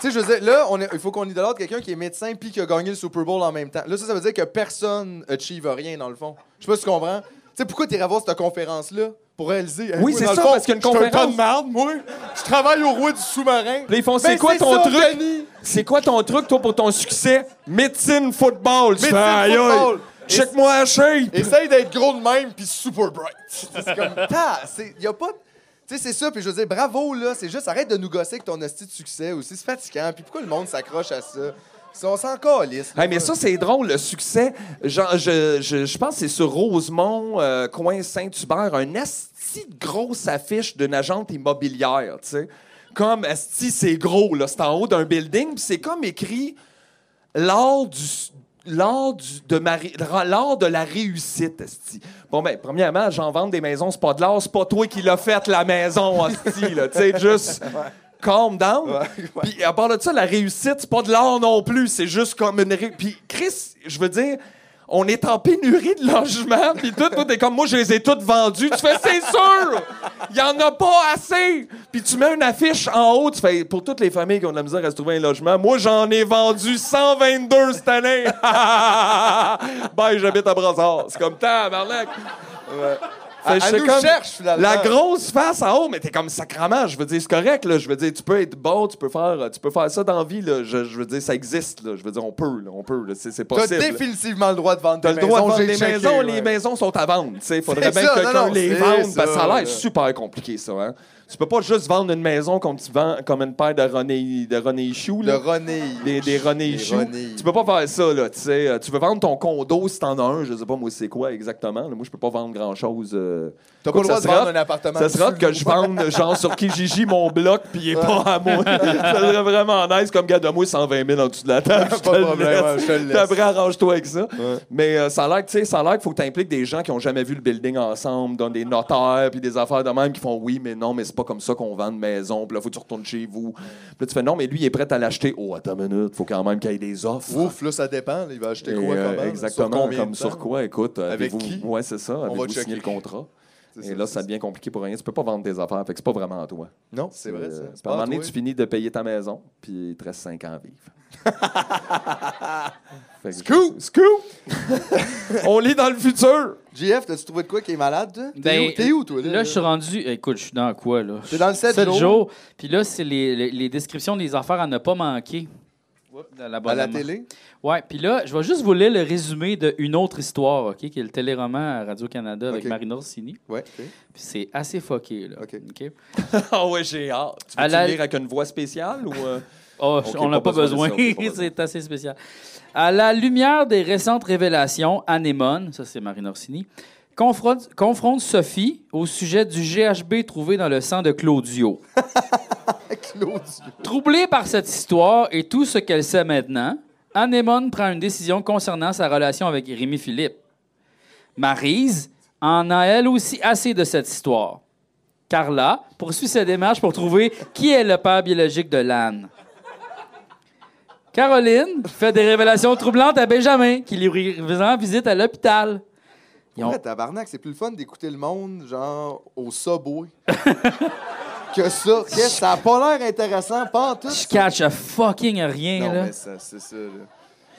Speaker 2: Tu sais, je veux dire, là, on est- il faut qu'on idolâtre quelqu'un qui est médecin puis qui a gagné le Super Bowl en même temps. Là, ça, ça veut dire que personne achieve rien, dans le fond. Je sais pas si tu comprends. Tu sais, pourquoi t'irais voir cette conférence-là? Pour réaliser. Hey,
Speaker 4: Oui,
Speaker 2: moi,
Speaker 4: c'est
Speaker 2: dans le
Speaker 4: ça,
Speaker 2: fond,
Speaker 4: parce qu'il y a une
Speaker 2: je suis un tas
Speaker 4: conférence.
Speaker 2: de marde, moi. Je travaille au roi du sous-marin.
Speaker 4: Puis là, ils font,
Speaker 2: Mais
Speaker 4: c'est quoi
Speaker 2: c'est
Speaker 4: ton
Speaker 2: ça,
Speaker 4: truc?
Speaker 2: Denis!
Speaker 4: C'est quoi ton truc, toi, pour ton succès? Médecine, football. Tu
Speaker 2: Médecine,
Speaker 4: fais, aïe, aïe,
Speaker 2: football.
Speaker 4: Check-moi la shape.
Speaker 2: Essaye d'être gros de même puis super bright. C'est comme, ta, c'est, y a pas. Tu sais, c'est ça, puis je veux dire, bravo, là, c'est juste, arrête de nous gosser avec ton hostie de succès aussi, c'est fatigant, puis pourquoi le monde s'accroche à ça? Si on s'en calisse. là.
Speaker 4: Hey, mais ça, c'est drôle, le succès. Genre, je, je, je pense que c'est sur Rosemont, euh, coin Saint-Hubert, un asti de grosse affiche d'une agente immobilière, tu sais. Comme, asti, c'est gros, là, c'est en haut d'un building, puis c'est comme écrit l'art du... L'art, du- de ma ré- l'art de la réussite, esti. Bon, ben, premièrement, j'en vends des maisons, c'est pas de l'art, c'est pas toi qui l'as fait, la maison, esti, là. Tu sais, juste calm down. Puis à part de ça, la réussite, c'est pas de l'art non plus, c'est juste comme une réussite. Puis Chris, je veux dire, on est en pénurie de logements, puis tout, tout est comme moi, je les ai toutes vendus. Tu fais, c'est sûr! Il y en a pas assez! Puis tu mets une affiche en haut, tu fais, pour toutes les familles qui ont de la misère à se trouver un logement, moi, j'en ai vendu 122 cette année! Bye, j'habite à Brassard. C'est comme, tabarnak!
Speaker 2: Elle-
Speaker 4: Fait que
Speaker 2: elle
Speaker 4: c'est
Speaker 2: Ah, nous
Speaker 4: comme
Speaker 2: cherche, finalement.
Speaker 4: La grosse face en haut, mais t'es comme sacrament. Je veux dire, c'est correct, là. Je veux dire, tu peux être bon, tu peux faire, tu peux faire ça dans la vie, là. Je, je veux dire, ça existe, là. Je veux dire, on peut, là. On peut, là. C'est c'est
Speaker 2: T'as
Speaker 4: possible. là.
Speaker 2: définitivement le droit de vendre
Speaker 4: T'as
Speaker 2: tes
Speaker 4: le droit de
Speaker 2: maisons,
Speaker 4: vendre
Speaker 2: j'ai
Speaker 4: des
Speaker 2: checké,
Speaker 4: maisons,
Speaker 2: ouais.
Speaker 4: les maisons sont à vendre. tu sais. faudrait
Speaker 2: C'est
Speaker 4: bien
Speaker 2: ça,
Speaker 4: que
Speaker 2: non,
Speaker 4: quelqu'un
Speaker 2: non,
Speaker 4: les
Speaker 2: c'est
Speaker 4: vende, parce que ça a
Speaker 2: ça,
Speaker 4: l'air
Speaker 2: là.
Speaker 4: super compliqué, ça. Hein? Tu peux pas juste vendre une maison comme tu vends comme une paire de René, de René Chou,
Speaker 2: Le
Speaker 4: là.
Speaker 2: René.
Speaker 4: Des, des René
Speaker 2: Des
Speaker 4: Chou.
Speaker 2: René.
Speaker 4: Tu peux pas faire ça, là. Tu sais, Euh, tu veux vendre ton condo si t'en as un, je sais pas moi c'est quoi exactement. là. Moi, je peux pas vendre grand-chose. euh,
Speaker 2: T'as pas le
Speaker 4: quoi que
Speaker 2: droit
Speaker 4: ça
Speaker 2: de
Speaker 4: sera.
Speaker 2: vendre un appartement.
Speaker 4: Ça serait
Speaker 2: dessus,
Speaker 4: que je vende, genre, sur Kijiji, mon bloc, puis il est pas à moi. ça serait vraiment nice, comme gars de moi, 120 000 en dessous de la table.
Speaker 2: Pas de problème, ouais, je te le laisse.
Speaker 4: Après, arrange-toi avec ça. Mais euh, ça a l'air que, tu sais, ça a l'air qu'il faut que t'impliques des gens qui ont jamais vu le building ensemble, dans des notaires, puis des affaires de même, qui font oui, mais non, mais c'est pas comme ça qu'on vend une maison, puis là, faut que tu retournes chez vous. Puis là, tu fais non, mais lui, il est prêt à l'acheter. Oh, attends une minute, faut quand même qu'il y ait des offres.
Speaker 2: Ouf, là, ça dépend. là, Il va acheter
Speaker 4: Et,
Speaker 2: quoi,
Speaker 4: euh,
Speaker 2: comment?
Speaker 4: exactement,
Speaker 2: sur combien
Speaker 4: comme
Speaker 2: de
Speaker 4: sur
Speaker 2: temps?
Speaker 4: quoi, écoute.
Speaker 2: Avec
Speaker 4: avez-vous-
Speaker 2: qui?
Speaker 4: Ouais, c'est ça. Avez-vous
Speaker 2: va
Speaker 4: signé
Speaker 2: checker.
Speaker 4: le contrat?
Speaker 2: C'est
Speaker 4: Et là, ça devient compliqué pour rien. Tu peux pas vendre tes affaires, fait que c'est pas vraiment à toi.
Speaker 2: Non, c'est vrai, ça.
Speaker 4: Euh,
Speaker 2: C'est pas
Speaker 4: puis à un
Speaker 2: à
Speaker 4: moment donné,
Speaker 2: toi.
Speaker 4: tu finis de payer ta maison, puis il te reste 5 ans à vivre. Fait que-
Speaker 2: Scoop!
Speaker 4: Scoop! On lit dans le futur!
Speaker 2: JF, t'as-tu trouvé de quoi qui est malade, toi? T'es
Speaker 1: Ben,
Speaker 2: où- T'es où, toi?
Speaker 1: Là, je suis rendu. Écoute, je suis dans quoi, là?
Speaker 2: T'es dans le sept
Speaker 1: Sept
Speaker 2: jours.
Speaker 1: Puis là, c'est les, les- les descriptions des affaires à ne pas manquer. Dans
Speaker 2: à la
Speaker 1: bonne-
Speaker 2: télé.
Speaker 1: Ouais, puis là, je vais juste vous lire le résumé de Une autre histoire, OK, qui est le téléroman à Radio-Canada avec
Speaker 2: OK.
Speaker 1: Marina Orsini.
Speaker 2: Ouais. ok.
Speaker 1: Puis c'est assez fucké, là.
Speaker 2: OK.
Speaker 1: OK?
Speaker 4: Ah ouais, j'ai hâte. Tu
Speaker 1: À
Speaker 4: veux
Speaker 1: la-
Speaker 4: lire avec une voix spéciale ou. euh?
Speaker 1: Oh,
Speaker 4: Ok,
Speaker 1: on n'a
Speaker 4: pas
Speaker 1: pas, besoin.
Speaker 4: besoin de ça, ok, pas besoin.
Speaker 1: c'est assez spécial. À la lumière des récentes révélations, Anémone, ça c'est Marine Orsini, confronte, confronte Sophie au sujet du GHB trouvé dans le sang de Claudio.
Speaker 2: Claudio.
Speaker 1: Troublée par cette histoire et tout ce qu'elle sait maintenant, Anémone prend une décision concernant sa relation avec Rémi Philippe. Marise en a elle aussi assez de cette histoire. Carla poursuit ses démarches pour trouver qui est le père biologique de l'âne. Caroline fait des révélations troublantes à Benjamin, qui lui rend visite à l'hôpital. Ils ont-
Speaker 2: Ouais, tabarnak, c'est plus le fun d'écouter le monde, genre, au subway. que ça. Qu'est-ce que ça a pas l'air intéressant, pas en tout.
Speaker 1: Je catch a fucking rien,
Speaker 2: Non,
Speaker 1: là.
Speaker 2: mais ça, c'est ça, là.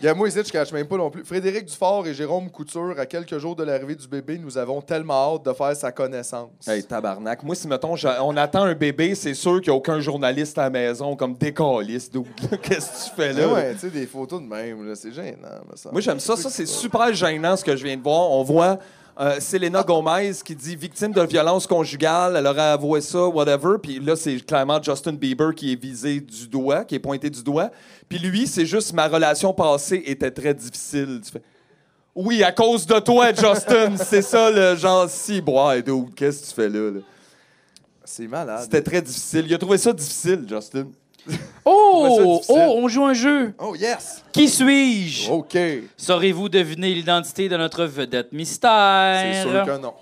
Speaker 2: Y'a moi ici, je cache même pas non plus. Frédéric Dufort et Jérôme Couture, à quelques jours de l'arrivée du bébé, nous avons tellement hâte de faire sa connaissance.
Speaker 4: Hey, tabarnak. Moi, si, mettons, j'a- on attend un bébé, c'est sûr qu'il n'y a aucun journaliste à la maison comme décaliste. d'où- Qu'est-ce que tu fais
Speaker 2: Mais
Speaker 4: là?
Speaker 2: ouais, tu sais, des photos de même, là, c'est gênant, me semble.
Speaker 4: Moi, j'aime ça. Ça, c'est super gênant ce que je viens de voir. On voit euh, Selena Gomez qui dit victime de violence conjugale, elle aurait avoué ça, whatever. Puis là, c'est clairement Justin Bieber qui est visé du doigt, qui est pointé du doigt. Puis lui, c'est juste ma relation passée était très difficile. Tu fais, Oui, à cause de toi, Justin. c'est ça, le genre, si, boy, dude, qu'est-ce que tu fais là? là?
Speaker 2: C'est malade.
Speaker 4: C'était très difficile. Il a trouvé ça difficile, Justin.
Speaker 2: ça
Speaker 1: Oh!
Speaker 2: difficile.
Speaker 1: Oh, on joue un jeu!
Speaker 2: Oh, yes!
Speaker 1: Qui suis-je?
Speaker 2: OK. C'est
Speaker 1: Saurez-vous deviner l'identité de notre vedette mystère?
Speaker 4: Ben,
Speaker 2: sûr que non.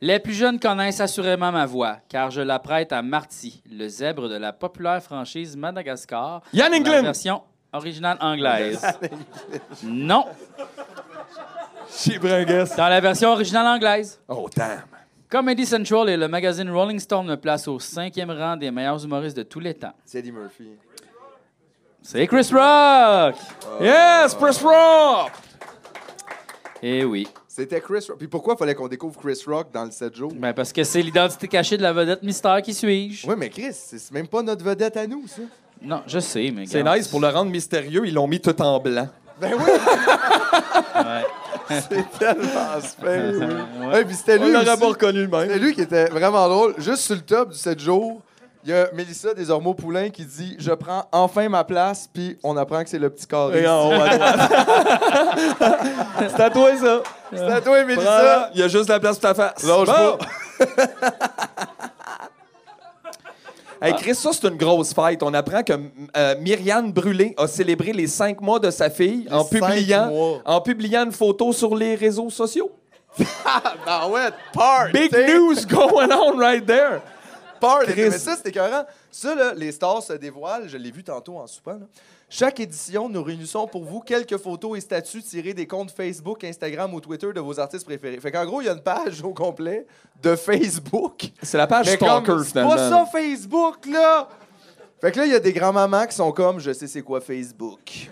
Speaker 1: Les plus jeunes connaissent assurément ma voix, car je la prête à Marty, le zèbre de la populaire franchise Madagascar.
Speaker 4: Yann
Speaker 1: dans La
Speaker 4: Englund!
Speaker 1: version originale anglaise. non,
Speaker 4: Chibringues.
Speaker 1: dans la version originale anglaise.
Speaker 4: Oh, damn.
Speaker 1: Comedy Central et le magazine Rolling Stone me placent au cinquième rang des meilleurs humoristes de tous les temps.
Speaker 2: C'est Eddie Murphy.
Speaker 1: C'est Chris Rock!
Speaker 4: Yes, press rock!
Speaker 1: Eh oui.
Speaker 2: C'était Chris Rock. Puis pourquoi fallait qu'on découvre Chris Rock dans le 7 jours?
Speaker 1: Ben parce que c'est l'identité cachée de la vedette mystère qui suis-je.
Speaker 2: Oui, mais Chris, c'est même pas notre vedette à nous, ça.
Speaker 1: Non, je sais, mais.
Speaker 4: C'est
Speaker 1: regarde.
Speaker 4: nice pour le rendre mystérieux, ils l'ont mis tout en blanc.
Speaker 2: Ben oui!
Speaker 1: Ouais.
Speaker 2: C'est tellement space.
Speaker 1: Ouais.
Speaker 2: Hey, puis c'était
Speaker 4: On
Speaker 2: lui,
Speaker 4: l'aurait
Speaker 2: aussi.
Speaker 4: pas reconnu le
Speaker 2: C'était
Speaker 4: même.
Speaker 2: lui qui était vraiment drôle. Juste sur le top du 7 jours, il y a Mélissa Desormeaux-Poulain qui dit « Je prends enfin ma place », puis on apprend que c'est le petit carré.
Speaker 4: Et en haut à droite. C'est à toi, ça.
Speaker 2: C'est à toi, Mélissa!
Speaker 4: Prends-la. Il y a juste la place pour ta face.
Speaker 2: Lâche pas.
Speaker 4: hey, Chris, ça, c'est une grosse fête. On apprend que euh, Myriane Brûlé a célébré les cinq mois de sa fille en
Speaker 2: cinq mois.
Speaker 4: publiant, en publiant une photo sur les réseaux sociaux.
Speaker 2: Ah ouais, part!
Speaker 4: Big
Speaker 2: t'sais.
Speaker 4: news going on right there.
Speaker 2: peur.
Speaker 4: Chris.
Speaker 2: Mais ça, c'est écœurant. Ça, là, les stars se dévoilent. Je l'ai vu tantôt en soupant. là. Chaque édition, nous réunissons pour vous quelques photos et statuts tirés des comptes Facebook, Instagram ou Twitter de vos artistes préférés. Fait qu'en gros, il y a une page au complet de Facebook.
Speaker 4: C'est la page
Speaker 2: Mais comme,
Speaker 4: Stalker,
Speaker 2: c'est
Speaker 4: finalement.
Speaker 2: pas ça, Facebook, là! Fait que là, il y a des grands-mamans qui sont comme « Je sais c'est quoi Facebook. »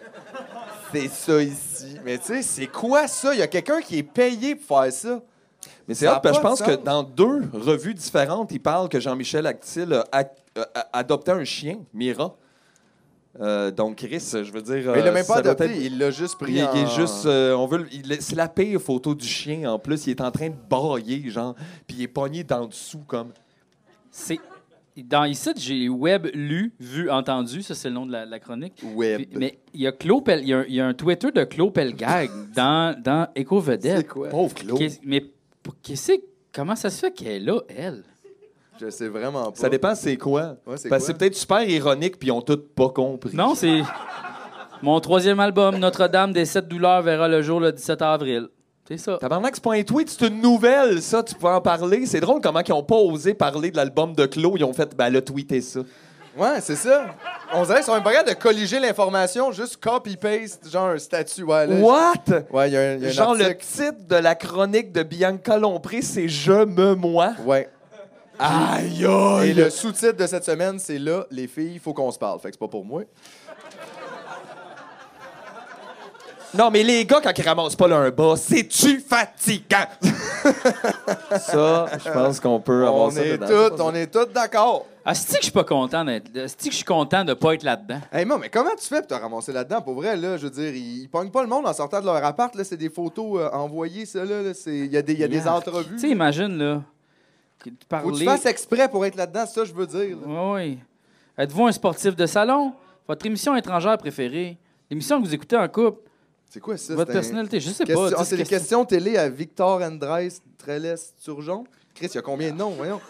Speaker 2: C'est ça ici. Mais tu sais, c'est quoi ça? Il y a quelqu'un qui est payé pour faire
Speaker 4: Euh,
Speaker 2: ça.
Speaker 4: Mais c'est
Speaker 2: Ça
Speaker 4: hot,
Speaker 2: a
Speaker 4: parce que je
Speaker 2: pas de
Speaker 4: pense que
Speaker 2: sens.
Speaker 4: dans deux revues différentes, il parle que Jean-Michel Actil a, ac- euh, a- adopté un chien, Mira. Euh, donc, Chris, je veux dire.
Speaker 2: Mais il
Speaker 4: euh,
Speaker 2: l'a même pas
Speaker 4: ça doit
Speaker 2: adopté,
Speaker 4: être-
Speaker 2: il l'a juste pris
Speaker 4: Il, il
Speaker 2: en-
Speaker 4: est juste. euh, on veut, le- il est- c'est la pire photo du chien en plus. Il est en train de bailler, genre. Puis il est pogné d'en dessous, comme.
Speaker 1: C'est. Dans ici, j'ai web lu, vu, entendu. Ça, c'est le nom de la, la chronique.
Speaker 2: Web.
Speaker 1: Puis- mais il y, a Claude Pel- il y a un- il y a un Twitter de Claude Pelgag dans, dans Éco
Speaker 2: C'est
Speaker 1: Vedette.
Speaker 2: quoi?
Speaker 4: Pauvre Claude.
Speaker 1: Qu'est- Mais p- qu'est-ce que- comment ça se fait qu'elle est là, elle?
Speaker 2: Je sais vraiment pas.
Speaker 4: Ça dépend c'est quoi.
Speaker 2: Ouais, c'est
Speaker 4: Parce que
Speaker 2: quoi?
Speaker 4: c'est peut-être super ironique, puis ils ont tous pas compris.
Speaker 1: Non, c'est mon troisième album, Notre-Dame des Sept Douleurs, verra le jour le 17 avril. C'est ça.
Speaker 4: Tabarnak, c'est pas un tweet, c'est une nouvelle, ça, tu peux en parler. C'est drôle comment ils ont pas osé parler de l'album de Claude, ils ont fait, ben, le tweeter ça.
Speaker 2: Ouais, c'est ça. On dirait qu'ils sont même pas capables de colliger l'information, juste copy-paste, genre un statut. Ouais,
Speaker 4: Euh,
Speaker 2: là,
Speaker 4: What?
Speaker 2: Ouais, il y a un, y a un
Speaker 4: Genre, le
Speaker 2: article.
Speaker 4: titre de la chronique de Bianca Lompré, c'est Je me moi.
Speaker 2: Ouais.
Speaker 4: Aïe,
Speaker 2: Et
Speaker 4: aïe!
Speaker 2: le sous-titre de cette semaine, c'est là, les filles, faut qu'on se parle. Fait que c'est pas pour moi.
Speaker 4: Non, mais les gars, quand ils ramassent pas leur bas, c'est-tu fatigant? ça, je pense qu'on peut avoir
Speaker 2: On
Speaker 4: ça
Speaker 2: est,
Speaker 4: dedans.
Speaker 2: toutes, on est toutes d'accord.
Speaker 1: Ah, cest que je suis pas content d'être là? cest que je suis content de pas être là-dedans?
Speaker 2: Hey, non, mais comment tu fais pour te ramasser là-dedans? Pour vrai, là, je veux dire, ils, ils pognent pas le monde en sortant de leur appart. Là, c'est des photos euh, envoyées, ça, là. là, c'est- Il y a des, il y a des
Speaker 1: Tu
Speaker 2: entrevues.
Speaker 1: sais, imagine, là, que de
Speaker 2: Faut que tu
Speaker 1: parler...
Speaker 2: fasses exprès pour être là-dedans, c'est ça que je veux dire. là.
Speaker 1: Oui. Êtes-vous un sportif de salon? Votre émission étrangère préférée? L'émission que vous écoutez en couple?
Speaker 2: C'est quoi ça?
Speaker 1: Votre
Speaker 2: c'est un-
Speaker 1: personnalité? Je sais
Speaker 2: Question-
Speaker 1: pas.
Speaker 2: ah,
Speaker 1: dix
Speaker 2: c'est des
Speaker 1: questions.
Speaker 2: questions télé à Victor Andrés Trelles Turgeon. Chris, il y a combien de noms, voyons?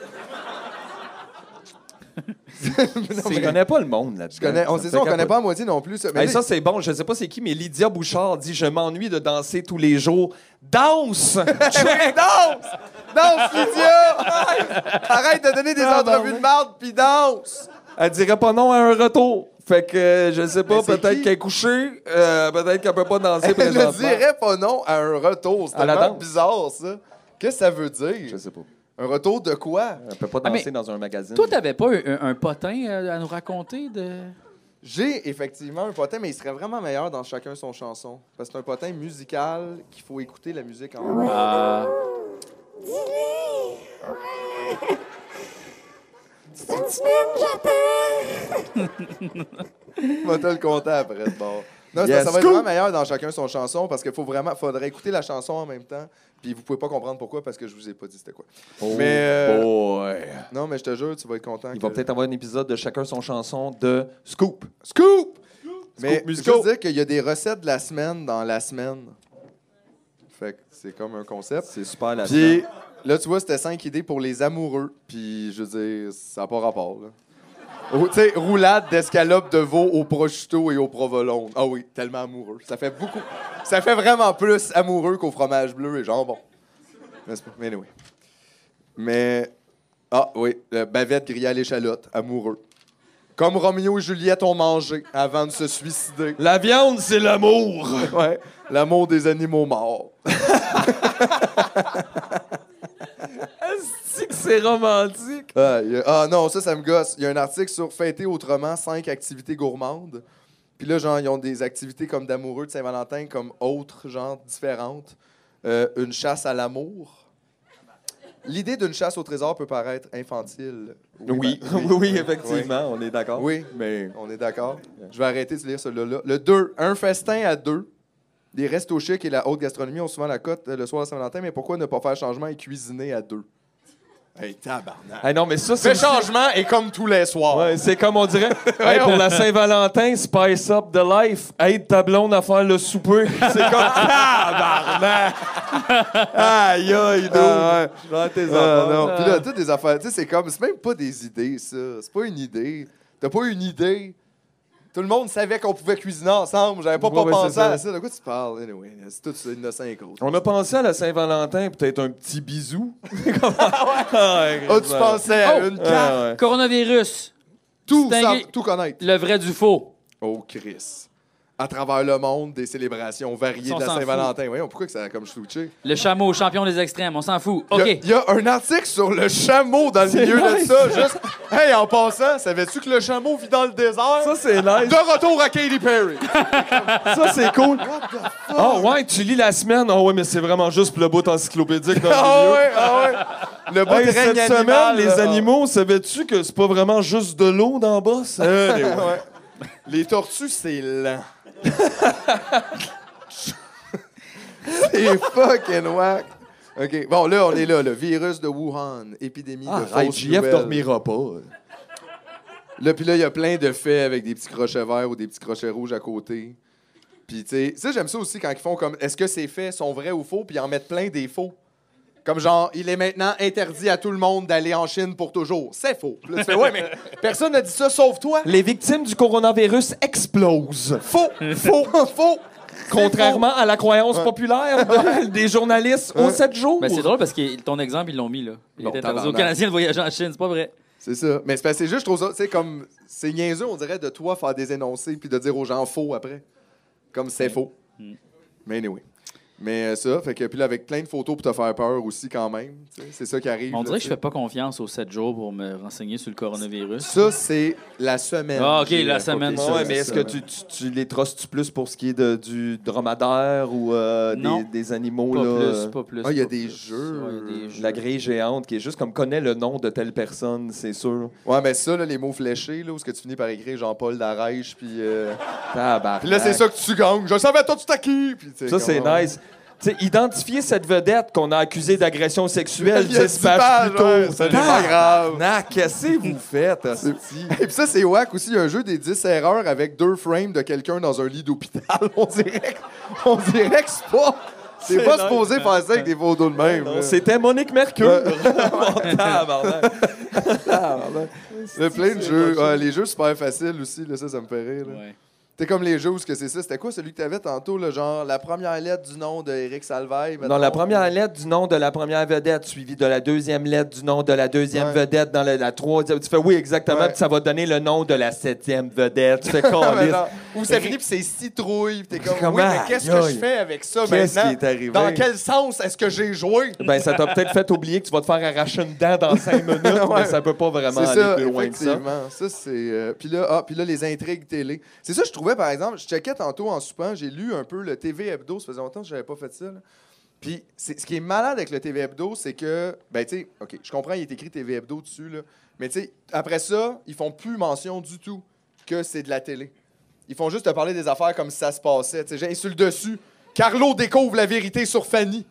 Speaker 4: Je connais pas le monde là-dedans.
Speaker 2: Je connais- on sait ça, on connaît pas à moitié non plus. Ça, mais
Speaker 4: Hey,
Speaker 2: tu-
Speaker 4: ça, c'est bon. Je sais pas c'est qui, mais Lydia Bouchard dit Je m'ennuie de danser tous les jours. Danse Check, Danse
Speaker 2: danse, Lydia! Arrête! Arrête de donner des
Speaker 4: Ah, ben
Speaker 2: entrevues de marde, puis danse!
Speaker 4: Elle dirait pas non à un retour. Fait que euh, je sais pas,
Speaker 2: Mais c'est
Speaker 4: peut-être
Speaker 2: qui?
Speaker 4: qu'elle est couchée, euh, peut-être qu'elle peut pas danser
Speaker 2: Elle ne
Speaker 4: présentement.
Speaker 2: dirait pas non à un retour. C'est
Speaker 4: À la
Speaker 2: tellement
Speaker 4: danse.
Speaker 2: bizarre, ça. Qu'est-ce que ça veut
Speaker 4: Je
Speaker 2: dire?
Speaker 4: sais pas.
Speaker 2: Un retour de quoi?
Speaker 4: Elle peut pas
Speaker 1: Ah, mais-
Speaker 4: danser dans un magazine.
Speaker 1: Toi, t'avais pas un, un- un potin euh, à nous raconter de.
Speaker 2: J'ai effectivement un potin, mais il serait vraiment meilleur dans chacun son chanson. Parce que c'est un potin musical qu'il faut écouter la musique en même.
Speaker 5: Ouais.
Speaker 1: Ah.
Speaker 5: Dis-lui! Ouais! C'est une semaine, j'attends!
Speaker 2: On va te le compter après, de bord. Non, c'est
Speaker 4: Yes.
Speaker 2: parce que ça va être
Speaker 4: Cool.
Speaker 2: vraiment meilleur dans chacun son chanson parce qu'il faut vraiment, faudrait écouter la chanson en même temps. Puis vous pouvez pas comprendre pourquoi parce que je vous ai pas dit c'était quoi.
Speaker 4: Oh
Speaker 2: Mais, euh,
Speaker 4: boy.
Speaker 2: Non, mais je te jure, tu vas être content.
Speaker 4: Il
Speaker 2: que-
Speaker 4: va peut-être avoir un épisode de chacun son chanson de Scoop.
Speaker 2: Scoop! Mais je
Speaker 4: musical.
Speaker 2: veux dire qu'il y a des recettes de la semaine dans la semaine. Fait que c'est comme un concept.
Speaker 4: C'est super la
Speaker 2: Puis là, tu vois, c'était cinq idées pour les amoureux. Puis je veux dire, ça n'a pas rapport, là. Rou- Tu sais, roulade d'escalope de veau au prosciutto et au provolone. Ah oui, tellement amoureux. Ça fait beaucoup. Ça fait vraiment plus amoureux qu'au fromage bleu et jambon. N'est-ce pas? Mais oui. Mais. Ah oui, le bavette grillée à l'échalote, amoureux. Comme Roméo et Juliette ont mangé avant de se suicider.
Speaker 4: La viande, c'est l'amour.
Speaker 2: Ouais, l'amour des animaux morts.
Speaker 4: C'est que c'est romantique.
Speaker 2: Ah, il y a- ah non, ça, ça me gosse. Il y a un article sur Fêter autrement, 5 activités gourmandes. Puis là, genre, ils ont des activités comme d'amoureux de Saint-Valentin, comme autres, genre, différentes. Euh, une chasse à l'amour. L'idée d'une chasse au trésor peut paraître infantile.
Speaker 4: Oui,
Speaker 2: ben,
Speaker 4: oui, oui, effectivement, on est d'accord.
Speaker 2: Oui.
Speaker 4: mais
Speaker 2: On est d'accord. Je vais arrêter de lire celui-là. Le 2, un festin à deux. Les restos chics et la haute gastronomie ont souvent la cote euh, le soir à Saint-Valentin, mais pourquoi ne pas faire changement et cuisiner à deux? Hey, tabarnak!
Speaker 4: Ah non, mais ça c'est
Speaker 2: Le changement est comme tous les soirs.
Speaker 4: Ouais, c'est comme on dirait Hey, pour la Saint-Valentin, spice up the life, aide ta blonde à faire le souper. C'est comme tabarnak. Aïe aïe,
Speaker 2: Ah,
Speaker 4: dude. Je rends tes
Speaker 2: Ah,
Speaker 4: affaires.
Speaker 2: non. Puis là, toutes des affaires, tu sais, c'est comme, c'est même pas des idées, ça. C'est pas une idée. T'as pas une idée. Tout le monde savait qu'on pouvait cuisiner ensemble. J'avais pas,
Speaker 4: Ouais,
Speaker 2: pas
Speaker 4: ouais,
Speaker 2: pensé
Speaker 4: c'est ça.
Speaker 2: à ça. De quoi tu parles? Anyway, c'est tout ça, innocent et gros.
Speaker 4: On a pensé à la Saint-Valentin, peut-être un petit bisou.
Speaker 2: Ah, tu pensais à
Speaker 1: Oh!
Speaker 2: une carte?
Speaker 4: ouais.
Speaker 1: Coronavirus,
Speaker 2: Tout,
Speaker 1: Distinguer-
Speaker 2: sans- tout connaître.
Speaker 1: le vrai du faux.
Speaker 2: Oh, Chris. À travers le monde, des célébrations variées
Speaker 1: Ça, on
Speaker 2: de la
Speaker 1: s'en
Speaker 2: Saint-Valentin. Voyons, pourquoi que ça a comme switché?
Speaker 1: Le chameau, champion des extrêmes, on s'en fout.
Speaker 2: Il y a-
Speaker 1: OK.
Speaker 2: Il y, a un article sur le chameau dans le milieu
Speaker 4: nice.
Speaker 2: de ça. Juste, hey, en passant, savais-tu que le chameau vit dans le désert?
Speaker 4: Ça c'est nice.
Speaker 2: de retour à Katy Perry.
Speaker 4: Ça c'est cool. Ah ouais, tu lis la semaine. Ah ouais, mais c'est vraiment juste pour le bout encyclopédique dans le
Speaker 2: Ah
Speaker 4: milieu.
Speaker 2: ouais, ah ouais. Le bout
Speaker 4: Hey,
Speaker 2: de
Speaker 4: cette
Speaker 2: règne
Speaker 4: semaine,
Speaker 2: animal,
Speaker 4: les
Speaker 2: là.
Speaker 4: animaux, savais-tu que c'est pas vraiment juste de l'eau dans le boss? Euh, les-
Speaker 2: Ouais. Les tortues, c'est lent. c'est fucking whack. OK. Bon, là, on est là. Le virus de Wuhan, épidémie de
Speaker 4: Ah,
Speaker 2: fausses
Speaker 4: IGF
Speaker 2: nouvelles.
Speaker 4: dormira pas.
Speaker 2: Là, puis là, il y a plein de faits avec des petits crochets verts ou des petits crochets rouges à côté. Puis, tu sais, ça, j'aime ça aussi quand ils font comme est-ce que ces faits sont vrais ou faux, puis ils en mettent plein des faux. Comme genre, il est maintenant interdit à tout le monde d'aller en Chine pour toujours. C'est faux. Puis Là, tu fais, ouais, mais personne n'a dit ça sauf toi.
Speaker 4: Les victimes du coronavirus explosent.
Speaker 2: Faux, faux, faux.
Speaker 4: Contrairement à la croyance populaire de- des journalistes aux 7 jours.
Speaker 1: Ben, c'est drôle parce que ton exemple, ils l'ont mis, là. Il
Speaker 2: Bon,
Speaker 1: était interdit
Speaker 2: tabarnak.
Speaker 1: aux Canadiens de voyager en Chine, c'est pas vrai.
Speaker 2: C'est ça. Mais c'est parce que c'est juste, je trouve ça, tu sais, comme, c'est niaiseux, on dirait, de toi faire des énoncés puis de dire aux gens faux après. Comme c'est
Speaker 1: Mm.
Speaker 2: faux. Mais anyway. Mais euh, ça, fait que, puis là, avec plein de photos pour te faire peur aussi, quand même. tu sais, C'est ça qui arrive.
Speaker 1: On
Speaker 2: là,
Speaker 1: dirait que je
Speaker 2: tu sais.
Speaker 1: fais pas confiance aux 7 jours pour me renseigner sur le coronavirus.
Speaker 2: Ça, c'est la semaine.
Speaker 1: Ah, ok,
Speaker 2: J'ai-
Speaker 1: la semaine.
Speaker 2: ok,
Speaker 1: Ah
Speaker 2: ça,
Speaker 4: ouais,
Speaker 2: c'est
Speaker 4: mais est-ce
Speaker 2: ça.
Speaker 4: que tu, tu- tu les trustes plus pour ce qui est de- du dromadaire ou euh,
Speaker 1: Non.
Speaker 4: des, des animaux?
Speaker 1: Pas
Speaker 4: là,
Speaker 1: plus,
Speaker 4: euh,
Speaker 1: pas plus.
Speaker 2: Ah, il y a
Speaker 1: pas
Speaker 2: des
Speaker 1: plus.
Speaker 2: jeux.
Speaker 1: Ouais, il y a des
Speaker 4: La
Speaker 1: jeux.
Speaker 4: grille géante qui est juste comme connaît le nom de telle personne, c'est sûr.
Speaker 2: Ouais, mais ça, là, les mots fléchés, là, où ce que tu finis par écrire Jean-Paul Darèche, puis. euh,
Speaker 4: Tabarnak.
Speaker 2: Puis là, c'est ça que tu gagnes. Je savais, toi, tu t'as qui? Puis, tu sais,
Speaker 4: Ah, Ça, c'est
Speaker 2: comment-
Speaker 4: nice. Tu sais, identifier cette vedette qu'on a accusée d'agression sexuelle
Speaker 2: Il y a
Speaker 4: 10
Speaker 2: dix
Speaker 4: pages plus
Speaker 2: pages, ouais,
Speaker 4: tôt.
Speaker 2: ça n'est pas grave.
Speaker 4: Tabarnak, Qu'est-ce que vous faites, hostie?
Speaker 2: Et puis ça, c'est whack aussi. Il y a un jeu des 10 erreurs avec deux frames de quelqu'un dans un lit d'hôpital. On dirait, que- on dirait que c'est pas. T'es pas supposé faire ça avec des photos de même. là.
Speaker 4: Euh, C'était Monique Mercure. Mon tabarnak.
Speaker 2: Le plein de jeux. Ouais, les jeux super faciles aussi, là, ça, ça me fait rire. là.
Speaker 1: Ouais.
Speaker 2: T'es comme les jeux où ce que c'est ça. C'était quoi celui que t'avais tantôt, là, genre la première lettre du nom de Eric Salvaille?
Speaker 4: Dans
Speaker 2: mettons?
Speaker 4: la première lettre du nom de la première vedette, suivie de la deuxième lettre du nom de la deuxième
Speaker 2: Ouais.
Speaker 4: vedette, dans la, la troisième. Tu fais oui, exactement,
Speaker 2: Ouais.
Speaker 4: puis ça va donner le nom de la septième vedette. Tu fais
Speaker 2: Ah, mais
Speaker 4: câlisse.
Speaker 2: non. Où ça finit, puis c'est citrouille. puis T'es comme,
Speaker 4: Comment?
Speaker 2: oui, mais qu'est-ce que
Speaker 4: Aïe.
Speaker 2: je fais avec ça
Speaker 4: Qu'est-ce qui
Speaker 2: maintenant?
Speaker 4: est arrivé?
Speaker 2: Dans quel sens est-ce que j'ai joué?
Speaker 4: Ben, ça t'a peut-être fait oublier que tu vas te faire arracher une dent dans cinq minutes, mais ça peut pas vraiment
Speaker 2: C'est
Speaker 4: aller
Speaker 2: ça,
Speaker 4: plus loin que ça.
Speaker 2: effectivement. Ça, c'est. euh, puis là, ah, puis là, les intrigues télé. C'est ça, je trouvais, par exemple, je checkais tantôt en soupant, j'ai lu un peu le TV Hebdo, ça faisait longtemps que j'avais pas fait ça. là. Puis c'est- ce qui est malade avec le TV Hebdo, c'est que, ben, tu sais, OK, je comprends, il est écrit TV Hebdo dessus, là. Mais tu sais, après ça, ils font plus mention du tout que c'est de la télé. Ils font juste te parler des affaires comme si ça se passait. Tu sais, j'ai- sur le dessus. Carlo découvre la vérité sur Fanny.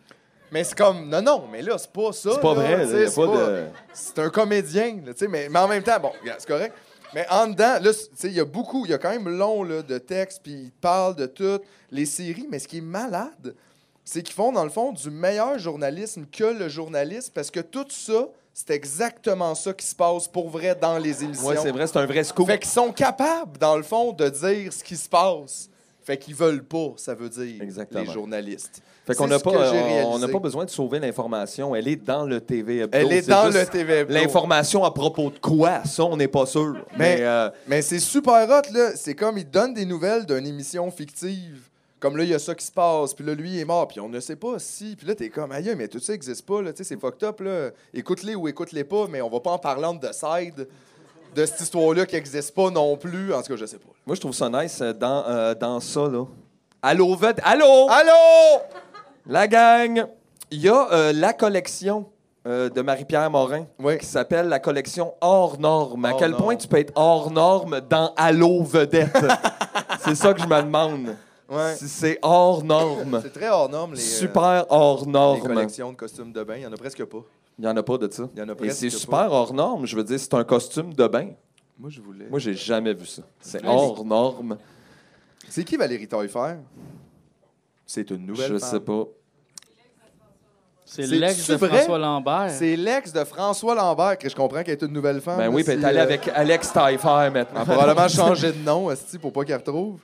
Speaker 2: Mais c'est comme, non, non, mais là, c'est pas ça.
Speaker 4: C'est pas
Speaker 2: là,
Speaker 4: vrai, là,
Speaker 2: tu sais,
Speaker 4: y a
Speaker 2: c'est
Speaker 4: pas
Speaker 2: pas-
Speaker 4: de-
Speaker 2: c'est un comédien, là, tu sais, mais, mais en même temps, bon, regarde, c'est correct. Mais en dedans, là, c- tu sais, il y a beaucoup, il y a quand même long là, de textes, puis il parle de toutes les séries, mais ce qui est malade, c'est qu'ils font, dans le fond, du meilleur journalisme que le journaliste, parce que tout ça, c'est exactement ça qui se passe pour vrai dans les émissions.
Speaker 4: Ouais, c'est vrai, c'est un vrai scoop.
Speaker 2: Fait qu'ils sont capables, dans le fond, de dire ce qui se passe. Fait qu'ils veulent pas, ça veut dire,
Speaker 4: Exactement.
Speaker 2: les journalistes.
Speaker 4: Fait qu'on
Speaker 2: C'est
Speaker 4: n'a
Speaker 2: ce
Speaker 4: pas,
Speaker 2: que j'ai
Speaker 4: euh, on
Speaker 2: réalisé.
Speaker 4: n'a pas besoin de sauver l'information. Elle est dans le TV Hebdo.
Speaker 2: Elle est
Speaker 4: C'est
Speaker 2: dans
Speaker 4: juste
Speaker 2: le TV Hebdo.
Speaker 4: L'information à propos de quoi, ça, on n'est pas sûr. Mais,
Speaker 2: Mais-
Speaker 4: euh,
Speaker 2: Mais c'est super hot, là. C'est comme, il donne des nouvelles d'une émission fictive. Comme là, il y a ça qui se passe, puis là, lui, il est mort, puis on ne sait pas si. Puis là, t'es comme, aïe, mais tout ça n'existe pas, là. Tu sais, c'est fucked up, là. Écoute-les ou écoute-les pas, mais on va pas en parlant de side de cette histoire-là qui n'existe pas non plus. En tout cas, je sais pas.
Speaker 4: moi, je trouve ça nice euh, dans, euh, dans ça, là. Allô, Ved... Allô!
Speaker 2: Ah! Allô?
Speaker 4: La gang! Il y a euh, la collection euh, de Marie-Pierre Morin
Speaker 2: Oui.
Speaker 4: qui s'appelle la collection Hors Norme. À
Speaker 2: Hors
Speaker 4: quel
Speaker 2: norme.
Speaker 4: point tu peux être hors norme dans Allô Vedette? c'est ça que je me demande.
Speaker 2: Ouais.
Speaker 4: Si c'est hors norme.
Speaker 2: C'est très hors norme, les, euh,
Speaker 4: Super hors
Speaker 2: les
Speaker 4: norme.
Speaker 2: collections de costumes de bain. Il y en a presque pas.
Speaker 4: Il n'y en a pas de ça.
Speaker 2: Il y en a
Speaker 4: Et
Speaker 2: presque
Speaker 4: c'est
Speaker 2: pas.
Speaker 4: super hors norme. Je veux dire, c'est un costume de bain.
Speaker 2: Moi, je voulais.
Speaker 4: Moi, j'ai jamais vu ça. C'est
Speaker 1: Ouais,
Speaker 4: hors norme.
Speaker 2: C'est qui Valérie Taillefer? C'est une nouvelle
Speaker 4: Je
Speaker 2: femme.
Speaker 4: sais pas.
Speaker 1: C'est
Speaker 2: C'est-tu
Speaker 1: l'ex de
Speaker 2: vrai?
Speaker 1: François Lambert.
Speaker 2: C'est l'ex de François Lambert, que je comprends qu'elle est une nouvelle femme. euh,
Speaker 4: Ben oui, puis
Speaker 2: puis
Speaker 4: t'es allé avec Alex Taillefer
Speaker 2: Elle
Speaker 4: maintenant.
Speaker 2: a probablement changé de nom, Asti, pour pas qu'elle retrouve.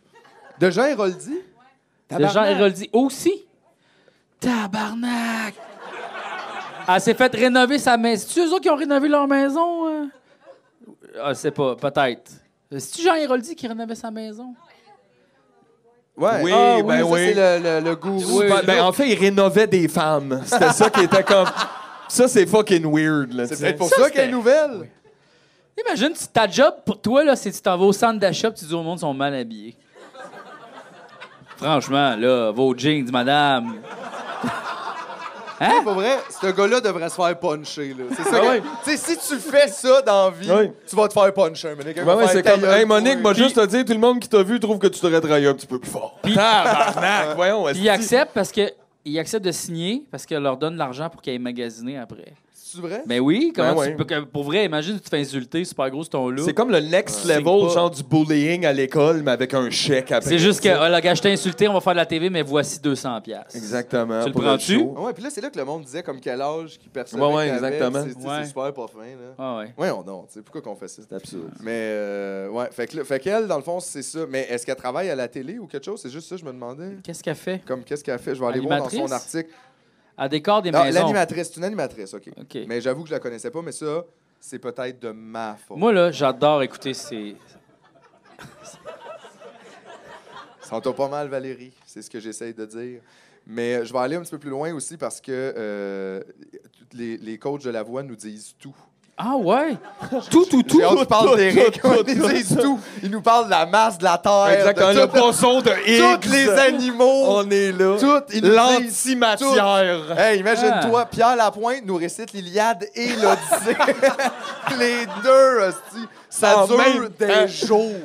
Speaker 2: De Jean Héroldi?
Speaker 1: Le Jean Héroldi aussi. Tabarnak! Elle s'est fait rénover sa maison. C'est-tu eux autres qui ont rénové leur maison? euh? Ah, je sais pas, peut-être. C'est-tu Jean Héroldi qui rénovait sa maison?
Speaker 2: Ouais.
Speaker 4: Oui,
Speaker 2: Ah,
Speaker 4: ben
Speaker 2: ça,
Speaker 4: oui.
Speaker 2: C'est le, le, le gourou.
Speaker 4: Super- ben, en fait, il rénovait des femmes. C'était ça qui était comme. Ça, c'est fucking weird. là,
Speaker 2: C'est
Speaker 4: tu sais.
Speaker 2: peut-être pour ça, qu'elle est nouvelle.
Speaker 1: Imagine, tu- ta job pour toi, là, c'est que tu t'en vas au centre d'achat pis tu dis au monde ils sont mal habillés. Franchement, là, vos jeans, madame.
Speaker 2: C'est Pour vrai, ce gars-là devrait se faire puncher. là. C'est ça.
Speaker 4: Ah
Speaker 2: que-
Speaker 4: ouais.
Speaker 2: Tu sais, si tu fais ça dans la vie,
Speaker 4: Oui.
Speaker 2: tu vas te faire puncher. Mais quelqu'un
Speaker 4: Ouais,
Speaker 2: va
Speaker 4: ouais,
Speaker 2: faire
Speaker 4: c'est
Speaker 2: ta
Speaker 4: comme.
Speaker 2: gueule,
Speaker 4: Hey, Monique,
Speaker 2: oui.
Speaker 4: moi, juste te dire, tout le monde qui t'a vu trouve que tu devrais travailler un petit peu plus fort. Tabarnak, voyons.
Speaker 1: Puis
Speaker 4: est-ce
Speaker 1: ils acceptent parce que. Ils acceptent de signer parce qu'elle leur donne l'argent pour qu'ils aient magasiner après.
Speaker 2: C'est vrai?
Speaker 1: Ben oui, comment
Speaker 4: Ben
Speaker 1: tu
Speaker 4: ouais.
Speaker 1: peux. que- Pour vrai, imagine, tu te fais insulter, super gros, c'est ton
Speaker 4: que-
Speaker 1: look.
Speaker 4: C'est comme le next
Speaker 1: Ouais.
Speaker 4: level,
Speaker 1: C'est pas-
Speaker 4: genre du bullying à l'école, mais avec un chèque après.
Speaker 1: C'est juste que,
Speaker 4: tu sais.
Speaker 1: oh là, gars, je t'ai insulté, on va faire de la TV, mais voici 200$. piastres.
Speaker 4: Exactement.
Speaker 1: Tu le
Speaker 4: pour
Speaker 1: prends-tu?
Speaker 4: show.
Speaker 2: Ah ouais, puis là, c'est là que le monde disait comme quel âge qu'il percevait.
Speaker 4: Ouais, ouais,
Speaker 2: qu'il avait,
Speaker 4: exactement.
Speaker 2: puis C'est tu sais,
Speaker 1: Ouais.
Speaker 2: c'est super pas fin. Là.
Speaker 1: Ah ouais.
Speaker 2: Ouais, on non, tu sais, pourquoi qu'on fait ça?
Speaker 4: C'est absurde.
Speaker 2: Mais, euh, ouais, fait que là- fait qu'elle, dans le fond, c'est ça. Mais est-ce qu'elle travaille à la télé ou quelque chose? C'est juste ça, que je me demandais.
Speaker 1: Qu'est-ce qu'elle fait?
Speaker 2: Comme, qu'est-ce qu'elle fait? Je vais aller voir dans son
Speaker 1: Animatrice?
Speaker 2: article.
Speaker 1: Elle décore des
Speaker 2: Ah,
Speaker 1: maisons.
Speaker 2: l'animatrice, c'est une animatrice, OK.
Speaker 1: OK.
Speaker 2: Mais j'avoue que je la connaissais pas, mais ça, c'est peut-être de ma faute.
Speaker 1: Moi, là, j'adore écouter ces.
Speaker 2: Ça entend pas mal, Valérie, c'est ce que j'essaye de dire. Mais euh, je vais aller un petit peu plus loin aussi parce que euh, toutes les, les coachs de la voix nous disent tout.
Speaker 1: Ah ouais? tout, tout, tout.
Speaker 2: J'ai hâte qu'ils parlent
Speaker 4: tout,
Speaker 2: d'Éric,
Speaker 4: tout,
Speaker 2: ils
Speaker 4: tout,
Speaker 2: nous disent tout. Ils nous parlent de la masse, de la terre,
Speaker 4: Exactement.
Speaker 2: de
Speaker 4: Le
Speaker 2: tout-
Speaker 4: poisson de Higgs. euh,
Speaker 2: tous les animaux,
Speaker 4: On est là.
Speaker 2: tout, ils nous disent
Speaker 4: L'antimatière.
Speaker 2: Hey, imagine-toi,
Speaker 4: Ah.
Speaker 2: Pierre Lapointe nous récite l'Iliade et l'Odyssée. Les deux, hostie. Ça
Speaker 4: En
Speaker 2: dure
Speaker 4: même temps.
Speaker 2: des jours.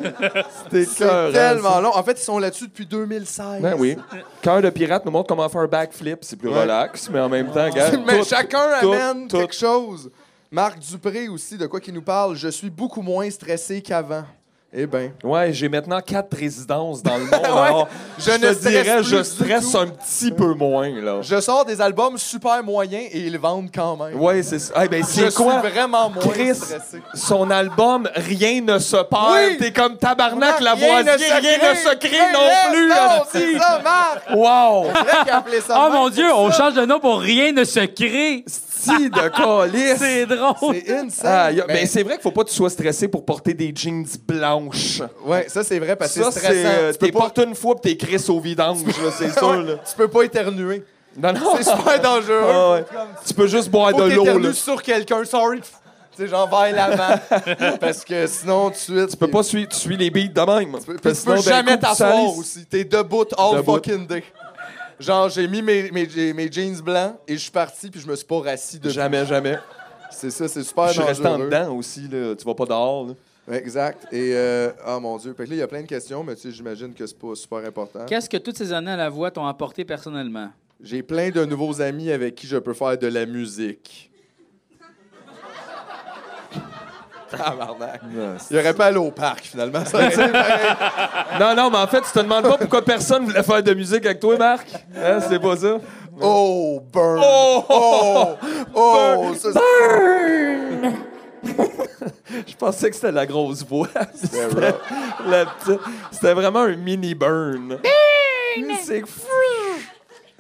Speaker 2: C'est tellement long. En fait, ils sont là-dessus depuis 2016.
Speaker 4: Ben oui. Cœur de pirate nous montre comment faire un backflip. C'est plus
Speaker 2: Ouais.
Speaker 4: relax, mais en même temps, gars.
Speaker 2: Mais
Speaker 4: tout-
Speaker 2: chacun
Speaker 4: tout-
Speaker 2: amène
Speaker 4: tout.
Speaker 2: quelque chose. Marc Dupré aussi, de quoi qu'il nous parle. Je suis beaucoup moins stressé qu'avant. Eh ben.
Speaker 4: Ouais, j'ai maintenant quatre résidences dans le monde. alors,
Speaker 2: je
Speaker 4: je,
Speaker 2: ne
Speaker 4: te
Speaker 2: stresse
Speaker 4: dirais,
Speaker 2: plus
Speaker 4: je
Speaker 2: du
Speaker 4: stresse
Speaker 2: tout.
Speaker 4: un petit peu moins, là.
Speaker 2: Je sors des albums super moyens et ils vendent quand même.
Speaker 4: Ouais, c'est ça. Eh ben,
Speaker 2: Je
Speaker 4: c'est
Speaker 2: suis
Speaker 4: quoi?
Speaker 2: vraiment moins
Speaker 4: Chris,
Speaker 2: stressé.
Speaker 4: son album Rien ne se perd.
Speaker 2: Oui.
Speaker 4: T'es comme tabarnak, la
Speaker 2: Rien
Speaker 4: voisine,
Speaker 2: ne se
Speaker 4: rien
Speaker 2: crée.
Speaker 4: ne se crée
Speaker 2: Hey,
Speaker 4: non
Speaker 2: laisse
Speaker 4: plus.
Speaker 2: donc,
Speaker 4: hostie.
Speaker 2: C'est ça, Marc!
Speaker 4: Wow!
Speaker 2: C'est vrai qu'il a appelé ça
Speaker 1: Oh
Speaker 2: de même,
Speaker 1: mon Dieu,
Speaker 2: c'est
Speaker 1: on
Speaker 2: ça.
Speaker 1: change de nom pour rien ne se crée.
Speaker 4: Si de calice!
Speaker 1: C'est drôle.
Speaker 2: C'est insane.
Speaker 4: Ah, y a-
Speaker 2: Mais-
Speaker 4: ben, c'est vrai qu'il faut pas que tu sois stressé pour porter des jeans blanches.
Speaker 2: ouais, ça c'est vrai parce que
Speaker 4: ça,
Speaker 2: c'est
Speaker 4: c'est. euh,
Speaker 2: stressant. Tu
Speaker 4: T'es
Speaker 2: peux pas-
Speaker 4: porté une fois pis t'es crisse au vidange, là, c'est sûr. là.
Speaker 2: Tu peux pas éternuer.
Speaker 4: Non, non.
Speaker 2: C'est super dangereux.
Speaker 4: Ah, ouais. Tu peux juste boire
Speaker 2: Faut
Speaker 4: de
Speaker 2: que
Speaker 4: l'eau, là.
Speaker 2: t'éternues sur quelqu'un, sorry. Tu sais, genre vers l'avant. parce que sinon, tout de suite.
Speaker 4: Tu peux pas suivre, tu suis les beats de même.
Speaker 2: Tu peux,
Speaker 4: Parce
Speaker 2: tu
Speaker 4: que
Speaker 2: peux
Speaker 4: sinon, d'un
Speaker 2: jamais
Speaker 4: coup, tu
Speaker 2: t'asseoir
Speaker 4: salisses.
Speaker 2: aussi. T'es debout all
Speaker 4: Debout.
Speaker 2: fucking day. Genre, j'ai mis mes, mes, mes jeans blancs et je suis parti puis je me suis pas rassis de
Speaker 4: Jamais, jamais.
Speaker 2: C'est ça, c'est super
Speaker 4: Je suis resté en
Speaker 2: dangereux.
Speaker 4: dedans aussi, là. Tu vas pas dehors, là.
Speaker 2: Ouais, exact. Et, euh, ah mon Dieu. Fait que là, il y a plein de questions, mais tu sais, j'imagine que c'est pas super important.
Speaker 1: Qu'est-ce que toutes ces années à la voix t'ont apporté personnellement?
Speaker 2: J'ai plein de nouveaux amis avec qui je peux faire de la musique. Il aurait pas allé au parc, finalement. Ça, tu sais, pareil.
Speaker 4: Non, non, mais en fait, tu te demandes pas pourquoi personne voulait faire de musique avec toi, Marc. Hein, c'est pas ça?
Speaker 2: oh, burn! Oh! Oh! ça, c'est-
Speaker 4: Je pensais que c'était la grosse voix.
Speaker 2: C'est
Speaker 4: C'était la petite- C'était vraiment un mini burn. Burn! C'est fou!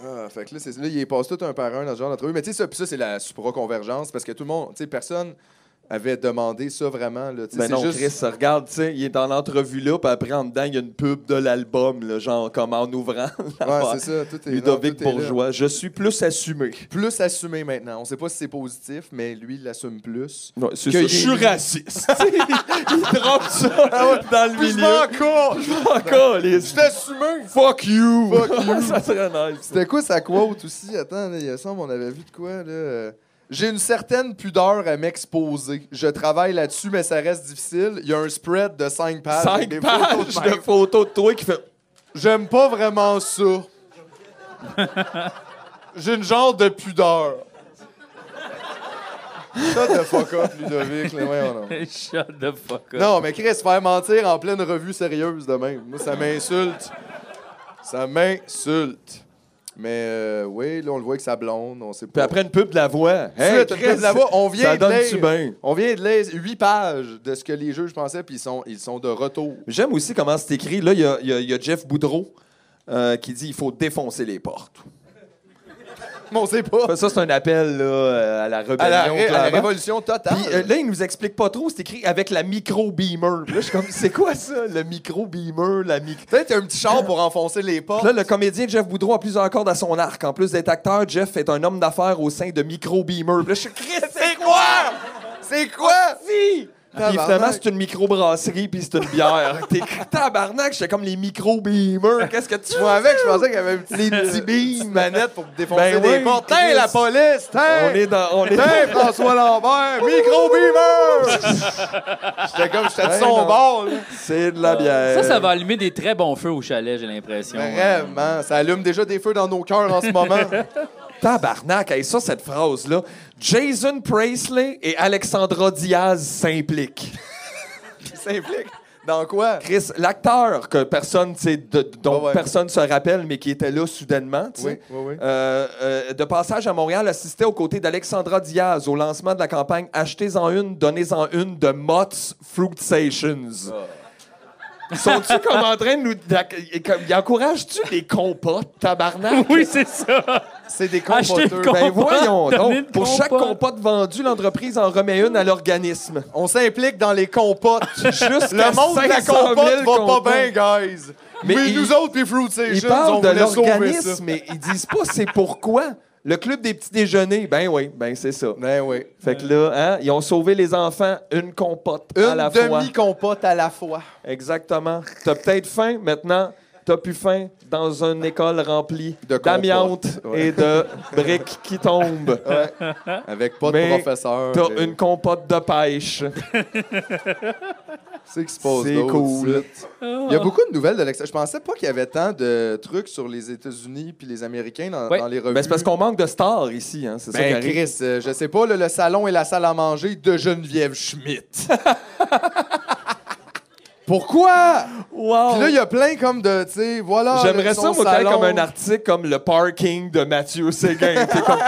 Speaker 2: Ah, fait que là, c'est, là, il passe tout un par un dans ce genre d'entrevue. Mais tu sais, ça, puis ça, c'est la supraconvergence parce que tout le monde, tu sais, personne avait demandé ça vraiment. Là, Tu sais,
Speaker 4: Ben
Speaker 2: c'est
Speaker 4: non,
Speaker 2: juste.
Speaker 4: Chris, regarde, tu sais, il est dans l'entrevue là, puis après, en dedans, il y a une pub de l'album, là, genre, comme en ouvrant.
Speaker 2: Ouais, c'est ça. Tout est
Speaker 4: Ludovic
Speaker 2: tout est là.
Speaker 4: Bourgeois. Je suis plus assumé.
Speaker 2: Plus assumé maintenant. On sait pas si c'est positif, mais lui, il l'assume plus.
Speaker 4: Ouais, c'est
Speaker 2: Que
Speaker 4: ça.
Speaker 2: il-
Speaker 4: Je suis raciste. il drop ça
Speaker 2: Ah
Speaker 4: dans le
Speaker 2: Plus
Speaker 4: milieu.
Speaker 2: encore!
Speaker 4: Encore, les...
Speaker 2: Je t'assume!
Speaker 4: Fuck you!
Speaker 2: Fuck you.
Speaker 4: ça serait nice.
Speaker 2: C'était quoi sa quote aussi? Attends, là, il me semble on avait vu de quoi, là. euh, J'ai une certaine pudeur à m'exposer. Je travaille là-dessus, mais ça reste difficile. Il y a un spread de 5 pages. avec
Speaker 4: Cinq
Speaker 2: des
Speaker 4: pages
Speaker 2: photos de
Speaker 4: de
Speaker 2: même.
Speaker 4: photos de toi qui fait.
Speaker 2: J'aime pas vraiment ça. J'ai une genre de pudeur. Ça te fuck up, Ludovic. Là, voyons donc.
Speaker 1: Shut the fuck up.
Speaker 2: Non, mais Chris, faire mentir en pleine revue sérieuse de même, moi, ça m'insulte. Ça m'insulte. Mais euh, oui, là, on le voit que sa blonde, on sait pas.
Speaker 4: Puis après une pub de la voix.
Speaker 2: Hey,
Speaker 4: Hey,
Speaker 2: Chris,
Speaker 4: Chris,
Speaker 2: de la voix, on vient
Speaker 4: ça
Speaker 2: de
Speaker 4: donne-tu
Speaker 2: lire-
Speaker 4: bien?
Speaker 2: On vient de lire huit pages de ce que les juges pensaient, puis ils sont, ils sont de retour.
Speaker 4: J'aime aussi comment c'est écrit. Là, il y a, il y a- il y a Jeff Boudreau euh, qui dit il faut défoncer les portes.
Speaker 2: Mais on sait pas.
Speaker 4: Ça, c'est un appel là, euh, à la rébellion.
Speaker 2: À la, ré- à la
Speaker 4: clairement.
Speaker 2: révolution totale.
Speaker 4: Puis euh, là, il nous explique pas trop. C'est écrit avec la micro-beamer. Puis Là, je suis comme, c'est quoi ça, le micro-beamer, la micro...
Speaker 2: Peut-être un petit char pour enfoncer les portes.
Speaker 4: Puis Là, le comédien Jeff Boudreau a plusieurs cordes à son arc. En plus d'être acteur, Jeff est un homme d'affaires au sein de Micro-Beamer. Puis Là, je suis Chris, c'est quoi?
Speaker 2: C'est quoi?
Speaker 4: Si! Puis
Speaker 2: Tabarnak.
Speaker 4: finalement, c'est une microbrasserie, puis c'est une bière. T'es tabarnak, j'étais comme les micro-beamers. Qu'est-ce que tu
Speaker 2: Moi,
Speaker 4: vois?
Speaker 2: avec, je pensais qu'il y avait un petit, petit beam, manette pour défoncer
Speaker 4: Ben
Speaker 2: des
Speaker 4: oui,
Speaker 2: portes.
Speaker 4: Chris.
Speaker 2: Tiens, la police! Tiens!
Speaker 4: On est dans. On est
Speaker 2: Tiens, François Lambert! Micro-beamer! J'étais comme, j'étais de
Speaker 4: Ben
Speaker 2: son
Speaker 4: non.
Speaker 2: bord, là.
Speaker 4: C'est de la bière.
Speaker 1: Ça, ça va allumer des très bons feux au chalet, j'ai l'impression.
Speaker 2: Ben, Vraiment, ça allume déjà des feux dans nos cœurs en ce moment.
Speaker 4: Tabarnak, hey, ça, cette phrase-là. Jason Priestley et Alexandra Diaz s'impliquent.
Speaker 2: Ça implique dans quoi?
Speaker 4: Chris, l'acteur que personne, tu sais, de- dont
Speaker 2: Ah ouais.
Speaker 4: personne se rappelle, mais qui était là soudainement, tu sais,
Speaker 2: Oui, oui, oui.
Speaker 4: euh, euh, de passage à Montréal, assistait aux côtés d'Alexandra Diaz au lancement de la campagne Achetez-en une, donnez-en une de Mott's Fruit Stations.
Speaker 2: Ah.
Speaker 4: Sont-tu comme en train de nous. d'ac- et comme- y Encourages-tu les compotes, tabarnak?
Speaker 1: Oui, c'est ça.
Speaker 2: C'est des
Speaker 1: Acheter une
Speaker 2: compoteurs.
Speaker 4: Ben voyons
Speaker 1: Compote, donnez
Speaker 4: donc,
Speaker 1: une
Speaker 4: pour chaque
Speaker 1: compote.
Speaker 4: compote vendue, l'entreprise en remet une à l'organisme.
Speaker 2: On s'implique dans les compotes.
Speaker 4: Jusqu'à
Speaker 2: Ben, Le monde de la
Speaker 4: 500 000
Speaker 2: compote va
Speaker 4: compotes.
Speaker 2: pas bien, guys.
Speaker 4: Mais
Speaker 2: Mais,
Speaker 4: il-
Speaker 2: nous autres, puis Fruit
Speaker 4: Ils
Speaker 2: Station, on
Speaker 4: parlent de
Speaker 2: voulait sauver ça.
Speaker 4: l'organisme, mais ils disent pas c'est pourquoi. Le club des petits déjeuners, ben oui, ben c'est ça.
Speaker 2: Ben oui.
Speaker 4: Fait que là, hein, ils ont sauvé les enfants une compote
Speaker 2: Une
Speaker 4: à la fois.
Speaker 2: demi-compote à la fois.
Speaker 4: Exactement. T'as peut-être faim maintenant. T'as plus faim dans une école remplie
Speaker 2: De compotes,
Speaker 4: d'amiante
Speaker 2: ouais.
Speaker 4: et de briques qui tombent.
Speaker 2: Avec pas
Speaker 4: Mais
Speaker 2: de professeur.
Speaker 4: T'as
Speaker 2: mais-
Speaker 4: une compote de pêche.
Speaker 2: C'est qui se passe
Speaker 4: C'est
Speaker 2: d'autre,
Speaker 4: cool.
Speaker 2: ici?
Speaker 1: Ah.
Speaker 2: Il y a beaucoup de nouvelles de l'extérieur. Je pensais pas qu'il y avait tant de trucs sur les États-Unis puis les Américains dans,
Speaker 1: Ouais.
Speaker 2: dans les revues.
Speaker 4: Ben, c'est parce qu'on manque de stars ici, hein, c'est ça qui
Speaker 2: Ben,
Speaker 4: arrive.
Speaker 2: Chris, euh, je sais pas, là, le salon et la salle à manger de Geneviève Schmidt. Pourquoi?
Speaker 4: Wow!
Speaker 2: Puis là, il y a plein comme de, tu sais, voilà.
Speaker 4: J'aimerais
Speaker 2: le-
Speaker 4: ça,
Speaker 2: son
Speaker 4: moi, qu'il y ait
Speaker 2: salon.
Speaker 4: comme un article comme le parking de Mathieu Séguin. T'es comme-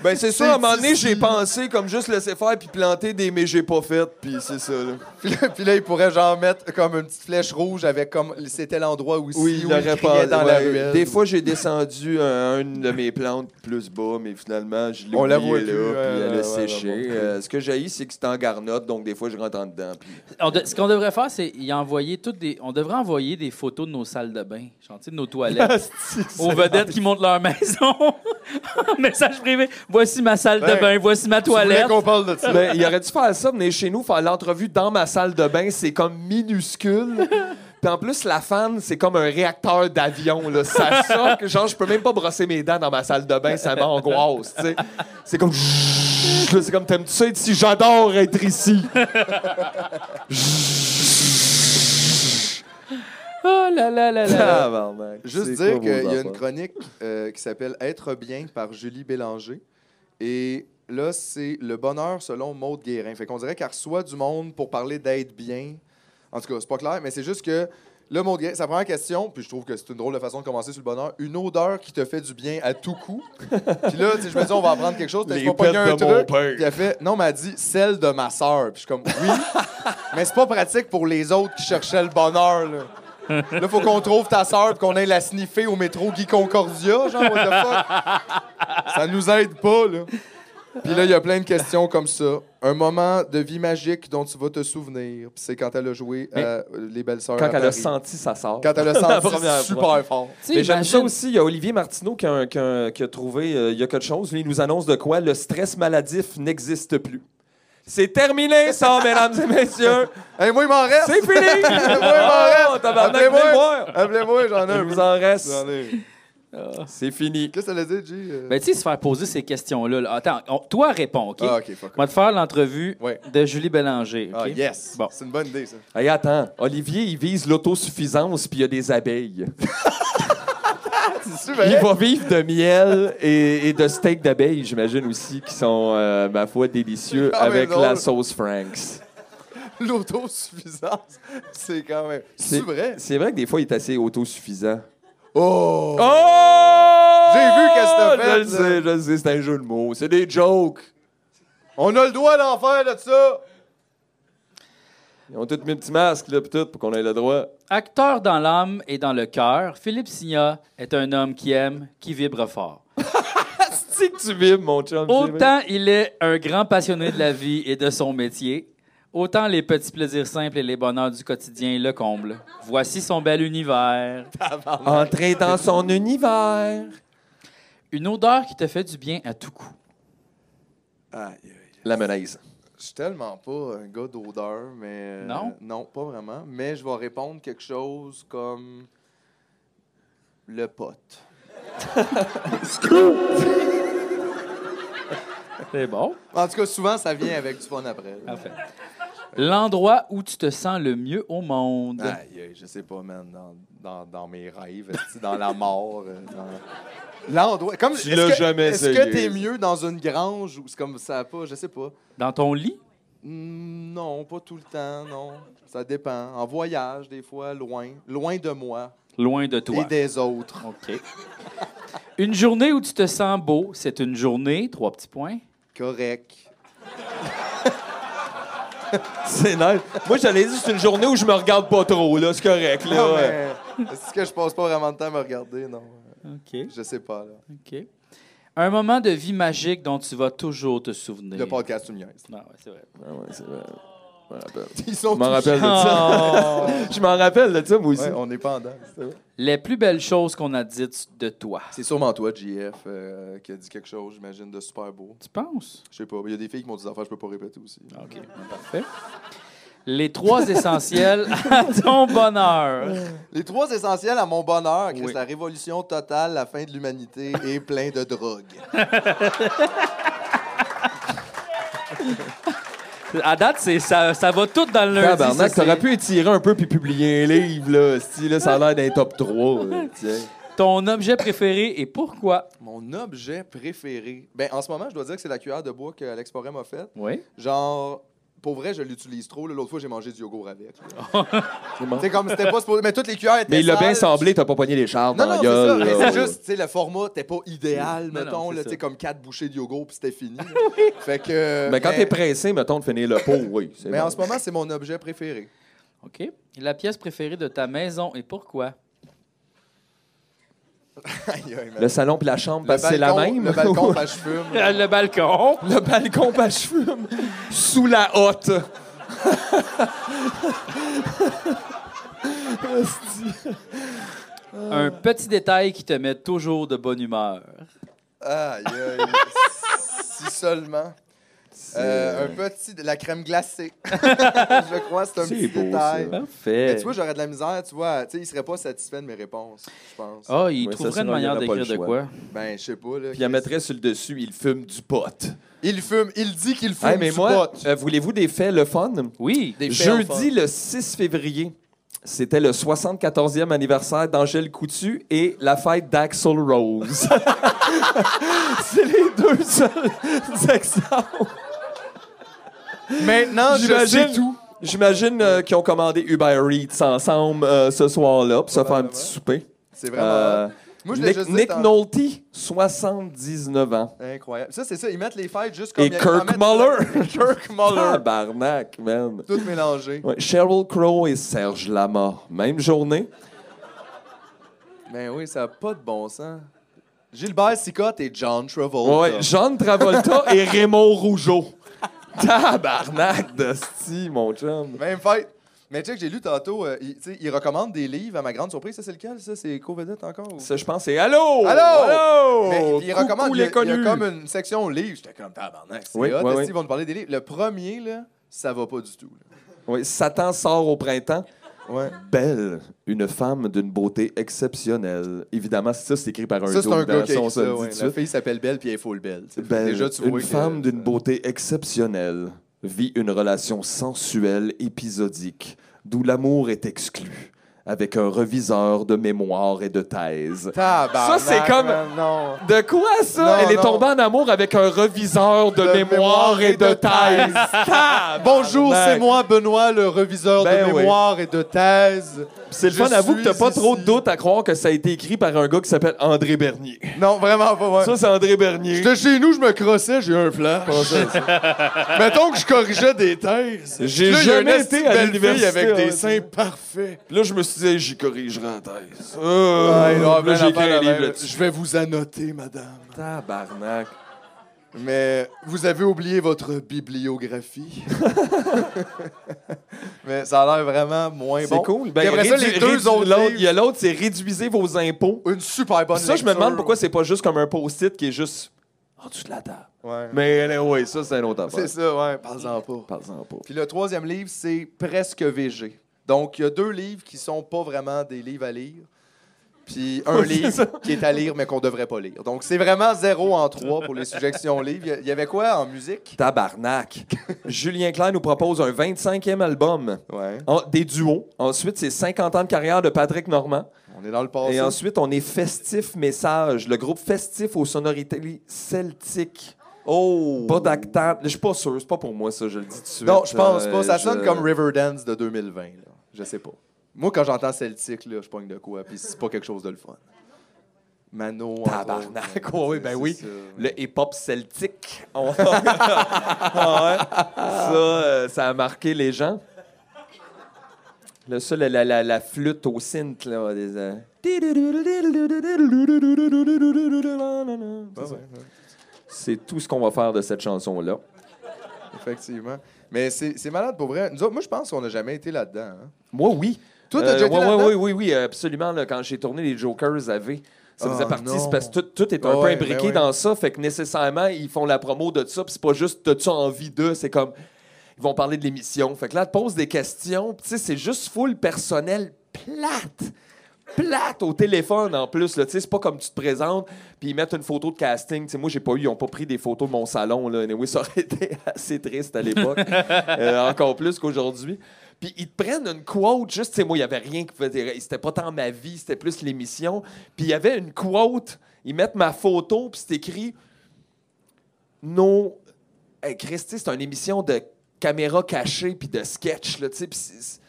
Speaker 4: ben, c'est ça, à un moment donné, j'ai pensé comme juste laisser faire puis planter des mais j'ai pas fait, puis c'est ça, là.
Speaker 2: Puis là, puis là, il pourrait genre mettre comme une petite flèche rouge avec comme c'était l'endroit où
Speaker 4: Oui,
Speaker 2: si,
Speaker 4: il
Speaker 2: où
Speaker 4: aurait
Speaker 2: criait
Speaker 4: pas.
Speaker 2: dans la
Speaker 4: ouais.
Speaker 2: ruelle.
Speaker 4: Des fois, j'ai descendu un, une de mes plantes plus bas, mais finalement, je l'ai
Speaker 2: On la
Speaker 4: oublié,
Speaker 2: voit
Speaker 4: là,
Speaker 2: plus,
Speaker 4: puis
Speaker 2: ouais,
Speaker 4: elle a
Speaker 2: ouais, ouais,
Speaker 4: séché.
Speaker 2: ouais, ouais.
Speaker 4: Euh, ce que j'ai c'est que c'est en garnotte, donc des fois, je rentre en dedans. puis-
Speaker 1: On de- ce qu'on devrait faire, c'est y envoyer toutes des. On devrait envoyer des photos de nos salles de bain, genre, tu sais, de nos toilettes, aux vedettes qui montent leur maison. En Message privé. Voici ma salle de
Speaker 2: Ben,
Speaker 1: bain, voici ma toilette.
Speaker 2: qu'on parle de ça.
Speaker 4: Mais il aurait dû faire ça, venir chez nous, faire l'entrevue dans ma salle de bain, c'est comme minuscule. Puis en plus, la fan, c'est comme un réacteur d'avion. Là. Ça choque. Genre, je peux même pas brosser mes dents dans ma salle de bain, ça m'angoisse. tu sais. C'est comme. Là, C'est comme, t'aimes-tu ça être ici? J'adore être ici.
Speaker 1: Oh là là là là.
Speaker 4: Tabarnak.
Speaker 2: Juste
Speaker 4: C'est
Speaker 2: dire
Speaker 4: quoi vos
Speaker 2: qu'il y a une
Speaker 4: affaires?
Speaker 2: chronique euh, qui s'appelle Être bien par Julie Bélanger. Et là, c'est le bonheur selon Maude Guérin. Fait qu'on dirait qu'elle reçoit du monde pour parler d'être bien. En tout cas, c'est pas clair, mais c'est juste que là, Maude Guérin, sa première question, puis je trouve que c'est une drôle de façon de commencer sur le bonheur, une odeur qui te fait du bien à tout coup. puis là, tu sais, je me dis, on va apprendre quelque chose.
Speaker 4: Les
Speaker 2: T'as pas pogné
Speaker 4: pets
Speaker 2: un
Speaker 4: de mon
Speaker 2: truc.
Speaker 4: père.
Speaker 2: Puis elle fait, non, mais elle dit, celle de ma sœur. Puis je suis comme, oui, mais c'est pas pratique pour les autres qui cherchaient le bonheur, là. Là, faut qu'on trouve ta sœur puis qu'on aille la sniffer au métro Guy Concordia, genre, what the fuck? Ça nous aide pas, là. Puis là, il y a plein de questions comme ça. Un moment de vie magique dont tu vas te souvenir, puis c'est quand elle a joué à
Speaker 4: Mais
Speaker 2: euh, Les Belles Sœurs.
Speaker 4: Quand
Speaker 2: à
Speaker 4: elle a
Speaker 2: Paris.
Speaker 4: senti sa sort.
Speaker 2: Quand elle a
Speaker 4: La
Speaker 2: senti
Speaker 4: première
Speaker 2: super
Speaker 4: fois.
Speaker 2: fort.
Speaker 1: Tu sais,
Speaker 4: Mais j'aime ça
Speaker 1: imagine-
Speaker 4: aussi. Il y a Olivier Martineau qui a, un- qui a un- qui a trouvé, euh, il y a quelque chose. Lui, il nous annonce de quoi le stress maladif n'existe plus. C'est terminé, ça, mesdames et messieurs.
Speaker 2: Hey, moi, il m'en reste!
Speaker 4: C'est fini.
Speaker 2: Moi, il m'en
Speaker 4: Oh,
Speaker 2: reste!
Speaker 4: tabarnak,
Speaker 2: Appelez-moi.
Speaker 4: venez voir.
Speaker 2: Appelez-moi, j'en ai
Speaker 4: Il
Speaker 2: un.
Speaker 4: vous en reste.
Speaker 2: J'en ai un.
Speaker 4: C'est fini.
Speaker 2: Qu'est-ce que ça veut dire, G? Euh,
Speaker 1: Ben, tu sais, se faire poser ces questions-là. là. Attends, on- toi, réponds, OK?
Speaker 2: Ah, OK, fuck.
Speaker 1: On va te faire l'entrevue
Speaker 2: Ouais.
Speaker 1: de Julie Bélanger. OK?
Speaker 2: Ah, yes!
Speaker 1: Bon.
Speaker 2: C'est une bonne idée, ça.
Speaker 4: Hey, attends. Olivier, il vise l'autosuffisance puis il y a des abeilles.
Speaker 2: C'est
Speaker 4: Il va vivre de miel et, et de steak d'abeilles, j'imagine aussi, qui sont, euh, ma foi, délicieux
Speaker 2: Ah, mais
Speaker 4: avec la
Speaker 2: drôle.
Speaker 4: sauce Franks.
Speaker 2: L'autosuffisance, c'est quand même...
Speaker 4: C'est-
Speaker 2: C'est vrai?
Speaker 4: C'est vrai que des fois, il est assez autosuffisant.
Speaker 2: Oh!
Speaker 4: Oh!
Speaker 2: J'ai vu qu'est-ce que t'as
Speaker 4: Je
Speaker 2: fait,
Speaker 4: le
Speaker 2: là.
Speaker 4: sais, je le sais, c'est un jeu de mots. C'est des jokes.
Speaker 2: On a le doigt à l'enfer de ça!
Speaker 4: Ils ont tous mis un petit masque, là, pis tout, pour qu'on ait le droit.
Speaker 1: Acteur dans l'âme et dans le cœur, Philippe Signa est un homme qui aime, qui vibre fort.
Speaker 4: C'est que tu vibres, mon chum. c'est vrai.
Speaker 1: Autant il est un grand passionné de la vie et de son métier, autant les petits plaisirs simples et les bonheurs du quotidien le comblent. Voici son bel univers.
Speaker 4: Entrer dans son univers.
Speaker 1: Une odeur qui te fait du bien à tout coup.
Speaker 4: La menace.
Speaker 2: Je suis tellement pas un gars d'odeur, mais. euh,
Speaker 1: Non?
Speaker 2: Non, pas vraiment. Mais je vais répondre quelque chose comme. Le pote.
Speaker 1: C'est bon.
Speaker 2: En tout cas, souvent, ça vient avec du fun après. là.
Speaker 1: Parfait. L'endroit où tu te sens le mieux au monde.
Speaker 2: Aïe, aïe, je sais pas, man. Dans, dans, dans mes rêves, esti, dans la mort. euh, dans- L'endroit. Comme
Speaker 4: Tu
Speaker 2: est-ce
Speaker 4: l'as
Speaker 2: que-
Speaker 4: jamais
Speaker 2: Est-ce
Speaker 4: essayé.
Speaker 2: que t'es mieux dans une grange ou c'est comme ça a pas, je sais pas.
Speaker 1: Dans ton lit?
Speaker 2: Mm, Non, pas tout le temps, non. Ça dépend. En voyage, des fois, loin. Loin de moi
Speaker 1: Loin de toi.
Speaker 2: et des autres.
Speaker 1: OK. Une journée où tu te sens beau, c'est une journée, trois petits points.
Speaker 2: Correct.
Speaker 4: C'est nice. Moi, j'allais dire, c'est une journée où je me regarde pas trop, là. C'est correct, là.
Speaker 2: Non,
Speaker 4: ouais.
Speaker 2: mais Est-ce que je passe pas vraiment de temps à me regarder? Non.
Speaker 1: OK.
Speaker 2: Je sais pas, là.
Speaker 1: OK. Un moment de vie magique dont tu vas toujours te
Speaker 4: Ben,
Speaker 1: souvenir.
Speaker 2: Le podcast, tu me niaises.
Speaker 1: Non, ouais, c'est vrai.
Speaker 4: Ah ouais, c'est vrai. Je m'en rappelle.
Speaker 2: Ils sont
Speaker 4: Je m'en
Speaker 2: tous-
Speaker 4: rappelle de ça.
Speaker 1: Oh!
Speaker 4: Je m'en rappelle de ça, moi aussi.
Speaker 2: Ouais, on est pas en dedans, c'est vrai.
Speaker 1: Les plus belles choses qu'on a dites de toi.
Speaker 2: C'est sûrement toi, JF, euh, qui a dit quelque chose, j'imagine, de super beau.
Speaker 1: Tu penses?
Speaker 2: Je sais pas. Il y a des filles qui m'ont dit des affaires, je peux pas répéter aussi.
Speaker 4: Ah.
Speaker 1: OK, parfait. Les trois essentiels à ton bonheur.
Speaker 2: Les trois essentiels à mon bonheur, Chris,
Speaker 1: Oui.
Speaker 2: la révolution totale, la fin de l'humanité et plein de drogues.
Speaker 1: À date, c'est ça, ça va tout dans le lundi.
Speaker 4: Tabarnak,
Speaker 1: ça,
Speaker 4: t'aurais
Speaker 1: c'est-
Speaker 4: pu étirer un peu puis publier un livre, là. Style, là, ça a l'air d'un top euh, 3. là, tiens.
Speaker 1: Ton objet préféré et pourquoi?
Speaker 2: Mon objet préféré. Ben, en ce moment, je dois dire que c'est la cuillère de bois que Alex Porem m'a faite.
Speaker 1: Oui.
Speaker 2: Genre, Pour vrai, je l'utilise trop. là. L'autre fois, j'ai mangé du yogourt avec. C'est comme, c'était pas supposé. Mais toutes les cuillères étaient
Speaker 4: Mais il l'a bien
Speaker 2: sales.
Speaker 4: semblé, t'as pas pogné les chars
Speaker 2: Non, non,
Speaker 4: dans la
Speaker 2: c'est ça.
Speaker 4: gueule.
Speaker 2: Mais
Speaker 4: là.
Speaker 2: c'est juste, tu sais, le format t'es pas idéal,
Speaker 1: Non, non,
Speaker 2: mettons,
Speaker 1: c'est
Speaker 2: là,
Speaker 1: ça.
Speaker 2: tu sais, comme quatre bouchées de yogourt, puis c'était fini. Fait que.
Speaker 4: Mais quand t'es pressé, mettons, de finir le pot, oui. c'est
Speaker 2: Euh, Mais
Speaker 4: bon.
Speaker 2: en ce moment, c'est mon objet préféré.
Speaker 1: OK. La pièce préférée de ta maison et pourquoi?
Speaker 2: Aïe, aïe, man.
Speaker 4: Le salon puis la chambre,
Speaker 2: Le
Speaker 4: parce que c'est la
Speaker 2: balcon-
Speaker 4: même.
Speaker 2: Le balcon, ben, je fume.
Speaker 1: Euh, Le balcon.
Speaker 4: Le balcon pas fume sous la hotte.
Speaker 1: Un petit détail qui te met toujours de bonne humeur.
Speaker 2: Aïe, aïe. si seulement. Euh, un petit. La crème glacée. je crois, c'est un
Speaker 4: C'est
Speaker 2: petit
Speaker 4: beau,
Speaker 2: détail.
Speaker 4: ça.
Speaker 2: Mais
Speaker 1: Parfait.
Speaker 2: tu vois, j'aurais de la misère, tu vois. Tu sais, il serait pas satisfait de mes réponses, je pense.
Speaker 1: Ah, il
Speaker 4: Ouais, ça,
Speaker 1: trouverait
Speaker 4: c'est
Speaker 1: une
Speaker 4: vrai, il y
Speaker 1: manière
Speaker 4: en a pas le
Speaker 1: d'écrire de
Speaker 4: choix.
Speaker 1: quoi.
Speaker 2: Ben, je sais pas, là.
Speaker 4: Puis il en mettrait sur le dessus, il fume du pot.
Speaker 2: Il fume, il dit qu'il fume
Speaker 4: Hey, mais
Speaker 2: du
Speaker 4: moi,
Speaker 2: pot.
Speaker 4: euh, voulez-vous des faits le fun?
Speaker 1: Oui.
Speaker 2: Des faits au fond.
Speaker 4: Jeudi le 6 février, c'était le 74e anniversaire d'Angèle Coutu et la fête d'Axel Rose. C'est les deux seuls exemples.
Speaker 2: Maintenant, je sais
Speaker 4: J'imagine
Speaker 2: tout.
Speaker 4: Ah, J'imagine euh, qu'ils ont commandé Uber Eats ensemble euh, ce soir-là pour se faire un petit souper.
Speaker 2: C'est vraiment.
Speaker 4: Euh,
Speaker 2: moi, je l'ai
Speaker 4: Nick,
Speaker 2: juste dit,
Speaker 4: Nick
Speaker 2: c'est en-
Speaker 4: Nolte, 79 ans.
Speaker 2: Incroyable. Ça, c'est ça. Ils mettent les fêtes juste comme.
Speaker 4: Et
Speaker 2: ils- ils en
Speaker 4: Kirk
Speaker 2: mettent-
Speaker 4: Muller.
Speaker 2: Kirk Muller.
Speaker 4: Tabarnak, man.
Speaker 2: Tout mélangé.
Speaker 4: Ouais, Sheryl Crow et Serge Lama. Même journée.
Speaker 2: Mais Ben oui, ça n'a pas de bon sens. Gilbert Sicotte et John Travolta.
Speaker 4: Ouais, John Travolta et Raymond Rougeau. Tabarnak de sti, mon chum.
Speaker 2: Même fête. Mais tu sais que j'ai lu tantôt, euh, il, tu sais, il recommande des livres à ma grande surprise. Ça, c'est lequel? Ça, c'est Co-Vedette encore? ou-
Speaker 4: Ça, je pense, c'est Allô!
Speaker 2: Allô!
Speaker 4: Allô!
Speaker 2: Mais il
Speaker 4: Coucou,
Speaker 2: recommande, il y, a,
Speaker 4: les connus.
Speaker 2: il y a comme une section livres. J'étais comme tabarnak, c'est
Speaker 4: Oui,
Speaker 2: hot.
Speaker 4: oui,
Speaker 2: est-ce
Speaker 4: oui.
Speaker 2: qu'ils vont nous parler des livres? Le premier, là, ça va pas du tout. là.
Speaker 4: Oui, Satan sort au printemps.
Speaker 2: Ouais.
Speaker 4: Belle, une femme d'une beauté exceptionnelle. Évidemment, ça, c'est écrit par un
Speaker 2: Ça, c'est un
Speaker 4: dos dans-
Speaker 2: gars qui a
Speaker 4: ça, on
Speaker 2: écrit
Speaker 4: se
Speaker 2: ça.
Speaker 4: le dit
Speaker 2: ouais.
Speaker 4: tout de
Speaker 2: La
Speaker 4: suite.
Speaker 2: fille s'appelle Belle, puis elle est full belle. tu sais.
Speaker 4: Belle,
Speaker 2: Déjà, tu
Speaker 4: une
Speaker 2: vois que- euh,
Speaker 4: femme d'une beauté exceptionnelle vit une relation sensuelle épisodique, d'où l'amour est exclu, avec un reviseur de mémoire et de thèse.
Speaker 2: Tabarnak,
Speaker 4: Ça, c'est comme-
Speaker 2: man, Non.
Speaker 4: De quoi ça?
Speaker 2: Non,
Speaker 4: Elle est
Speaker 2: non.
Speaker 4: tombée en amour avec un reviseur de,
Speaker 2: De
Speaker 4: mémoire, et de, thèse.
Speaker 2: Bonjour,
Speaker 4: Tabarnak.
Speaker 2: c'est moi, Benoît, le reviseur
Speaker 4: Ben
Speaker 2: de
Speaker 4: oui.
Speaker 2: mémoire et de thèse.
Speaker 4: C'est le
Speaker 2: Je
Speaker 4: fun, avoue que t'as
Speaker 2: suis
Speaker 4: pas
Speaker 2: ici.
Speaker 4: trop de doute à croire que ça a été écrit par un gars qui s'appelle André Bernier.
Speaker 2: Non, vraiment pas, ouais.
Speaker 4: Ça, c'est André Bernier.
Speaker 2: J'étais chez nous, je me crossais, j'ai eu un flash. Mettons que je corrigeais des thèses.
Speaker 4: J'ai
Speaker 2: Là, il y a une
Speaker 4: jamais été
Speaker 2: esti
Speaker 4: à
Speaker 2: belle
Speaker 4: l'université.
Speaker 2: fille avec des
Speaker 4: ouais.
Speaker 2: seins parfaits.
Speaker 4: Puis Là, je me suis dit, j'y corrigerai en thèse.
Speaker 2: Ouais, là,
Speaker 4: là, j'ai écrit
Speaker 2: plein
Speaker 4: un
Speaker 2: d'affaires,
Speaker 4: livre
Speaker 2: là.
Speaker 4: là-dessus.
Speaker 2: Je vais vous annoter, madame.
Speaker 4: Tabarnak.
Speaker 2: Mais vous avez oublié votre bibliographie. Mais ça a l'air vraiment moins
Speaker 4: C'est
Speaker 2: bon.
Speaker 4: cool.
Speaker 2: Puis
Speaker 4: Ben,
Speaker 2: après ça,
Speaker 4: rédu-
Speaker 2: les deux
Speaker 4: rédu-
Speaker 2: autres
Speaker 4: l'autre-
Speaker 2: livres.
Speaker 4: Il y a l'autre, c'est réduisez vos impôts.
Speaker 2: Une super bonne
Speaker 4: Puis ça, je me
Speaker 2: lecture.
Speaker 4: demande pourquoi c'est pas juste comme un post-it qui est juste en dessous de la table.
Speaker 2: Ouais.
Speaker 4: Mais oui, ça, c'est un autre affaire.
Speaker 2: C'est ça, ouais. Parle-en pas.
Speaker 4: Parle-en pas.
Speaker 2: Puis le troisième livre, c'est Presque VG. Donc, il y a deux livres qui sont pas vraiment des livres à lire. Puis un
Speaker 4: Ouais, c'est ça.
Speaker 2: livre qui est à lire, mais qu'on devrait pas lire. Donc, c'est vraiment zéro en trois pour les suggestions livres. Il y a- Il y avait quoi en musique?
Speaker 4: Tabarnak. Julien Clerc nous propose un 25e album,
Speaker 2: Ouais.
Speaker 4: en- des duos. Ensuite, c'est 50 ans de carrière de Patrick Normand.
Speaker 2: On est dans le passé.
Speaker 4: Et ensuite, on est Festif Message, le groupe festif aux sonorités celtiques.
Speaker 2: oh!
Speaker 4: Pas d'acteur. Je suis pas sûr, c'est pas pour moi ça, je le dis tout de suite.
Speaker 2: Non, je pense
Speaker 4: Euh,
Speaker 2: pas. Ça
Speaker 4: je-
Speaker 2: sonne comme Riverdance de 2020. Là. Je sais pas. Moi, quand j'entends Celtic, là, je pogne de quoi. Puis c'est pas quelque chose de le fun. Mano. entre
Speaker 4: Tabarnak,
Speaker 2: autres,
Speaker 4: ouais,
Speaker 2: là, c'est- c'est
Speaker 4: ouais, ben oui.
Speaker 2: ça.
Speaker 4: Le hip-hop celtique. On- Ah ouais. Ça, euh, ça a marqué les gens. Le seul, la, la, la flûte au synth, là. Des, euh, euh,
Speaker 2: Ouais, ouais, ouais.
Speaker 4: C'est tout ce qu'on va faire de cette chanson-là.
Speaker 2: Effectivement. Mais c'est c'est malade pour vrai. Nous autres, moi, je pense qu'on n'a jamais été là-dedans. hein.
Speaker 4: Moi, oui.
Speaker 2: Toi, t'as déjà été
Speaker 4: Euh, ouais, ouais,
Speaker 2: là-dedans?
Speaker 4: oui, oui, oui, euh, absolument. là, quand j'ai tourné les Jokers à V, ça faisait
Speaker 2: Oh,
Speaker 4: partie.
Speaker 2: non.
Speaker 4: c'est parce que tout, tout est un
Speaker 2: Ah
Speaker 4: peu
Speaker 2: ouais,
Speaker 4: imbriqué
Speaker 2: ben ouais.
Speaker 4: dans ça. Fait que nécessairement, ils font la promo de ça. Puis c'est pas juste t'as-tu envie de. C'est comme. Ils vont parler de l'émission. Fait que là, te pose des questions. Puis tu sais, c'est juste full personnel plate. Plate au téléphone en plus. là. Tu sais, c'est pas comme tu te présentes. Puis ils mettent une photo de casting. Tu sais, moi, j'ai pas eu. Ils ont pas pris des photos de mon salon. Là. Anyway, ça aurait été assez triste à l'époque. Euh, encore plus qu'aujourd'hui. Puis ils te prennent une quote, juste, tu sais, moi, il n'y avait rien qui faisait. C'était pas tant ma vie, c'était plus l'émission. Puis il y avait une quote, ils mettent ma photo, puis c'est écrit Non. Hey, Christy, c'est une émission de caméra cachée puis de sketch. Là, tu sais, puis c'est- c'est-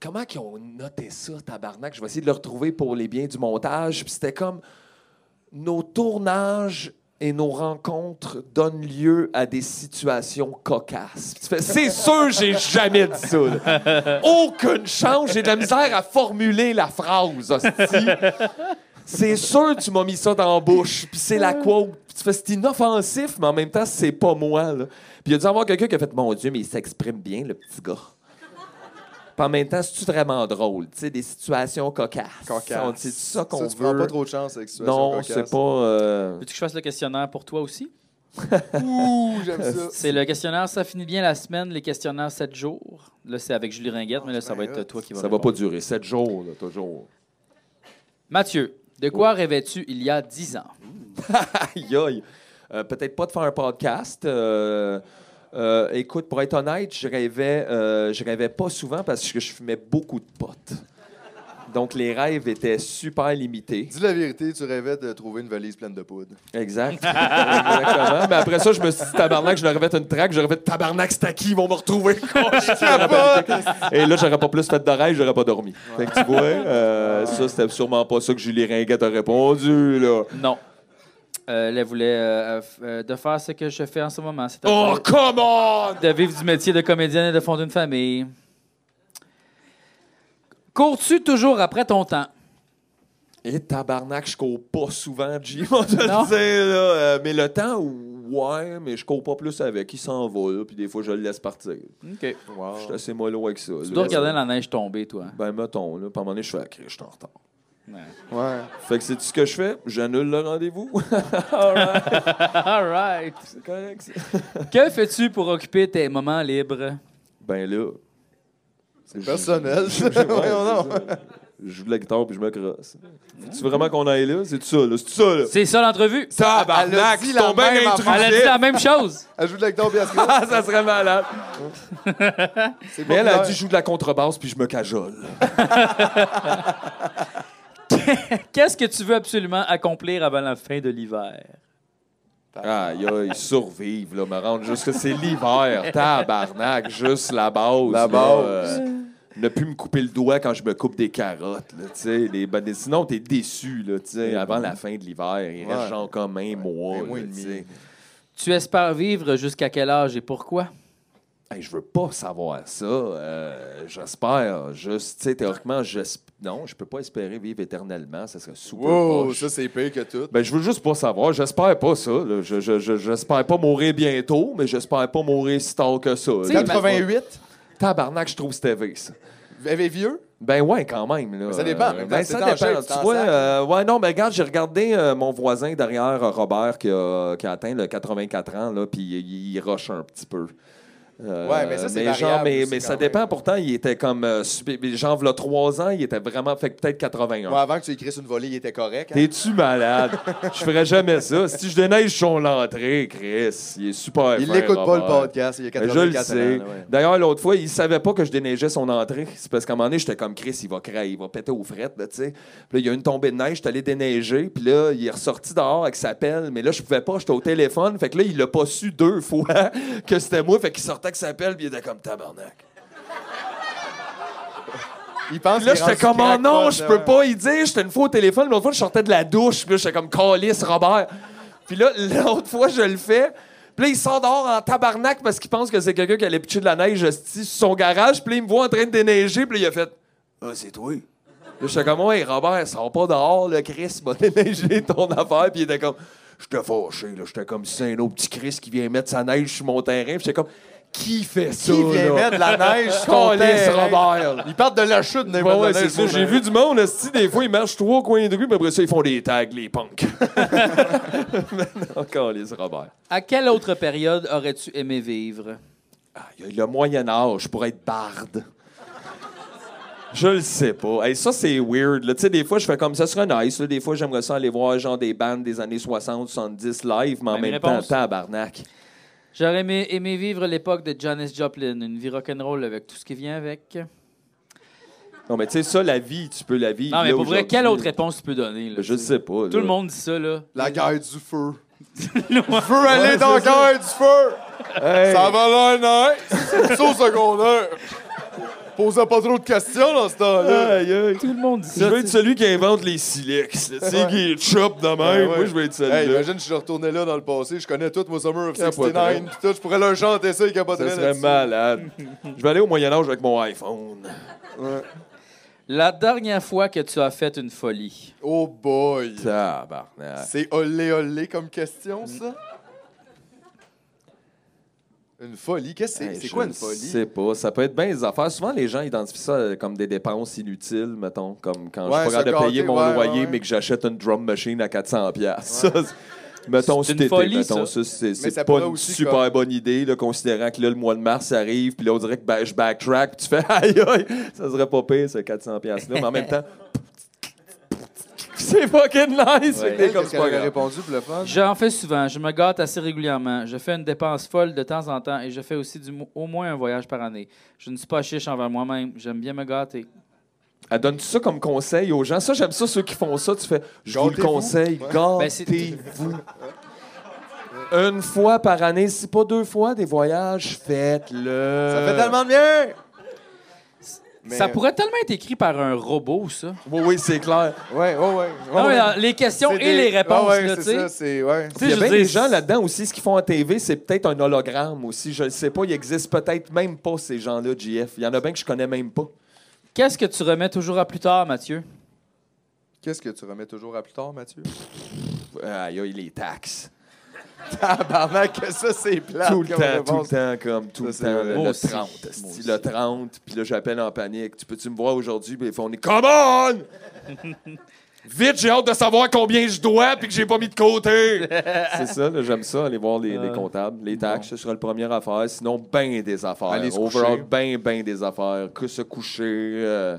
Speaker 4: comment qu'ils ont noté ça, tabarnak? Je vais essayer de le retrouver pour les biens du montage. Puis c'était comme nos tournages et nos rencontres donnent lieu à des situations cocasses. Puis tu fais, C'est sûr, j'ai jamais dit ça. là. Aucune chance, j'ai de la misère à formuler la phrase, hostie. C'est sûr, tu m'as mis ça dans la bouche. Puis c'est la quote. Puis tu fais, c'est inoffensif, mais en même temps, c'est pas moi. là. Puis il y a dû y avoir quelqu'un qui a fait, mon Dieu, mais il s'exprime bien, le petit gars. Puis en même temps, c'est-tu vraiment drôle? Tu sais, des situations cocasses.
Speaker 2: Cocasse.
Speaker 4: On- C'est ça qu'on
Speaker 2: Ça,
Speaker 4: veut.
Speaker 2: tu prends pas trop de chance avec ça.
Speaker 4: Non, c'est pas. euh,
Speaker 1: Veux-tu que je fasse le questionnaire pour toi aussi?
Speaker 2: Ouh, j'aime ça.
Speaker 1: C'est le questionnaire, ça finit bien la semaine, les questionnaires 7 jours. Là, c'est avec Julie Ringuette, mais là, ça va être toi qui va
Speaker 4: Ça va pas durer. Sept jours, là, toujours.
Speaker 1: Mathieu, de quoi rêvais-tu il y a 10 ans?
Speaker 4: Aïe, aïe. Euh, Peut-être pas de faire un podcast. euh, euh, écoute, pour être honnête, je rêvais, euh, je rêvais pas souvent parce que je fumais beaucoup de potes. Donc, les rêves étaient super limités.
Speaker 2: Dis la vérité, tu rêvais de trouver une valise pleine de poudre.
Speaker 4: Exact. Exactement. Mais après ça, je me suis dit, tabarnak, je leur avais fait une traque, j'aurais fait tabarnak, c'est à qui, ils vont me retrouver. Et là, j'aurais pas plus fait d'oreilles, j'aurais pas dormi. Fait que tu vois, euh, ça, c'était sûrement pas ça que Julie Ringuette a répondu, là.
Speaker 1: Non. Euh, elle voulait euh, f- euh, de faire ce que je fais en ce moment. C'est
Speaker 4: Oh, come on!
Speaker 1: de vivre du métier de comédienne et de fonder une famille. Cours-tu toujours après ton temps?
Speaker 4: Et tabarnak, je cours pas souvent, G. On te le
Speaker 1: Non.
Speaker 4: dit, là. Euh, mais le temps, ouais, mais je cours pas plus avec. Il s'en va, là, puis des fois, je le laisse partir.
Speaker 1: OK.
Speaker 4: Je suis assez mollo avec ça.
Speaker 1: Tu dois regarder la neige tomber, toi.
Speaker 4: Ben, mettons, là, par un moment donné, je fais, Ah, Christ, je suis en retard.
Speaker 2: Ouais.
Speaker 4: Fait que c'est tout ce que je fais, j'annule le rendez-vous.
Speaker 1: All right.
Speaker 4: c'est correct, ça.
Speaker 1: Que fais-tu pour occuper tes moments libres?
Speaker 4: Ben là. C'est
Speaker 2: Personnel. Voyons donc.
Speaker 4: Je joue de la guitare puis je me crosse. Tu vraiment qu'on aille là? C'est tout ça, là. C'est tout ça, là.
Speaker 1: C'est ça l'entrevue.
Speaker 4: Tabarnak,
Speaker 2: Elle a dit
Speaker 4: c'est
Speaker 2: la
Speaker 4: ton bain
Speaker 2: même
Speaker 4: intrusif.
Speaker 1: Elle a dit la même chose.
Speaker 2: Ajoute de la guitare bien
Speaker 4: Ah, ça serait malade.
Speaker 2: C'est
Speaker 4: Mais elle a
Speaker 2: populaire.
Speaker 4: dit, je joue de la contrebasse puis je me cajole.
Speaker 1: Qu'est-ce que tu veux absolument accomplir avant la fin de l'hiver?
Speaker 4: Aïe, aïe, survivre, là, me rendre jusque c'est l'hiver, tabarnak, juste la base.
Speaker 2: La
Speaker 4: là,
Speaker 2: base.
Speaker 4: euh, ne plus me couper le doigt quand je me coupe des carottes, là, tu sais. les- ben, des- sinon, t'es déçu, là, tu sais, avant la fin de l'hiver. Il reste
Speaker 2: Ouais.
Speaker 4: genre comme un mois,
Speaker 2: un mois
Speaker 4: là,
Speaker 2: et demi.
Speaker 4: tu sais.
Speaker 1: Tu espères vivre jusqu'à quel âge et pourquoi?
Speaker 4: Hey, je veux pas savoir ça. euh, J'espère. Juste, tu sais, théoriquement, j'esp- non, je peux pas espérer vivre éternellement. Ça serait super
Speaker 2: Wow,
Speaker 4: poche.
Speaker 2: ça c'est pire que tout.
Speaker 4: Ben, je veux juste pas savoir. J'espère pas ça. là. Je- je- je- J'espère pas mourir bientôt, mais j'espère pas mourir si tard que ça.
Speaker 1: sais,
Speaker 4: Là,
Speaker 2: 88?
Speaker 4: Tabarnak, je trouve c'était vrai, ça.
Speaker 2: Elle est vieux?
Speaker 4: Ben ouais, quand même. Là.
Speaker 2: ça dépend, en même temps,
Speaker 4: Ben,
Speaker 2: c'est
Speaker 4: ça
Speaker 2: en
Speaker 4: dépend.
Speaker 2: shape, c'est
Speaker 4: tu
Speaker 2: en
Speaker 4: vois,
Speaker 2: sac.
Speaker 4: euh, ouais, non, ben regarde, j'ai regardé euh, mon voisin derrière, euh, Robert, qui a, qui a atteint le 84 ans, là, puis il, il rush un petit peu. Euh,
Speaker 2: Ouais, mais ça, c'est
Speaker 4: mais, genre,
Speaker 2: variable
Speaker 4: mais,
Speaker 2: aussi,
Speaker 4: mais
Speaker 2: quand
Speaker 4: ça
Speaker 2: même.
Speaker 4: dépend. Pourtant, il était comme. euh, subi- mais genre, v'là trois ans, il était vraiment. Fait que peut-être 81.
Speaker 2: Moi, avant que tu écrisses une volée, il était correct. hein?
Speaker 4: T'es-tu malade? Je ferais jamais ça. Si je déneige son l'entrée, Chris, il est super
Speaker 2: Il
Speaker 4: fin,
Speaker 2: l'écoute pas le
Speaker 4: Robert.
Speaker 2: podcast, il y a
Speaker 4: Ben, Je le
Speaker 2: 84 ans.
Speaker 4: sais.
Speaker 2: là, ouais.
Speaker 4: D'ailleurs, l'autre fois, il savait pas que je déneigeais son entrée. C'est parce qu'à un moment donné, j'étais comme Chris, il va créer, il va péter aux frettes, là, tu sais. Puis là, il y a une tombée de neige, j'étais allé déneiger, puis là, il est ressorti dehors avec sa pelle, mais là, je pouvais pas, j'étais au téléphone. Fait que là, il l'a pas su deux fois que c'était moi, fait qu'il sortait avec sa pelle, puis il était comme tabarnak.
Speaker 2: Il pense
Speaker 4: Puis là,
Speaker 2: qu'il est
Speaker 4: j'étais
Speaker 2: rendu
Speaker 4: comme, oh non,
Speaker 2: crackpot,
Speaker 4: je
Speaker 2: là,
Speaker 4: peux
Speaker 2: ouais.
Speaker 4: pas y dire. J'étais une fois au téléphone, mais l'autre fois, je sortais de la douche. Puis là, j'étais comme, calice, Robert. Puis là, l'autre fois, je le fais. Puis là, il sort dehors en tabarnak parce qu'il pense que c'est quelqu'un qui allait pitcher de la neige hostie, sur son garage. Puis là, il me voit en train de déneiger. Puis là, il a fait, ah, c'est toi. Là, j'étais comme, ouais, Robert, sors pas dehors, le Chris m'a déneigé ton affaire. Puis il était comme, j'étais fâché, là. J'étais comme, c'est un autre petit Chris qui vient mettre sa neige sur mon terrain. Puis j'étais comme, qui fait ça,
Speaker 2: Qui vient
Speaker 4: là?
Speaker 2: mettre de la neige sur ton
Speaker 4: Calice,
Speaker 2: terrain?
Speaker 4: Robert, là.
Speaker 2: Ils partent de la chute,
Speaker 4: Ouais, ouais, c'est ça. J'ai vu du monde, esti, des fois, ils marchent trois coins de rue, mais après ça, ils font des tags, les punks. Encore les Robert.
Speaker 1: À quelle autre période aurais-tu aimé vivre?
Speaker 4: Ah, il y a le Moyen-Âge pour être barde. Je le sais pas. Hey, ça, c'est weird. là. Tu sais, des fois, je fais comme ça, serait nice. là. Des fois, j'aimerais ça aller voir genre des bandes des années 60, 70 live, mais en
Speaker 1: Même
Speaker 4: même,
Speaker 1: réponse.
Speaker 4: temps, tabarnak.
Speaker 1: J'aurais aimé, aimé vivre l'époque de Janis Joplin, une vie rock'n'roll avec tout ce qui vient avec.
Speaker 4: Non, mais tu sais, ça, la vie, tu peux la vivre.
Speaker 1: Non, mais
Speaker 4: là,
Speaker 1: pour vrai, quelle autre
Speaker 2: Ben,
Speaker 4: aujourd'hui.
Speaker 1: réponse tu peux donner? là,
Speaker 4: Je
Speaker 1: tu
Speaker 4: sais pas.
Speaker 1: Tout le monde dit ça, là.
Speaker 2: La guerre du feu. Je veux aller dans le cœur du feu! Ça va l'air nice! C'est au secondaire! Posez pas trop de questions dans ce temps-là!
Speaker 4: Aïe, aïe.
Speaker 1: Tout le monde dit
Speaker 4: Je
Speaker 1: ça.
Speaker 4: veux
Speaker 1: tu
Speaker 4: être
Speaker 1: sais.
Speaker 4: celui qui invente les silex. là, Tu sais, qui chope de même.
Speaker 2: Ouais, ouais.
Speaker 4: Moi, je veux être
Speaker 2: Hey,
Speaker 4: celui-là.
Speaker 2: imagine, si je retournais là dans le passé, je connais tout mon Summer of
Speaker 4: Capoterais.
Speaker 2: 69, pis tout, je pourrais leur chanter ça, ils capoteraient
Speaker 4: Ça serait
Speaker 2: là-dessus.
Speaker 4: malade. Je vais aller au Moyen-Âge avec mon iPhone.
Speaker 1: La dernière fois que tu as fait une folie.
Speaker 2: Oh boy!
Speaker 4: Tabarnak.
Speaker 2: C'est olé olé comme question, ça? Une folie? Qu'est-ce que c'est?
Speaker 4: Hey,
Speaker 2: c'est
Speaker 4: je
Speaker 2: quoi une
Speaker 4: ne
Speaker 2: folie?
Speaker 4: sais pas. Ça peut être bien des affaires. Souvent, les gens identifient ça euh, comme des dépenses inutiles, mettons, comme quand
Speaker 2: Ouais,
Speaker 4: je suis pas
Speaker 2: se
Speaker 4: capable de payer
Speaker 2: gâter,
Speaker 4: mon
Speaker 2: ouais,
Speaker 4: loyer,
Speaker 2: ouais.
Speaker 4: mais que j'achète une drum machine à 400$. piastres. Ça, c'est- mettons,
Speaker 1: C'est
Speaker 4: cet
Speaker 1: une
Speaker 4: été,
Speaker 1: folie,
Speaker 4: mettons, ça, c'est-
Speaker 2: ça
Speaker 4: c'est pas
Speaker 2: pourrait
Speaker 4: une
Speaker 2: aussi
Speaker 4: super bonne idée, là, considérant que là, le mois de mars arrive, puis là, on dirait que ben, je backtrack, puis tu fais aïe aïe, ça serait pas pire, ce 400$. piastres-là. Mais en même temps, c'est fucking nice!
Speaker 1: Ouais.
Speaker 4: Fait que t'es
Speaker 2: Qu'est-ce
Speaker 4: comme
Speaker 2: qu'elle
Speaker 4: c'est pas
Speaker 2: aurait
Speaker 4: grave.
Speaker 2: répondu pour le fun?
Speaker 1: J'en fais souvent. Je me gâte assez régulièrement. Je fais une dépense folle de temps en temps et je fais aussi du mo- au moins un voyage par année. Je ne suis pas chiche envers moi-même. J'aime bien me gâter.
Speaker 4: Elle donne ça comme conseil aux gens. Ça, j'aime ça, ceux qui font ça. Tu fais, je vous le
Speaker 2: Gâtez-vous.
Speaker 4: conseille,
Speaker 1: Ben, c'est-
Speaker 4: gâtez-vous. Une fois par année, si pas deux fois, des voyages, faites-le.
Speaker 2: Ça fait tellement de bien! Mais-
Speaker 1: Ça pourrait tellement être écrit par un robot, ça.
Speaker 4: Oui, oui, c'est clair.
Speaker 2: Ouais, ouais, ouais. Ah ouais,
Speaker 1: Non, mais
Speaker 2: ouais.
Speaker 1: dans les questions
Speaker 2: C'est
Speaker 1: et
Speaker 2: des-
Speaker 1: les réponses,
Speaker 2: Ah ouais,
Speaker 1: là, tu
Speaker 2: c'est
Speaker 1: sais.
Speaker 2: ça, c'est- ouais.
Speaker 1: Tu sais,
Speaker 4: Il y a
Speaker 1: je
Speaker 4: bien
Speaker 1: veux
Speaker 4: des
Speaker 1: dire,
Speaker 4: gens là-dedans aussi, ce qu'ils font en TV, c'est peut-être un hologramme aussi. Je ne sais pas, il existe peut-être même pas ces gens-là, JF. Il y en a bien que je connais même pas.
Speaker 1: Qu'est-ce que tu remets toujours à plus tard, Mathieu?
Speaker 2: Qu'est-ce que tu remets toujours à plus tard, Mathieu?
Speaker 4: Aïe, aïe, les taxes.
Speaker 2: Tabarnak, que ça, c'est plat.
Speaker 4: tout le temps, tout le temps, comme
Speaker 2: Ça,
Speaker 4: tout le temps.
Speaker 2: c'est
Speaker 4: Le,
Speaker 1: vrai.
Speaker 4: le
Speaker 1: Moi aussi.
Speaker 4: 30,
Speaker 1: Moi
Speaker 4: esti,
Speaker 1: aussi.
Speaker 4: le 30, puis là, j'appelle en panique. Tu peux-tu me voir aujourd'hui? Puis ils font, come on! Vite, j'ai hâte de savoir combien je dois puis que j'ai pas mis de côté. c'est ça, là, j'aime ça, aller voir les, les
Speaker 1: Euh,
Speaker 4: comptables. Les taxes, ce sera le premier affaire. Sinon, ben des affaires.
Speaker 2: Aller se
Speaker 4: Overall,
Speaker 2: coucher.
Speaker 4: ben, ben des affaires. Que se coucher, euh,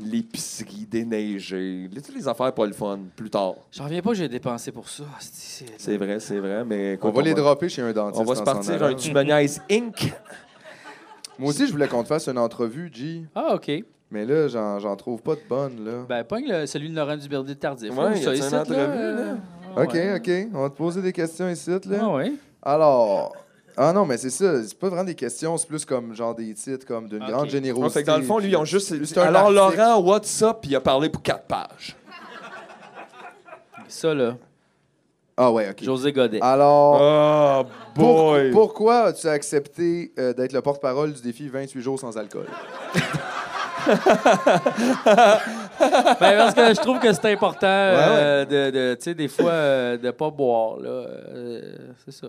Speaker 4: l'épicerie, déneiger. Toutes les affaires pas le fun, plus tard.
Speaker 1: J'en reviens pas, j'ai dépensé pour ça. C'est- c'est-
Speaker 4: C'est vrai, c'est vrai, mais...
Speaker 2: On
Speaker 4: quand
Speaker 2: va les dropper chez un dentiste.
Speaker 4: On va se
Speaker 2: en s'en
Speaker 4: partir
Speaker 2: allant.
Speaker 4: un Tu me niaises Inc.
Speaker 2: Moi aussi, je voulais qu'on te fasse une entrevue, G.
Speaker 1: Ah, OK.
Speaker 2: Mais là, j'en j'en trouve pas de bonne, là.
Speaker 1: Ben, pogne le- celui de Laurent Duberdier de Tardif.
Speaker 4: Ouais,
Speaker 1: Ouvre ça,
Speaker 4: y a-t-il
Speaker 1: ici,
Speaker 4: une entrevue,
Speaker 1: euh,
Speaker 4: là?
Speaker 1: ah
Speaker 2: OK,
Speaker 1: ouais.
Speaker 2: OK. On va te poser des questions ici, là.
Speaker 1: Ah, ouais.
Speaker 2: Alors... Ah non, mais c'est ça. C'est pas vraiment des questions. C'est plus comme genre des titres, comme d'une
Speaker 1: Ok.
Speaker 2: grande générosité.
Speaker 4: Ouais, Ah, fait que dans le fond, lui, ils ont
Speaker 2: Juste
Speaker 4: juste.
Speaker 2: un
Speaker 4: Alors,
Speaker 2: article.
Speaker 4: Laurent, what's up? Il a parlé pour quatre pages.
Speaker 1: Ça, là.
Speaker 2: Ah ouais, OK.
Speaker 1: José Godet.
Speaker 2: Alors... Ah,
Speaker 4: Oh,
Speaker 2: Pour- pourquoi as-tu accepté euh, d'être le porte-parole du défi 28 jours sans alcool?
Speaker 1: Ben, parce que je trouve que c'est important, euh, de, de- tu sais, des fois, euh, de pas boire, là. Euh, c'est ça.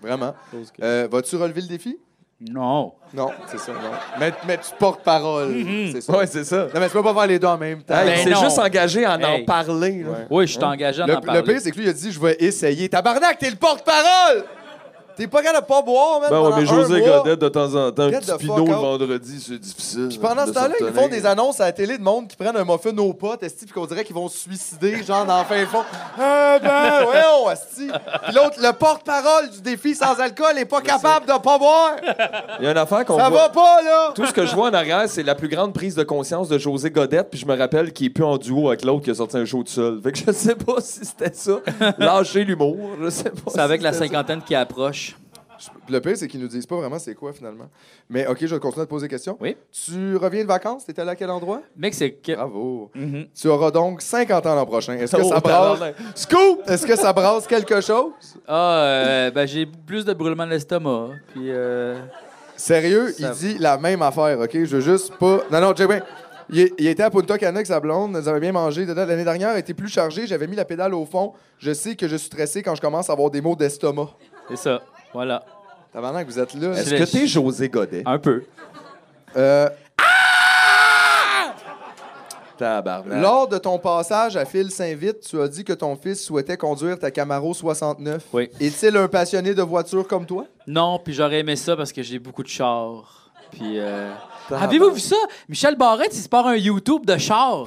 Speaker 2: Vraiment.
Speaker 1: Chose que-
Speaker 2: Euh, Vas-tu relever le défi?
Speaker 1: Non.
Speaker 2: Non, c'est ça, non. Mais, mais tu porte-parole, c'est ça.
Speaker 4: Mm-hmm. Ouais, c'est ça.
Speaker 2: Non, mais tu peux pas faire les deux en même temps.
Speaker 1: Ben
Speaker 4: Hey, Ah, il
Speaker 1: non.
Speaker 4: s'est juste engagé à en
Speaker 1: Hey.
Speaker 4: parler. là.
Speaker 1: Oui, je suis engagé à
Speaker 2: le,
Speaker 1: en parler.
Speaker 2: le pire, c'est que lui, il a dit, je vais essayer. Tabarnak, t'es le porte-parole! T'es pas capable de pas boire, même
Speaker 4: Ben ouais, mais José Godet,
Speaker 2: Godette.
Speaker 4: de temps en temps, un
Speaker 2: Get
Speaker 4: petit
Speaker 2: the
Speaker 4: pinot
Speaker 2: fuck
Speaker 4: le
Speaker 2: out.
Speaker 4: vendredi, c'est difficile.
Speaker 2: Puis pendant
Speaker 4: de
Speaker 2: ce temps-là, ils
Speaker 4: s'obtenir.
Speaker 2: font des annonces à la télé de monde qui prennent un muffin aux potes, esti, puis qu'on dirait qu'ils vont se suicider, genre dans le fin fond. Ah ben, voyons, esti. Puis l'autre, le porte-parole du défi sans alcool est pas capable de pas boire.
Speaker 4: Il y a une affaire qu'on
Speaker 2: Ça
Speaker 4: voit-
Speaker 2: va pas, là!
Speaker 4: Tout ce que je vois en arrière, c'est la plus grande prise de conscience de José Godet, puis je me rappelle qu'il est plus en duo avec l'autre qui a sorti un show de seul. Fait que je sais pas si c'était ça. Lâcher l'humour, je sais pas.
Speaker 1: C'est avec
Speaker 4: si
Speaker 1: la
Speaker 4: c'était ça.
Speaker 1: cinquantaine qui approche.
Speaker 2: Le pire, c'est qu'ils nous disent pas vraiment c'est quoi, finalement. Mais OK, je vais continuer à te poser des questions.
Speaker 1: Oui.
Speaker 2: Tu reviens de vacances? T'es allé à quel endroit?
Speaker 1: Mec, c'est que.
Speaker 4: Ah.
Speaker 2: Bravo.
Speaker 1: Mhm.
Speaker 2: Tu auras donc 50 ans l'an prochain. Est-ce que,
Speaker 4: Oh,
Speaker 2: ça brasse...
Speaker 4: tabarnak.
Speaker 2: Scoop! Est-ce que ça brasse quelque chose?
Speaker 1: Ah, euh, ben, j'ai plus de brûlements de l'estomac. Puis, euh,
Speaker 2: Sérieux,
Speaker 1: Ça-
Speaker 2: il dit la même affaire, OK? Je veux juste pas... Non, non, Jay, ouais. Il, est- il était à Punta Cana avec sa blonde, nous avait bien mangé. dedans. L'année dernière, elle était plus chargée, j'avais mis la pédale au fond. Je sais que je suis stressé quand je commence à avoir des maux d'estomac.
Speaker 1: c'est ça. Voilà.
Speaker 2: Tabarnak, vous êtes là.
Speaker 4: Est-ce que t'es José Godet?
Speaker 1: Un peu.
Speaker 2: Euh,
Speaker 4: Tabarnak.
Speaker 2: lors de ton passage à Phil Saint-Vite, tu as dit que ton fils souhaitait conduire ta Camaro 69.
Speaker 1: Oui.
Speaker 2: Est-il un passionné de voitures comme toi?
Speaker 1: Non, puis j'aurais aimé ça parce que j'ai beaucoup de chars. Puis. euh, Avez-vous vu ça? Michel Barrette, il se part un YouTube de chars.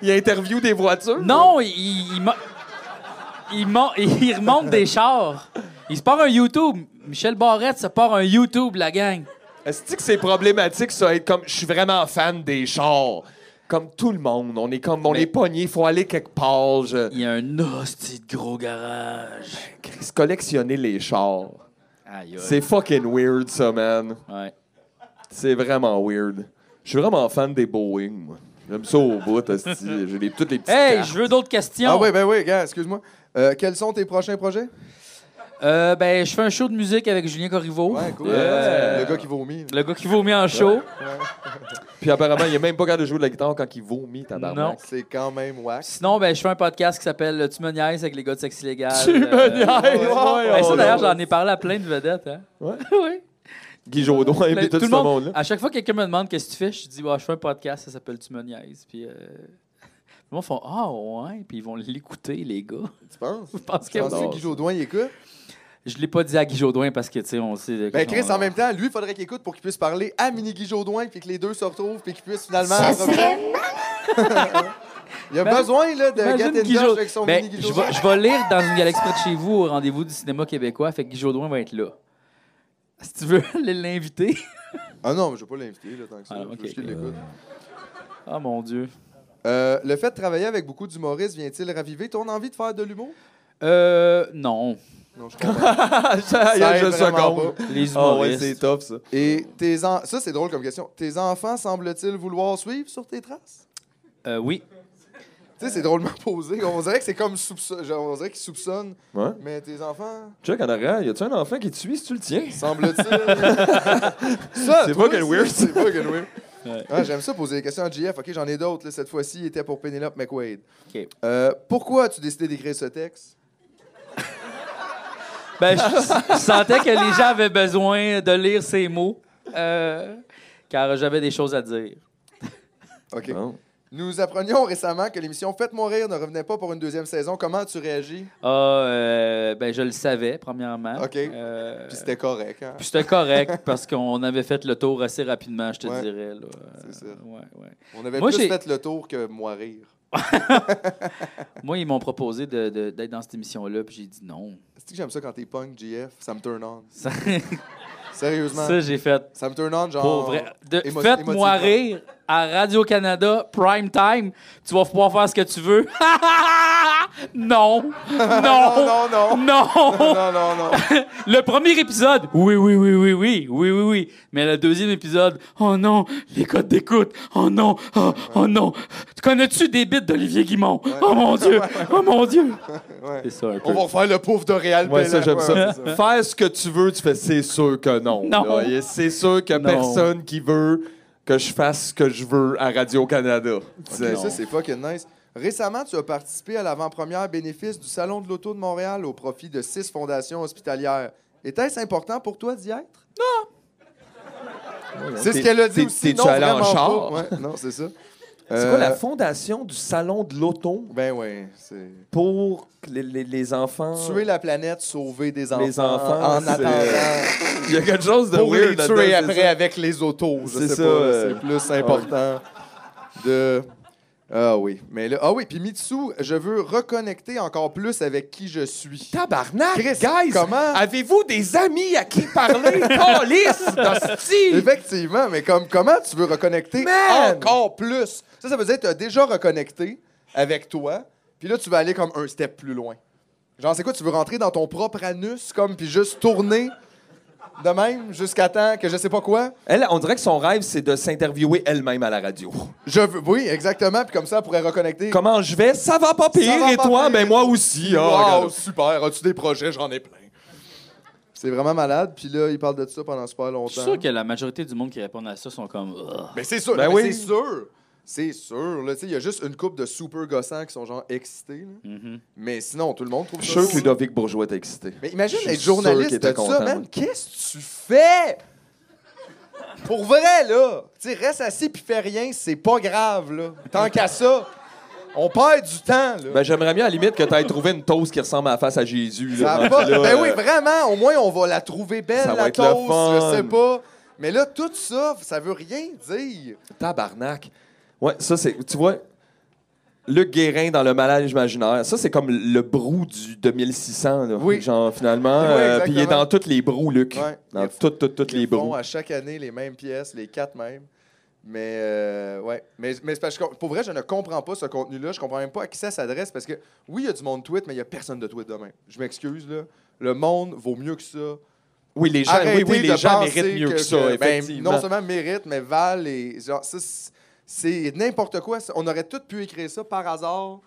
Speaker 4: Il interview des voitures?
Speaker 1: non, il. Il, mo- il, mon- il remonte des chars. Il se part un YouTube. Michel Barrette se part un YouTube, la gang.
Speaker 4: Est-ce que c'est problématique, ça, être comme je suis vraiment fan des chars? comme tout le monde. On est comme, on
Speaker 2: Mais-
Speaker 4: est pogné, il faut aller quelque part. Je...
Speaker 1: Il y a un hostie de gros garage.
Speaker 4: Chris, collectionner les chars.
Speaker 1: Aïe, aïe.
Speaker 4: C'est fucking weird, ça, man.
Speaker 1: Ouais.
Speaker 4: C'est vraiment weird. Je suis vraiment fan des Boeing, moi. J'aime ça au bout, esti. J'ai les- toutes les petites
Speaker 1: Hey,
Speaker 4: cartes.
Speaker 1: je veux d'autres questions.
Speaker 2: Ah oui, ben oui, gars, excuse-moi. Euh, quels sont tes prochains projets?
Speaker 1: Euh, ben, je fais un show de musique avec Julien Corriveau. Euh,
Speaker 2: Ouais, cool.
Speaker 4: Yeah.
Speaker 2: Le gars qui vomit.
Speaker 1: Le gars qui vomit en show.
Speaker 4: Puis apparemment, il est même pas capable de jouer de la guitare quand il vomit, tabarnak.
Speaker 1: Non.
Speaker 2: C'est quand même wax.
Speaker 1: Sinon, ben, je fais un podcast qui s'appelle Tu me niaises avec les gars de Sexe Illégal.
Speaker 4: Tu me
Speaker 1: Euh,
Speaker 4: niaises,
Speaker 2: ouais.
Speaker 4: voyons
Speaker 1: ben, ça, d'ailleurs,
Speaker 4: donc.
Speaker 1: j'en ai parlé à plein de vedettes. Hein?
Speaker 4: Ouais.
Speaker 1: oui.
Speaker 4: Guy Jodoin et
Speaker 1: Ben,
Speaker 4: tout,
Speaker 1: tout
Speaker 4: ce
Speaker 1: le monde,
Speaker 4: monde-là.
Speaker 1: à chaque fois que quelqu'un me demande qu'est-ce que tu fais, je dis Ouais, je fais un podcast, ça s'appelle Tu me niaises. Puis, euh, les gens font Ah, ouais. Puis ils vont l'écouter, les gars.
Speaker 2: Tu penses?
Speaker 1: Je pense que
Speaker 2: Tu penses
Speaker 1: oui.
Speaker 2: que Guy Jodoin, il écoute?
Speaker 1: Je l'ai pas dit à Guy Jodoin parce que, tu sais, on sait. de-
Speaker 2: Ben Chris,
Speaker 1: on-
Speaker 2: en même temps, lui, il faudrait qu'il écoute pour qu'il puisse parler à Mini Guy Jodoin, puis que les deux se retrouvent, puis qu'ils puissent finalement...
Speaker 5: Ça serait
Speaker 2: Il a
Speaker 1: Imagine-
Speaker 2: besoin, là, de
Speaker 1: Ben, Imagine
Speaker 2: get in
Speaker 1: Guy
Speaker 2: touch
Speaker 1: Jo-
Speaker 2: avec son
Speaker 1: Ben,
Speaker 2: Mini Guy
Speaker 1: je,
Speaker 2: Jodoin.
Speaker 1: vais, je vais lire dans une galaxie près de chez vous au rendez-vous du cinéma québécois. Fait que Guy Jodoin va être là. Si tu veux aller l'inviter.
Speaker 2: Ah non, mais je vais pas l'inviter, là, tant que ça.
Speaker 1: Ah,
Speaker 2: Je veux
Speaker 1: ok.
Speaker 2: juste qu'il l'écoute.
Speaker 1: Ah mon Dieu.
Speaker 2: Euh, le fait de travailler avec beaucoup d'humoristes vient-il raviver ton envie de faire de l'humour?
Speaker 1: Euh. Non.
Speaker 2: Non, je comprends.
Speaker 4: Ça y est, je
Speaker 2: aide vraiment
Speaker 4: seconde.
Speaker 2: pas.
Speaker 1: Les
Speaker 4: Ah ouais,
Speaker 1: humoristes.
Speaker 4: c'est top, ça.
Speaker 2: Et tes en... ça, c'est drôle comme question. Tes enfants semblent-ils vouloir suivre sur tes traces?
Speaker 1: Euh, oui.
Speaker 2: Tu sais, c'est drôlement posé. On dirait que c'est comme soupçon... genre, On dirait qu'ils soupçonnent.
Speaker 4: Ouais.
Speaker 2: Mais tes enfants,
Speaker 4: Chuck, en arrière, y a-tu un enfant qui te suit si tu le tiens?
Speaker 2: semble-t-il... ça,
Speaker 4: C'est
Speaker 2: toi,
Speaker 4: fucking weird,
Speaker 2: C'est fucking weird.
Speaker 1: Ouais.
Speaker 2: Ah, J'aime ça poser des questions à JF. OK, j'en ai d'autres. là. Cette fois-ci, il était pour Penelope McQuaid.
Speaker 1: OK.
Speaker 2: Euh, pourquoi as-tu décidé d'écrire ce texte?
Speaker 1: Ben, je, je sentais que les gens avaient besoin de lire ces mots. euh, car j'avais des choses à dire.
Speaker 2: OK.
Speaker 4: Non.
Speaker 2: Nous apprenions récemment que l'émission Faites-moi rire ne revenait pas pour une deuxième saison. Comment tu réagis?
Speaker 1: Ah, euh, ben, je le savais, premièrement.
Speaker 2: OK.
Speaker 1: Euh,
Speaker 2: Puis c'était correct. Hein?
Speaker 1: Puis c'était correct parce qu'on avait fait le tour assez rapidement, je te
Speaker 2: Ouais.
Speaker 1: dirais. là.
Speaker 2: C'est ça.
Speaker 1: Euh, ouais, ouais.
Speaker 2: On avait
Speaker 1: Moi,
Speaker 2: plus
Speaker 1: j'ai-
Speaker 2: fait le tour que moi rire.
Speaker 1: Moi, ils m'ont proposé de- de- d'être dans cette émission-là, puis j'ai dit non.
Speaker 2: C'est que j'aime ça quand t'es punk, GF. Ça me turn on.
Speaker 1: Ça,
Speaker 2: Sérieusement.
Speaker 1: ça, j'ai fait
Speaker 2: Ça me turn on, genre.
Speaker 1: pour vrai. De-
Speaker 2: émo-
Speaker 1: Faites-moi
Speaker 2: émotivement.
Speaker 1: rire à Radio-Canada, prime time. Tu vas pouvoir faire ce que tu veux. non! Non!
Speaker 2: Oh, Non, non, non.
Speaker 1: Non!
Speaker 2: Non, non, non.
Speaker 1: Le premier épisode, oui, oui, oui, oui, oui, oui, oui, oui. Mais le deuxième épisode, oh non, les codes d'écoute, oh non, oh, oh non. Tu Connais-tu des bits d'Olivier Guimont? Oh mon Dieu, oh mon Dieu.
Speaker 2: Ouais.
Speaker 1: C'est ça un peu.
Speaker 2: On va refaire le pauvre de Réal
Speaker 4: Ouais, ça, j'aime ça.
Speaker 2: Ben c'est
Speaker 4: Faire ce que tu veux, tu fais, c'est sûr que non.
Speaker 1: Non.
Speaker 4: là. Et C'est sûr que
Speaker 1: Non.
Speaker 4: personne qui veut que je fasse ce que je veux à Radio-Canada.
Speaker 2: Ça,
Speaker 4: C'est-
Speaker 2: Ça, c'est fucking nice. Récemment, tu as participé à l'avant-première bénéfice du Salon de l'Auto de Montréal au profit de six fondations hospitalières. Était-ce important pour toi d'y être? Non! C'est ce
Speaker 4: T'es-
Speaker 2: qu'elle a dit
Speaker 4: t'es-
Speaker 2: aussi.
Speaker 4: t'es-tu
Speaker 2: non,
Speaker 4: allé en
Speaker 2: vraiment
Speaker 4: char? Euh,
Speaker 2: pas. Ouais, non, c'est ça. Euh,
Speaker 4: C'est quoi la fondation du Salon de l'Auto
Speaker 2: Ben oui, c'est...
Speaker 4: pour les, les- les enfants?
Speaker 2: Tuer la planète, sauver des enfants,
Speaker 4: Les enfants,
Speaker 2: en
Speaker 4: c'est-
Speaker 2: attendant
Speaker 4: Il y a quelque chose de
Speaker 2: pour les
Speaker 4: weird là-dedans,
Speaker 2: tuer
Speaker 4: c'est
Speaker 2: après
Speaker 4: ça.
Speaker 2: avec les autos. Je
Speaker 4: C'est
Speaker 2: sais
Speaker 4: ça,
Speaker 2: pas,
Speaker 4: euh,
Speaker 2: c'est plus important de... Ah oui, mais là... Ah oui, puis Mitsu, je veux reconnecter encore plus avec qui je suis.
Speaker 4: Tabarnak,
Speaker 2: Chris,
Speaker 4: guys!
Speaker 2: comment-
Speaker 4: Avez-vous des amis à qui parler? Calice, d'hostie!
Speaker 2: ben- Effectivement, mais comme, comment tu veux reconnecter
Speaker 4: Man!
Speaker 2: encore plus? Ça, ça veut dire que tu as déjà reconnecté avec toi, puis là, tu vas aller comme un step plus loin. Genre, c'est quoi, tu veux rentrer dans ton propre anus, comme, puis juste tourner de même jusqu'à temps que je sais pas quoi?
Speaker 4: Elle, on dirait que son rêve, c'est de s'interviewer elle-même à la radio.
Speaker 2: Je veux, oui, exactement, puis comme ça, elle pourrait reconnecter.
Speaker 4: Comment je vais? Ça va pas pire.
Speaker 2: Ça va
Speaker 4: et
Speaker 2: pas
Speaker 4: toi?
Speaker 2: pire.
Speaker 4: Ben, moi aussi. Ah,
Speaker 2: Wow,
Speaker 4: regarde.
Speaker 2: super, as-tu des projets? J'en ai plein. C'est vraiment malade, puis là, il parle de ça pendant super
Speaker 1: Je suis
Speaker 2: longtemps.
Speaker 1: sûr que la majorité du monde qui répond à ça sont comme. Ugh.
Speaker 2: Mais c'est sûr,
Speaker 4: Ben
Speaker 2: mais
Speaker 4: oui.
Speaker 2: c'est sûr. C'est sûr, là, tu sais, il y a juste une coupe de super gossants qui sont genre excités, là.
Speaker 1: Mhm.
Speaker 2: Mais sinon, tout le monde trouve
Speaker 4: Je
Speaker 2: ça
Speaker 4: suis sûr que
Speaker 2: cool.
Speaker 4: Ludovic Bourgeois est excité.
Speaker 2: Mais imagine
Speaker 4: Je suis
Speaker 2: être
Speaker 4: sûr
Speaker 2: journaliste
Speaker 4: qu'il
Speaker 2: de
Speaker 4: était
Speaker 2: ça,
Speaker 4: content,
Speaker 2: man.
Speaker 4: ouais.
Speaker 2: Qu'est-ce que tu fais? Pour vrai, là. Tu sais, reste assis puis fais rien, c'est pas grave, là. Tant qu'à ça, on perd du temps, là.
Speaker 4: Ben, j'aimerais mieux, à la limite, que t'ailles trouver une toast qui ressemble à la face à Jésus.
Speaker 2: Ça
Speaker 4: là.
Speaker 2: va pas-
Speaker 4: Là,
Speaker 2: ben
Speaker 4: euh,
Speaker 2: oui, vraiment, au moins, on va la trouver belle,
Speaker 4: Ça va
Speaker 2: la
Speaker 4: être le
Speaker 2: toast,
Speaker 4: fun.
Speaker 2: je sais pas. Mais là, tout ça, ça veut rien dire.
Speaker 4: Tabarnak. Ouais, ça, c'est. Tu vois, Luc Guérin dans Le Malade imaginaire, ça, c'est comme le brou du 2600, là.
Speaker 2: Oui.
Speaker 4: Genre, finalement.
Speaker 2: Oui,
Speaker 4: euh, Puis il est
Speaker 2: exactement.
Speaker 4: dans toutes les brous, Luc.
Speaker 2: Ouais.
Speaker 4: Dans
Speaker 2: Ils
Speaker 4: toutes, toutes, toutes
Speaker 2: Ils
Speaker 4: les
Speaker 2: font euh,
Speaker 4: brous.
Speaker 2: à chaque année les mêmes pièces, les quatre mêmes. Mais, euh, ouais. Mais, mais c'est parce que, pour vrai, je ne comprends pas ce contenu-là. Je comprends même pas à qui ça s'adresse parce que, oui, il y a du monde tweet, mais il n'y a personne de tweet demain. Je m'excuse, là. Le monde vaut mieux que ça.
Speaker 4: Oui, les gens,
Speaker 2: Arrêtez
Speaker 4: oui, oui,
Speaker 2: de
Speaker 4: les gens
Speaker 2: penser
Speaker 4: méritent mieux que, ça,
Speaker 2: que- ben,
Speaker 4: effectivement.
Speaker 2: non seulement méritent, mais valent. Et, genre, ça, c'est- c'est n'importe quoi. On aurait tous pu écrire ça par hasard,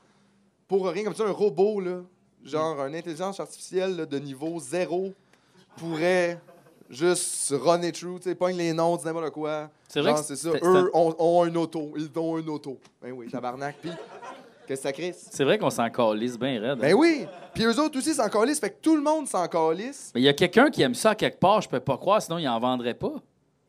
Speaker 2: pour rien. Comme ça, un robot, là, genre une intelligence artificielle là, de niveau zéro, pourrait juste run it through, tu sais, pogne les noms, dis n'importe quoi.
Speaker 1: C'est vrai
Speaker 2: Genre,
Speaker 1: que
Speaker 2: c'est ça.
Speaker 1: c'est- c'est
Speaker 2: Eux ont, ont un auto. Ils ont un auto. Ben oui, tabarnak. Puis, qu'est-ce que ça crée?
Speaker 1: C'est vrai qu'on s'en calisse bien raide.
Speaker 2: Ben oui! Puis eux autres aussi s'en calissent. Fait que tout le monde s'en calisse.
Speaker 1: Mais il y a quelqu'un qui aime ça à quelque part, je peux pas croire, sinon il en vendrait pas.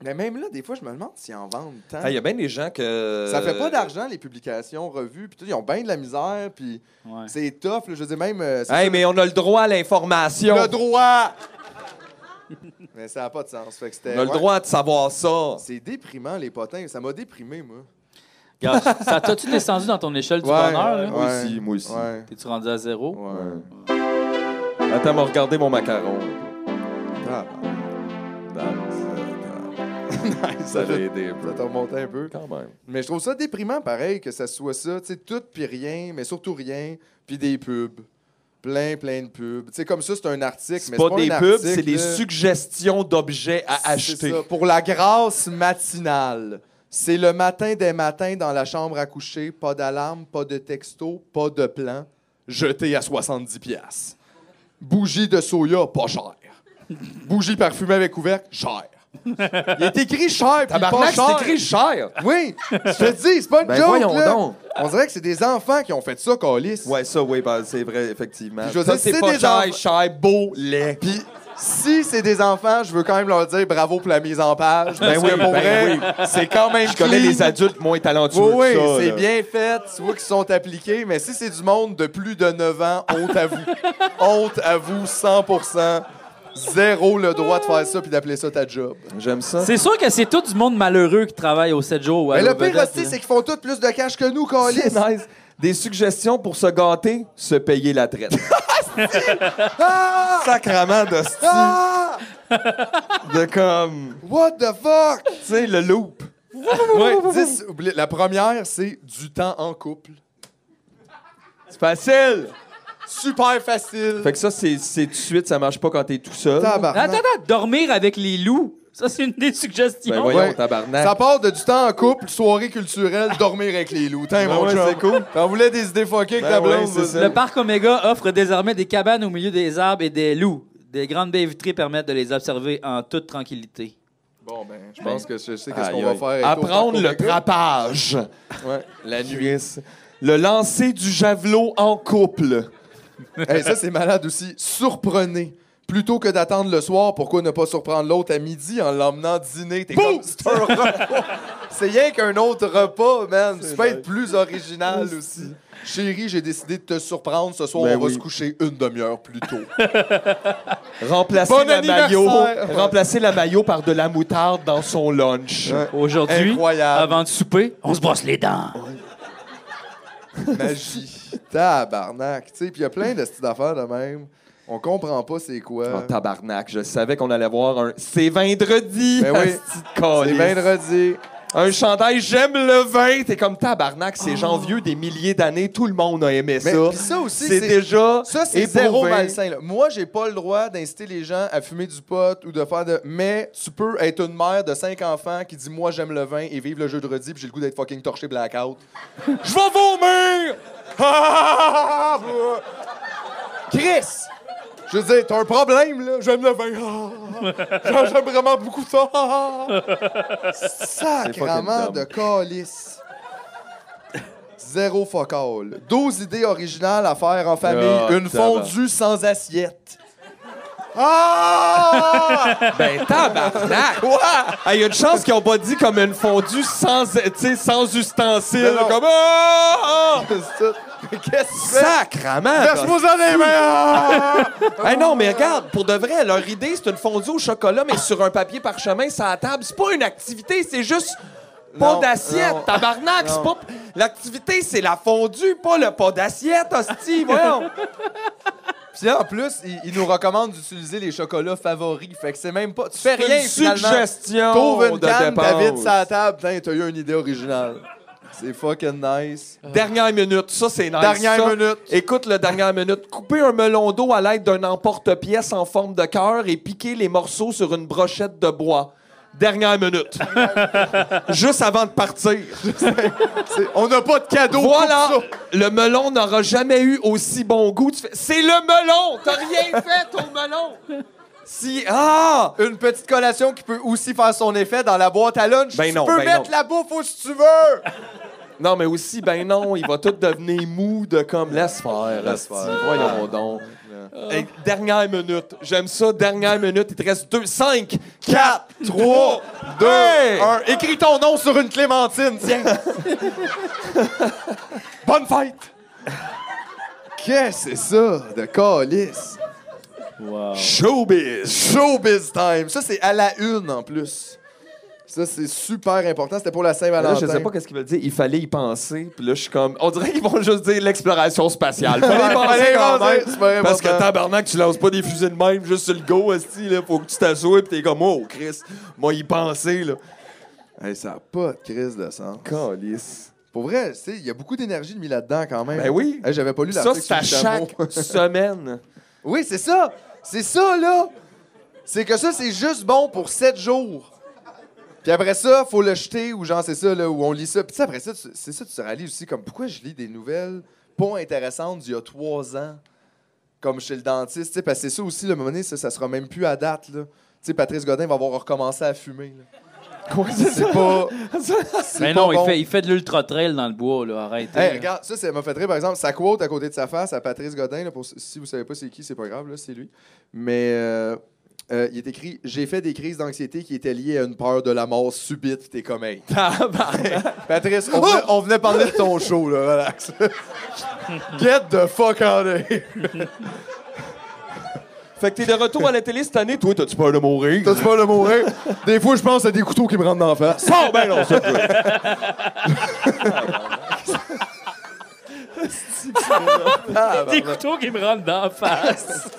Speaker 2: Mais même là, des fois, je me demande s'ils en vendent tant.
Speaker 4: Ah, Il y a bien des gens que.
Speaker 2: Ça fait pas d'argent, les publications, revues, puis tout, ils ont bien de la misère, puis
Speaker 1: Ouais.
Speaker 2: c'est tough, là, je veux dire, même... euh, c'est
Speaker 4: Hey,
Speaker 2: ça,
Speaker 4: mais on a le droit à l'information.
Speaker 2: le droit! mais ça n'a pas de sens, fait que c'était...
Speaker 4: On a le
Speaker 2: ouais.
Speaker 4: droit de savoir ça.
Speaker 2: C'est déprimant, les potins, ça m'a déprimé, moi.
Speaker 1: Regarde, ça t'a-tu descendu dans ton échelle du
Speaker 2: Ouais,
Speaker 1: bonheur? là?
Speaker 2: ouais.
Speaker 4: Moi aussi, moi aussi.
Speaker 2: Ouais,
Speaker 1: T'es-tu rendu à zéro?
Speaker 2: ouais.
Speaker 4: Ouais. Attends, m'a regardé mon macaron.
Speaker 2: Ah,
Speaker 4: Nice. Ça l'a aidé un peu.
Speaker 2: ça t'a remonté un peu.
Speaker 4: Quand même.
Speaker 2: Mais je trouve ça déprimant, pareil, que ça soit ça, tu sais, tout puis rien, mais surtout rien, puis des pubs. Plein, plein de pubs. Tu sais, comme ça, c'est un article,
Speaker 4: C'est
Speaker 2: mais
Speaker 4: pas des
Speaker 2: un
Speaker 4: pubs,
Speaker 2: article,
Speaker 4: c'est des
Speaker 2: là.
Speaker 4: suggestions d'objets à
Speaker 2: C'est
Speaker 4: acheter.
Speaker 2: ça, Pour la grâce matinale. C'est le matin des matins dans la chambre à coucher, pas d'alarme, pas de texto, pas de plan, jeté à 70 pièces. Bougie de soya, pas cher. Bougie parfumée avec couvercle, cher. Il est écrit cher, puis pas
Speaker 4: Tabarnak,
Speaker 2: cher.
Speaker 4: c'est écrit cher.
Speaker 2: Oui, je te dis, c'est pas une
Speaker 4: Ben
Speaker 2: joke,
Speaker 4: voyons
Speaker 2: là.
Speaker 4: donc.
Speaker 2: On dirait que c'est des enfants qui ont fait ça, Calis.
Speaker 4: Ouais, ça, oui, bah, c'est vrai, effectivement.
Speaker 2: Puis je veux
Speaker 4: Ça,
Speaker 2: dire,
Speaker 4: c'est
Speaker 2: c'est
Speaker 4: pas
Speaker 2: des
Speaker 4: cher,
Speaker 2: enfants-
Speaker 4: cher, beau, laid.
Speaker 2: Puis si c'est des enfants, je veux quand même leur dire bravo pour la mise en page. parce que pour vrai,
Speaker 4: c'est quand même. Je connais
Speaker 2: clean.
Speaker 4: les adultes moins talentueux.
Speaker 2: Oui, oui,
Speaker 4: que ça,
Speaker 2: c'est
Speaker 4: là.
Speaker 2: bien fait. Tu vois qu'ils sont appliqués, mais si c'est du monde de plus de 9 ans, honte à vous. honte à vous, 100 Zéro le droit de faire ça puis d'appeler ça ta job.
Speaker 4: J'aime ça.
Speaker 1: C'est sûr que c'est tout du monde malheureux qui travaille au 7 jours. ouais,
Speaker 2: mais le
Speaker 1: aux
Speaker 2: pire
Speaker 1: vedettes,
Speaker 2: aussi,
Speaker 4: hein.
Speaker 1: là.
Speaker 2: c'est qu'ils font tous plus de cash que nous, Calis.
Speaker 4: C'est nice. Des suggestions pour se gâter, se payer la traite. Sacrement d'hostie.
Speaker 2: Ah!
Speaker 4: De comme.
Speaker 2: What the fuck?
Speaker 4: Tu sais, le loop.
Speaker 2: Ouais, dix- oublie- la première, c'est du temps en couple.
Speaker 4: C'est facile.
Speaker 2: Super facile.
Speaker 4: Fait que ça, c'est c'est tout de suite, ça marche pas quand t'es tout seul.
Speaker 2: Tabarnak.
Speaker 1: Attends, attends, dormir avec les loups. Ça, c'est une des suggestions.
Speaker 4: Ben voyons,
Speaker 2: Ouais.
Speaker 4: tabarnak.
Speaker 2: Ça part de du temps en couple, soirée culturelle, dormir avec les loups. T'as
Speaker 4: Ben
Speaker 2: hein, mon
Speaker 4: ouais,
Speaker 2: chum. Ah,
Speaker 4: c'est cool.
Speaker 2: T'en voulais des idées fuckées que
Speaker 4: Ben
Speaker 2: ta
Speaker 4: ouais,
Speaker 2: blonde,
Speaker 4: c'est
Speaker 2: vas-y.
Speaker 4: ça.
Speaker 1: Le parc Omega offre désormais des cabanes au milieu des arbres et des loups. Des grandes baies vitrées permettent de les observer en toute tranquillité.
Speaker 2: Bon, ben, je pense que je sais qu'est-ce
Speaker 4: Aïe,
Speaker 2: qu'on va
Speaker 4: aïe.
Speaker 2: faire. avec
Speaker 4: Apprendre
Speaker 2: Autant
Speaker 4: le
Speaker 2: qu'on regarde.
Speaker 4: trappage.
Speaker 2: Ouais.
Speaker 4: La nuit. Le lancer du javelot en couple.
Speaker 2: Hey, ça, c'est malade aussi. Surprenez. Plutôt que d'attendre le soir, pourquoi ne pas surprendre l'autre à midi en l'emmenant dîner? T'es comme... C'est un repas. C'est rien qu'un autre repas, man. Tu peux être plus original aussi. Chérie, j'ai décidé de te surprendre. Ce soir,
Speaker 4: Ben
Speaker 2: on va
Speaker 4: oui.
Speaker 2: se coucher une demi-heure plus tôt.
Speaker 4: Remplacer
Speaker 2: Bon
Speaker 4: la maillot,
Speaker 2: anniversaire.
Speaker 4: remplacer la maillot par de la moutarde dans son lunch.
Speaker 1: Aujourd'hui,
Speaker 2: Incroyable.
Speaker 1: avant de souper, on se brosse les dents.
Speaker 2: Magie. Tabarnak. Tu sais, puis il y a plein de petites affaires de même. On comprend pas c'est
Speaker 4: Oh,
Speaker 2: quoi.
Speaker 4: tabarnak, je savais qu'on allait voir un. C'est vendredi!
Speaker 2: Ben oui.
Speaker 4: asti de
Speaker 2: c'est
Speaker 4: calice.
Speaker 2: vendredi.
Speaker 4: Un chandail, j'aime le vin! T'es comme tabarnak, c'est gens vieux des milliers d'années, tout le monde a aimé
Speaker 2: Oh. Mais
Speaker 4: ça.
Speaker 2: puis ça aussi,
Speaker 4: C'est
Speaker 2: c'est-
Speaker 4: déjà.
Speaker 2: Ça, c'est
Speaker 4: éprouvé.
Speaker 2: zéro malsain. là. Moi, j'ai pas le droit d'inciter les gens à fumer du pot ou de faire de. Mais tu peux être une mère de cinq enfants qui dit Moi, j'aime le vin et vive le jeu de redis, puis j'ai le goût d'être fucking torché blackout.
Speaker 4: Je vais vomir!
Speaker 2: Ah! Chris! Je veux dire, t'as un problème, là. J'aime le vin. Ah! J'aime- J'aime vraiment beaucoup ça. Ah! Sacrement
Speaker 4: C'est fucking
Speaker 2: de calice. Zéro focal. 12 idées originales à faire en famille.
Speaker 4: Oh,
Speaker 2: Une
Speaker 4: tabarnak.
Speaker 2: fondue sans assiette. Ah!
Speaker 4: Ben tabarnak! Quoi? Il y a une chance qu'ils ont pas dit comme une fondue sans, tu sais, sans ustensile.
Speaker 2: Ben non.
Speaker 4: Comme. Ah! ah!
Speaker 2: C'est ça. Mais Qu'est-ce que c'est?
Speaker 4: Sacrement!
Speaker 2: Verse-moi ça dans les mains! Ah!
Speaker 4: Hey non, mais regarde, pour de vrai, leur idée, c'est une fondue au chocolat, mais sur un papier parchemin, ça à table. C'est pas une activité, c'est juste pas
Speaker 2: Non, non.
Speaker 4: d'assiette. Tabarnak, c'est pas. L'activité, c'est la fondue, pas le pas d'assiette, hostie, voyons.
Speaker 2: Puis en plus, il, il nous recommande d'utiliser les chocolats favoris. Fait que c'est même pas. Tu fais
Speaker 4: C'est
Speaker 2: rien
Speaker 4: une
Speaker 2: finalement.
Speaker 4: suggestion
Speaker 2: T'ouvres une
Speaker 4: de
Speaker 2: canne,
Speaker 4: dépense.
Speaker 2: David, sa table. Putain, t'as eu une idée originale. C'est fucking nice.
Speaker 4: Dernière minute, ça c'est nice.
Speaker 2: Dernière
Speaker 4: ça.
Speaker 2: minute.
Speaker 4: Écoute le dernière minute. Couper un melon d'eau à l'aide d'un emporte-pièce en forme de cœur et piquer les morceaux sur une brochette de bois. Dernière minute. Juste avant de partir.
Speaker 2: C'est- On n'a pas de cadeau.
Speaker 4: voilà.
Speaker 2: coupe
Speaker 4: Le melon n'aura jamais eu aussi bon goût. Tu fais- C'est le melon. T'as rien fait au melon. Si ah.
Speaker 2: ça. Une petite collation qui peut aussi faire son effet dans la boîte à lunch.
Speaker 4: Ben
Speaker 2: tu
Speaker 4: non,
Speaker 2: peux
Speaker 4: ben
Speaker 2: mettre
Speaker 4: non.
Speaker 2: la bouffe où si tu veux.
Speaker 4: Non mais aussi ben non, il va tout devenir mou de comme laisse faire.
Speaker 2: Laisse
Speaker 4: hostie.
Speaker 2: faire.
Speaker 4: Voyons donc. Hey, dernière minute. J'aime ça. Dernière minute. Il te reste 2, 5, 4, 3, 2,
Speaker 2: Un, écris ton nom sur une clémentine, tiens.
Speaker 4: Bonne fête!
Speaker 2: Qu'est-ce que c'est ça de calice?
Speaker 4: Showbiz!
Speaker 2: Showbiz time. Ça, c'est à la une en plus. Ça, c'est super important. C'était pour la
Speaker 4: Là,
Speaker 2: Saint-Valentin.
Speaker 4: je sais pas qu'est-ce qu'ils veulent dire. Il fallait y penser. Puis là, je suis comme. On dirait qu'ils vont juste dire l'exploration spatiale. Fallait y penser quand même. Parce que tabarnak, tu lances pas des fusées de même juste sur le go, esti, là. Faut que tu t'assoies pis t'es comme, oh, Chris, moi, y penser, là.
Speaker 2: Hey, ça n'a pas de crise de sens.
Speaker 4: Calice.
Speaker 2: Pour vrai, tu sais, il y a beaucoup d'énergie de mis là-dedans quand même.
Speaker 4: Ben oui.
Speaker 2: Hey, J'avais pas lu
Speaker 4: Ça,
Speaker 2: l'article
Speaker 4: c'est à
Speaker 2: sur le chameau.
Speaker 4: chaque semaine.
Speaker 2: Oui, c'est ça. C'est ça, là. C'est que ça, c'est juste bon pour sept jours. Puis après ça, faut le jeter ou genre, c'est ça, là, où on lit ça. Puis tu sais, après ça, tu- c'est ça, tu te rallies aussi. Comme, pourquoi je lis des nouvelles pas intéressantes d'il y a trois ans? Comme chez le dentiste, tu sais, parce que c'est ça aussi, le moment donné, ça, ça sera même plus à date, là. Tu sais, Patrice Godin va avoir recommencé à fumer, là. c'est pas... c'est
Speaker 1: Mais
Speaker 2: pas
Speaker 1: non,
Speaker 2: bon.
Speaker 1: il, fait, il fait de l'ultra-trail dans le bois, là. Arrêtez.
Speaker 2: Hey,
Speaker 1: là.
Speaker 2: regarde, ça, ça m'a fait rire, par exemple, sa quote à côté de sa face à Patrice Godin, là, pour- si vous savez pas c'est qui, c'est pas grave, là, c'est lui. Mais euh, euh, il est écrit J'ai fait des crises d'anxiété qui étaient liées à une peur de la mort subite, Puis t'es comme hey. Patrice, on venait, on venait parler de ton show, là, relax. Get the fuck out of here.
Speaker 4: Fait que t'es de retour à la télé cette année. Toi, t'as-tu peur de mourir?
Speaker 2: T'as-tu peur de mourir? Des fois, je pense à des couteaux qui me rentrent dans la face.
Speaker 4: Sors, ben non, ça, toi.
Speaker 1: Des couteaux qui me rentrent dans la face.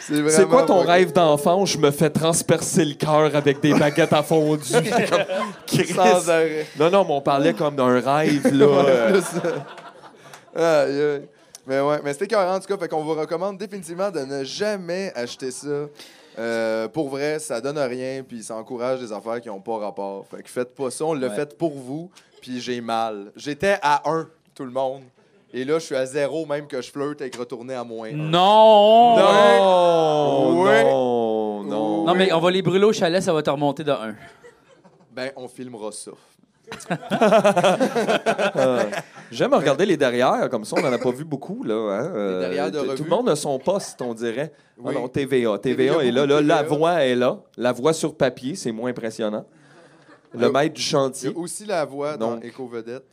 Speaker 2: C'est vraiment
Speaker 4: C'est quoi ton
Speaker 2: fucking-
Speaker 4: rêve d'enfant? Je me fais transpercer le cœur avec des baguettes à fondue. Comme, Chris.
Speaker 2: Sans arrêt.
Speaker 4: Non, non, mais on parlait comme d'un rêve, là. euh,
Speaker 2: Aïe, aïe. Mais ouais, mais c'était carré en tout cas, fait qu'on vous recommande définitivement de ne jamais acheter ça. Euh, pour vrai, ça donne rien, puis ça encourage des affaires qui n'ont pas rapport. Fait que faites pas ça, on l'a
Speaker 1: Ouais.
Speaker 2: fait pour vous, puis j'ai mal. J'étais à 1, tout le monde. Et là, je suis à 0, même que je flirte avec retourner à moins. un.
Speaker 1: Non!
Speaker 4: Non,
Speaker 2: Ouais.
Speaker 4: non, non.
Speaker 1: Non, mais on va les brûler au chalet, ça va te remonter de 1.
Speaker 2: Ben, on filmera ça.
Speaker 4: Ah J'aime regarder les derrières, comme ça, on n'en a pas vu beaucoup, là. hein, euh,
Speaker 2: Les derrières de
Speaker 4: t- Tout
Speaker 2: revue.
Speaker 4: le monde a son poste, on dirait. Ah
Speaker 2: Oui.
Speaker 4: non, TVA. TVA,
Speaker 2: TVA,
Speaker 4: est là, là.
Speaker 2: beaucoup de
Speaker 4: La
Speaker 2: TVA.
Speaker 4: voix est là. La voix sur papier, c'est moins impressionnant. Le
Speaker 2: Euh,
Speaker 4: maître du
Speaker 2: Il y
Speaker 4: chantier.
Speaker 2: a aussi la voix dans
Speaker 4: Donc.
Speaker 2: Éco-Vedette.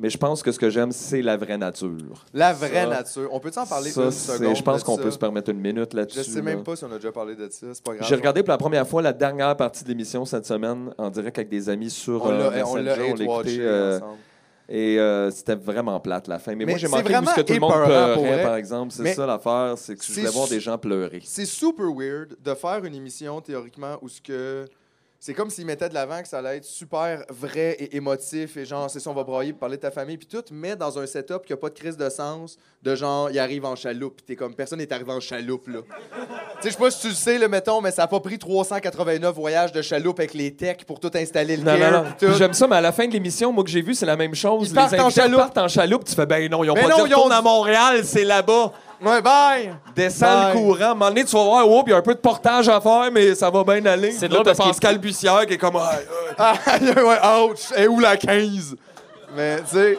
Speaker 4: Mais je pense que ce que j'aime, c'est la vraie nature.
Speaker 2: La vraie
Speaker 4: Ça-
Speaker 2: nature. On peut en parler
Speaker 4: Ça,
Speaker 2: une
Speaker 4: c'est-
Speaker 2: seconde?
Speaker 4: je pense
Speaker 2: de
Speaker 4: qu'on
Speaker 2: ça?
Speaker 4: peut se permettre une minute là-dessus.
Speaker 2: Je sais même
Speaker 4: là.
Speaker 2: pas si on a déjà parlé de ça, c'est pas grave.
Speaker 4: J'ai regardé pour la première fois la dernière partie de l'émission cette semaine en direct avec des amis sur
Speaker 2: On
Speaker 4: euh,
Speaker 2: l'a eh, on l'a
Speaker 4: Messenger. On l'a écouté,
Speaker 2: hate-watché
Speaker 4: euh,
Speaker 2: ensemble.
Speaker 4: et euh, c'était vraiment plate la fin. Mais,
Speaker 2: Mais
Speaker 4: moi, j'ai
Speaker 2: c'est
Speaker 4: manqué
Speaker 2: vraiment
Speaker 4: parce que tout le monde
Speaker 2: épeurant, pour
Speaker 4: pleurait,
Speaker 2: vrai.
Speaker 4: par exemple. C'est
Speaker 2: Mais
Speaker 4: ça l'affaire, c'est que je
Speaker 2: c'est
Speaker 4: voulais voir
Speaker 2: su-
Speaker 4: des gens pleurer.
Speaker 2: C'est super weird de faire une émission théoriquement où ce que c'est comme s'ils mettaient de l'avant que ça allait être super vrai et émotif et genre c'est ça on va brailler pour parler de ta famille puis tout mais dans un setup qui a pas de crise de sens de genre il arrive en chaloupe puis t'es comme personne n'est arrivé en chaloupe là. tu sais je sais pas si tu le sais le mettons mais ça a pas pris 389 voyages de chaloupe avec les techs pour tout installer le
Speaker 4: Non, non,
Speaker 2: gear
Speaker 4: non.
Speaker 2: puis
Speaker 4: Puis
Speaker 2: tout.
Speaker 4: J'aime ça, mais à la fin de l'émission, moi que j'ai vu, c'est la même chose.
Speaker 2: Ils partent en
Speaker 4: invités
Speaker 2: chaloupe.
Speaker 4: partent en chaloupe. Tu fais, ben non, ils ont
Speaker 2: Ben
Speaker 4: pas
Speaker 2: non,
Speaker 4: dit
Speaker 2: ils ont
Speaker 4: retourne à
Speaker 2: dit-
Speaker 4: Montréal, c'est là-bas.
Speaker 2: Ouais bye.
Speaker 4: Descends
Speaker 2: Bye.
Speaker 4: le courant. À un moment donné, tu vas voir, oh, il y a un peu de portage à faire, mais ça va bien aller.
Speaker 1: C'est
Speaker 4: Là,
Speaker 1: drôle
Speaker 4: t'as
Speaker 1: parce qu'il-
Speaker 4: Pascal Bussière qui est comme, Ah, ah,
Speaker 2: Ah, ouais, ouch! Et où la 15? Mais, tu sais.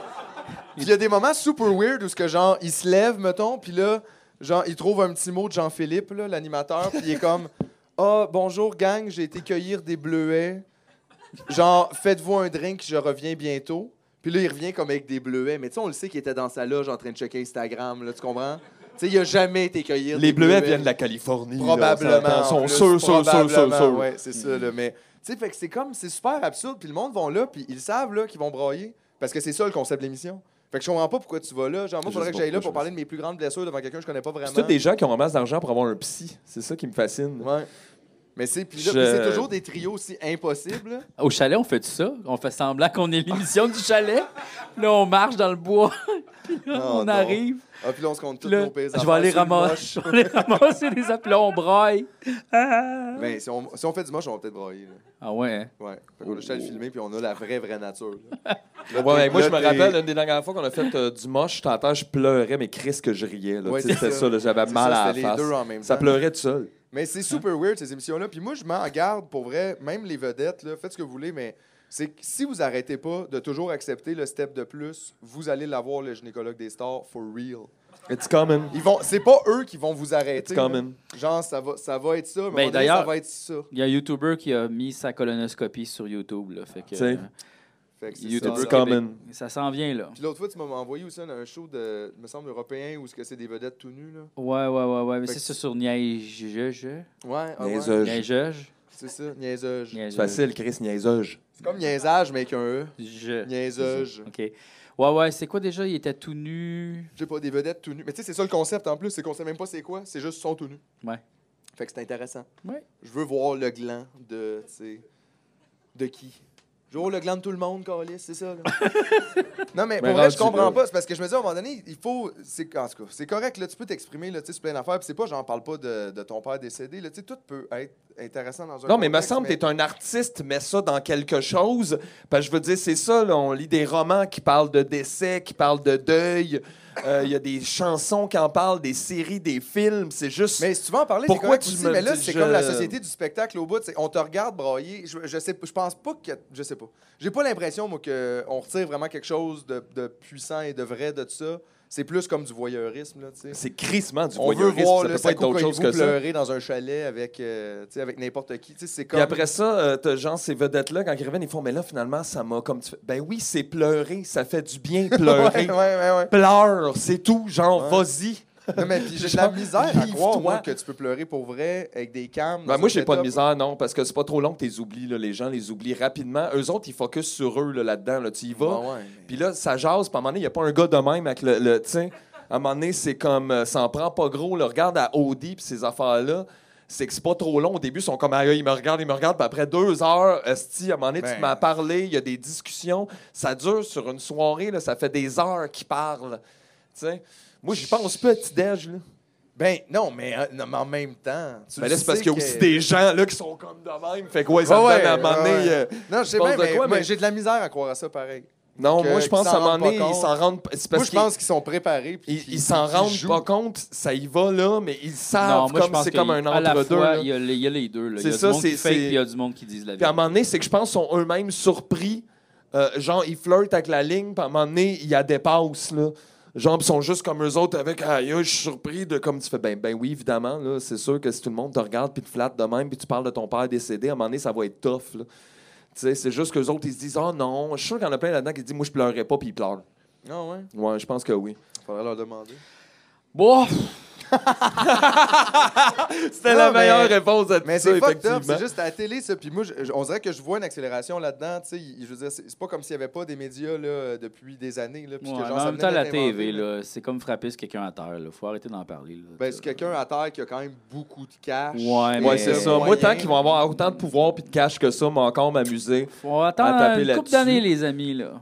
Speaker 2: Puis il y a des moments super weird où, ce que, genre, il se lève, mettons, puis là, genre, il trouve un petit mot de Jean-Philippe, là, l'animateur, puis il est comme Ah, bonjour, gang, j'ai été cueillir des bleuets. Genre, faites-vous un drink, je reviens bientôt. Puis là, il revient comme avec des bleuets. Mais, tu sais, on le sait qu'il était dans sa loge en train de checker Instagram, là, tu comprends? Tu sais, il a jamais été cueillir
Speaker 4: Les
Speaker 2: des
Speaker 4: bleuets viennent de la Californie. là,
Speaker 2: Probablement.
Speaker 4: Ils euh,
Speaker 2: en
Speaker 4: sont
Speaker 2: plus,
Speaker 4: sûrs, sûrs, sûrs, sûrs,
Speaker 2: probablement,
Speaker 4: sûrs.
Speaker 2: Ouais, c'est ça, là. Mais, tu sais, fait que c'est comme, c'est super absurde. Puis le monde vont là, puis ils savent, là, qu'ils vont brailler. Parce que c'est ça le concept de l'émission. Fait que je comprends pas pourquoi tu vas là. Genre, moi,
Speaker 4: Je
Speaker 2: faudrait
Speaker 4: sais
Speaker 2: que
Speaker 4: pas
Speaker 2: j'aille là pour
Speaker 4: pourquoi je
Speaker 2: parler de mes plus grandes blessures devant quelqu'un que je connais pas vraiment.
Speaker 4: C'est tous des gens qui ont en masse d'argent pour avoir un psy. C'est ça qui me fascine.
Speaker 2: Ouais. Mais c'est puis là,
Speaker 4: Je-
Speaker 2: puis c'est toujours des trios aussi impossibles. là.
Speaker 1: Au chalet, on fait tout ça. On fait semblant qu'on est l'émission du chalet. Puis là, on marche dans le bois. Puis là,
Speaker 2: Oh
Speaker 1: on
Speaker 2: non.
Speaker 1: arrive.
Speaker 2: Ah, puis là, on se compte tous
Speaker 1: Puis là,
Speaker 2: nos pays.
Speaker 1: je vais aller ramasser, je vais aller ramasser les appels. on braille. Ah,
Speaker 2: Mais Ben, si on, si on fait du moche, on va peut-être broyer. là.
Speaker 1: Ah ouais. hein?
Speaker 2: Ouais. Fait qu'on a juste à le filmer, puis on a la vraie, vraie nature. là. Là,
Speaker 4: Ouais, mais
Speaker 2: t'es-
Speaker 4: moi, je
Speaker 2: là,
Speaker 4: me
Speaker 2: t'es-
Speaker 4: rappelle, une des dernières fois qu'on a fait euh, du moche, je t'entends, je pleurais, mais Chris, que je riais. là.
Speaker 2: Ouais,
Speaker 4: Tu sais,
Speaker 2: c'est
Speaker 4: C'était
Speaker 2: ça.
Speaker 4: ça, là, j'avais
Speaker 2: C'est
Speaker 4: mal
Speaker 2: ça,
Speaker 4: à
Speaker 2: c'était
Speaker 4: la
Speaker 2: les
Speaker 4: face.
Speaker 2: deux en même
Speaker 4: Ça
Speaker 2: temps.
Speaker 4: pleurait tout seul.
Speaker 2: Mais c'est super weird, ces émissions-là. Puis moi, je m'en garde pour vrai, même les vedettes, là, faites ce que vous voulez, mais c'est que si vous arrêtez pas de toujours accepter le step de plus, vous allez l'avoir, le gynécologue des stars, for real.
Speaker 4: It's coming.
Speaker 2: Ils vont, c'est pas eux qui vont vous arrêter.
Speaker 4: It's coming.
Speaker 2: là. Genre, ça va, ça va être ça, mais à un
Speaker 1: Ben,
Speaker 2: moment donné,
Speaker 1: d'ailleurs-
Speaker 2: ça va être ça.
Speaker 1: Il y a un YouTuber qui a mis sa colonoscopie sur YouTube. Là, fait que,
Speaker 4: Tu sais,
Speaker 2: Fait que c'est
Speaker 1: YouTube
Speaker 2: ça,
Speaker 4: It's
Speaker 2: là.
Speaker 4: coming.
Speaker 1: ça s'en vient, là.
Speaker 2: Puis l'autre fois, tu m'as envoyé aussi un, un show de, me semble, européen où ce que c'est des vedettes tout nues, là.
Speaker 1: Ouais, ouais, ouais, ouais. Mais
Speaker 2: Fait
Speaker 1: c'est
Speaker 2: que-
Speaker 1: ça sur Niaiseuge.
Speaker 2: Ouais, ah ouais.
Speaker 4: Niaiseuge.
Speaker 1: Niaiseuge.
Speaker 2: C'est ça, niaiseuge.
Speaker 4: C'est
Speaker 1: Niaiseuge.
Speaker 4: facile, Chris, niaiseuge.
Speaker 2: C'est comme niaisage, mais avec un E.
Speaker 1: Je.
Speaker 2: Niaiseuge.
Speaker 1: OK. Ouais, ouais. C'est quoi déjà? Il était tout nu.
Speaker 2: J'ai pas des vedettes tout nus. Mais tu sais, c'est ça le concept en plus, c'est qu'on sait même pas c'est quoi, c'est juste sont tout nus.
Speaker 1: Ouais.
Speaker 2: Fait que c'est intéressant.
Speaker 1: Ouais.
Speaker 2: Je veux voir le gland de, tu sais, de qui. Je veux voir le gland de tout le monde, Calis, c'est ça. là. non, mais,
Speaker 4: Mais
Speaker 2: pour vrai, je
Speaker 4: rendu là.
Speaker 2: comprends pas. C'est parce que je me dis, à un moment donné, il faut. C'est, en tout cas, c'est correct, là, tu peux t'exprimer, là, tu sais, sur plein d'affaires. Puis c'est pas, j'en parle pas de, de ton père décédé, là, tu sais, tout peut être intéressant dans un.
Speaker 4: Non, mais me
Speaker 2: contexte,
Speaker 4: semble que tu es un artiste, mets ça dans quelque chose. Parce que je veux dire, c'est ça, là, on lit des romans qui parlent de décès, qui parlent de deuil. Euh, Il y a des chansons qui en parlent, des séries, des films. C'est juste.
Speaker 2: Mais si tu veux en parler,
Speaker 4: Pourquoi
Speaker 2: pourquoi
Speaker 4: tu
Speaker 2: tu
Speaker 4: me
Speaker 2: Mais là,
Speaker 4: dis-
Speaker 2: c'est
Speaker 4: je-
Speaker 2: comme la société du spectacle au bout. c'est- On te regarde brailler. Je, je sais, je pense pas que, je sais pas. J'ai pas l'impression moi que on retire vraiment quelque chose de, de puissant et de vrai de ça. C'est plus comme du voyeurisme là. tu sais.
Speaker 4: C'est crissement du
Speaker 2: On veut
Speaker 4: voyeurisme.
Speaker 2: voir le
Speaker 4: ça peut pas être
Speaker 2: Sako
Speaker 4: d'autre chose
Speaker 2: Koivu
Speaker 4: que ça.
Speaker 2: pleurer dans un chalet avec, euh, tu sais, avec n'importe qui. Tu sais, C'est comme.
Speaker 4: Puis après ça, euh, t'as genre ces vedettes-là, quand ils reviennent, ils font Mais là, finalement, ça m'a comme. tu fais- Ben oui, c'est pleurer, ça fait du bien pleurer.
Speaker 2: Ouais, ouais, ouais, ouais.
Speaker 4: Pleure, c'est tout, genre,
Speaker 2: Ouais.
Speaker 4: vas-y.
Speaker 2: Non, mais puis j'ai de la
Speaker 4: Genre,
Speaker 2: misère à croire
Speaker 4: livre-toi.
Speaker 2: moi, que tu peux pleurer pour vrai avec des cams.
Speaker 4: Ben,
Speaker 2: dans
Speaker 4: moi,
Speaker 2: un
Speaker 4: j'ai pas de
Speaker 2: setup.
Speaker 4: misère, non, parce que c'est pas trop long que t'es oublies, là, les gens les oublient rapidement. Eux autres, ils focus sur eux là, là-dedans. Là, tu y vas,
Speaker 2: Bah Ouais, ouais, mais-
Speaker 4: Puis là, ça jase. Puis à un moment donné, il n'y a pas un gars de même avec le. le tu sais, à un moment donné, c'est comme. euh, ça en prend pas gros. Là, regarde à Audi puis ces affaires-là. C'est que c'est pas trop long. Au début, ils sont comme. Ah, ils me regardent, ils me regardent. Puis après deux heures, esti, à un moment donné,
Speaker 2: Ben.
Speaker 4: tu m'as parlé. Il y a des discussions. Ça dure sur une soirée. Là, ça fait des heures qu'ils parlent. Tu sais. Moi, j'y pense plus à petit-déj. là.
Speaker 2: Ben non, mais, euh, non, mais en même temps. tu le
Speaker 4: Mais Ben, là, c'est parce
Speaker 2: sais
Speaker 4: qu'il y a
Speaker 2: que-
Speaker 4: aussi des gens là, qui sont comme de même. Fait que, ouais, ça
Speaker 2: Ouais,
Speaker 4: me donne
Speaker 2: ouais,
Speaker 4: à un moment donné.
Speaker 2: ouais, ouais.
Speaker 4: euh,
Speaker 2: Non, je sais
Speaker 4: Tu
Speaker 2: bien,
Speaker 4: penses de
Speaker 2: mais,
Speaker 4: quoi,
Speaker 2: mais
Speaker 4: mais-
Speaker 2: j'ai de la misère à croire à ça pareil.
Speaker 4: Non,
Speaker 2: que-
Speaker 4: moi, je
Speaker 2: qu'ils
Speaker 4: pense
Speaker 2: s'en
Speaker 4: à un moment
Speaker 2: rendent pas
Speaker 4: donné, ils
Speaker 2: compte.
Speaker 4: s'en rendent pas. C'est parce
Speaker 2: Moi, je
Speaker 4: qu'ils-
Speaker 2: pense qu'ils sont préparés. puis
Speaker 4: ils
Speaker 2: qu'ils-
Speaker 4: ils s'en
Speaker 2: qu'ils
Speaker 4: rendent
Speaker 2: jouent.
Speaker 4: pas compte, ça y va là, mais ils savent
Speaker 1: moi, je
Speaker 4: comme
Speaker 1: pense
Speaker 4: c'est
Speaker 1: que
Speaker 4: comme
Speaker 1: il-
Speaker 4: un
Speaker 1: à la
Speaker 4: entre-deux.
Speaker 1: fois,
Speaker 4: là.
Speaker 1: Il y, a les- il y a les deux. là. Il y
Speaker 4: C'est
Speaker 1: a
Speaker 4: ça,
Speaker 1: du monde qui
Speaker 4: c'est-
Speaker 1: fake
Speaker 4: c'est-
Speaker 1: puis il y a du monde qui disent la
Speaker 4: Puis à un
Speaker 1: vérité.
Speaker 4: moment donné, c'est que je pense qu'ils sont eux-mêmes surpris. Euh, genre, ils flirtent avec la ligne, puis à un moment donné, ils la dépassent. Là. Genre, ils sont juste comme eux autres avec Aïe, je suis surpris de comme tu fais. Ben, ben oui, évidemment, là, c'est sûr que si tout le monde te regarde, puis te flatte de même, puis tu parles de ton père décédé, à un moment donné, ça va être tough. Là. Tu sais, c'est juste qu'eux autres, ils se disent Oh non, je suis sûr qu'il y en a plein là-dedans qui disent Moi, je pleurais pas, puis ils pleurent.
Speaker 2: Ah ouais?
Speaker 4: Ouais, je pense que oui.
Speaker 2: Faudrait leur demander.
Speaker 1: Bon,
Speaker 4: C'était
Speaker 2: Non,
Speaker 4: la
Speaker 2: mais-
Speaker 4: meilleure réponse à tout
Speaker 2: Mais
Speaker 4: ça,
Speaker 2: c'est fucked up,
Speaker 4: effectivement.
Speaker 2: c'est juste à la télé, ça. Puis moi, je- je- on dirait que je vois une accélération là-dedans. Tu sais, il- je veux dire, c'est c'est pas comme s'il y avait pas des médias là, depuis des années. Là, puis
Speaker 1: Ouais,
Speaker 2: que, genre,
Speaker 1: mais en
Speaker 2: ça
Speaker 1: même
Speaker 2: venait
Speaker 1: temps, la
Speaker 2: d'être inventé,
Speaker 1: TV,
Speaker 2: là.
Speaker 1: là, c'est comme frapper sur quelqu'un à terre. Là. Faut arrêter d'en parler. là.
Speaker 2: Ben, c'est quelqu'un à terre qui a quand même beaucoup de cash.
Speaker 1: Ouais,
Speaker 2: et
Speaker 1: mais- euh,
Speaker 4: Ouais, c'est ça. Moi,
Speaker 2: moyens.
Speaker 4: tant qu'ils vont avoir autant de pouvoir puis de cash que ça, m'a encore m'amuser.
Speaker 1: Faut attendre
Speaker 4: à taper
Speaker 1: une couple
Speaker 4: là-dessus.
Speaker 1: d'années, les amis. là.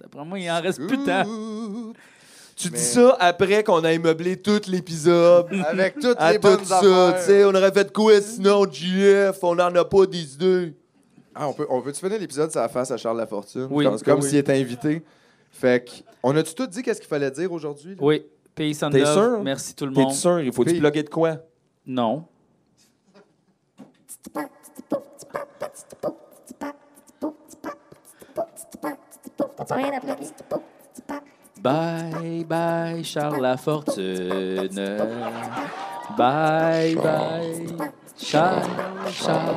Speaker 1: D'après moi, il en reste plus tant.
Speaker 2: Ouh,
Speaker 4: Tu
Speaker 2: Mais-
Speaker 4: dis ça après qu'on a meublé tout l'épisode.
Speaker 2: Avec toutes
Speaker 4: À
Speaker 2: les
Speaker 4: tout
Speaker 2: bonnes
Speaker 4: ça, tu sais,
Speaker 2: affaires.
Speaker 4: on aurait fait quoi sinon, GF? On n'en a pas des idées.
Speaker 2: Ah, on peut, on peut-tu finir l'épisode sur la face à Charles Lafortune?
Speaker 1: Oui.
Speaker 2: Comme, comme
Speaker 1: Oui.
Speaker 2: s'il était invité. Fait que, on a-tu tout dit qu'est-ce qu'il fallait dire aujourd'hui? là?
Speaker 1: Oui, peace and
Speaker 4: T'es
Speaker 1: love.
Speaker 4: sûr?
Speaker 1: Merci tout le
Speaker 4: T'es
Speaker 1: monde.
Speaker 4: sûr? Il faut-tu
Speaker 2: Puis-
Speaker 4: bloguer de quoi?
Speaker 1: Non.
Speaker 5: T'as rien à plugger?
Speaker 1: Bye, bye, Charles Lafortune. Bye, bye, Charles, Charles.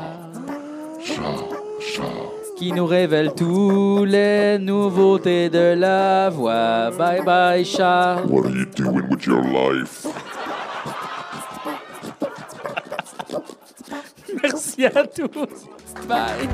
Speaker 1: Qui nous révèle toutes les nouveautés de la voix. Bye, bye, Charles.
Speaker 8: What are you doing with your life?
Speaker 1: Merci à tous. Bye.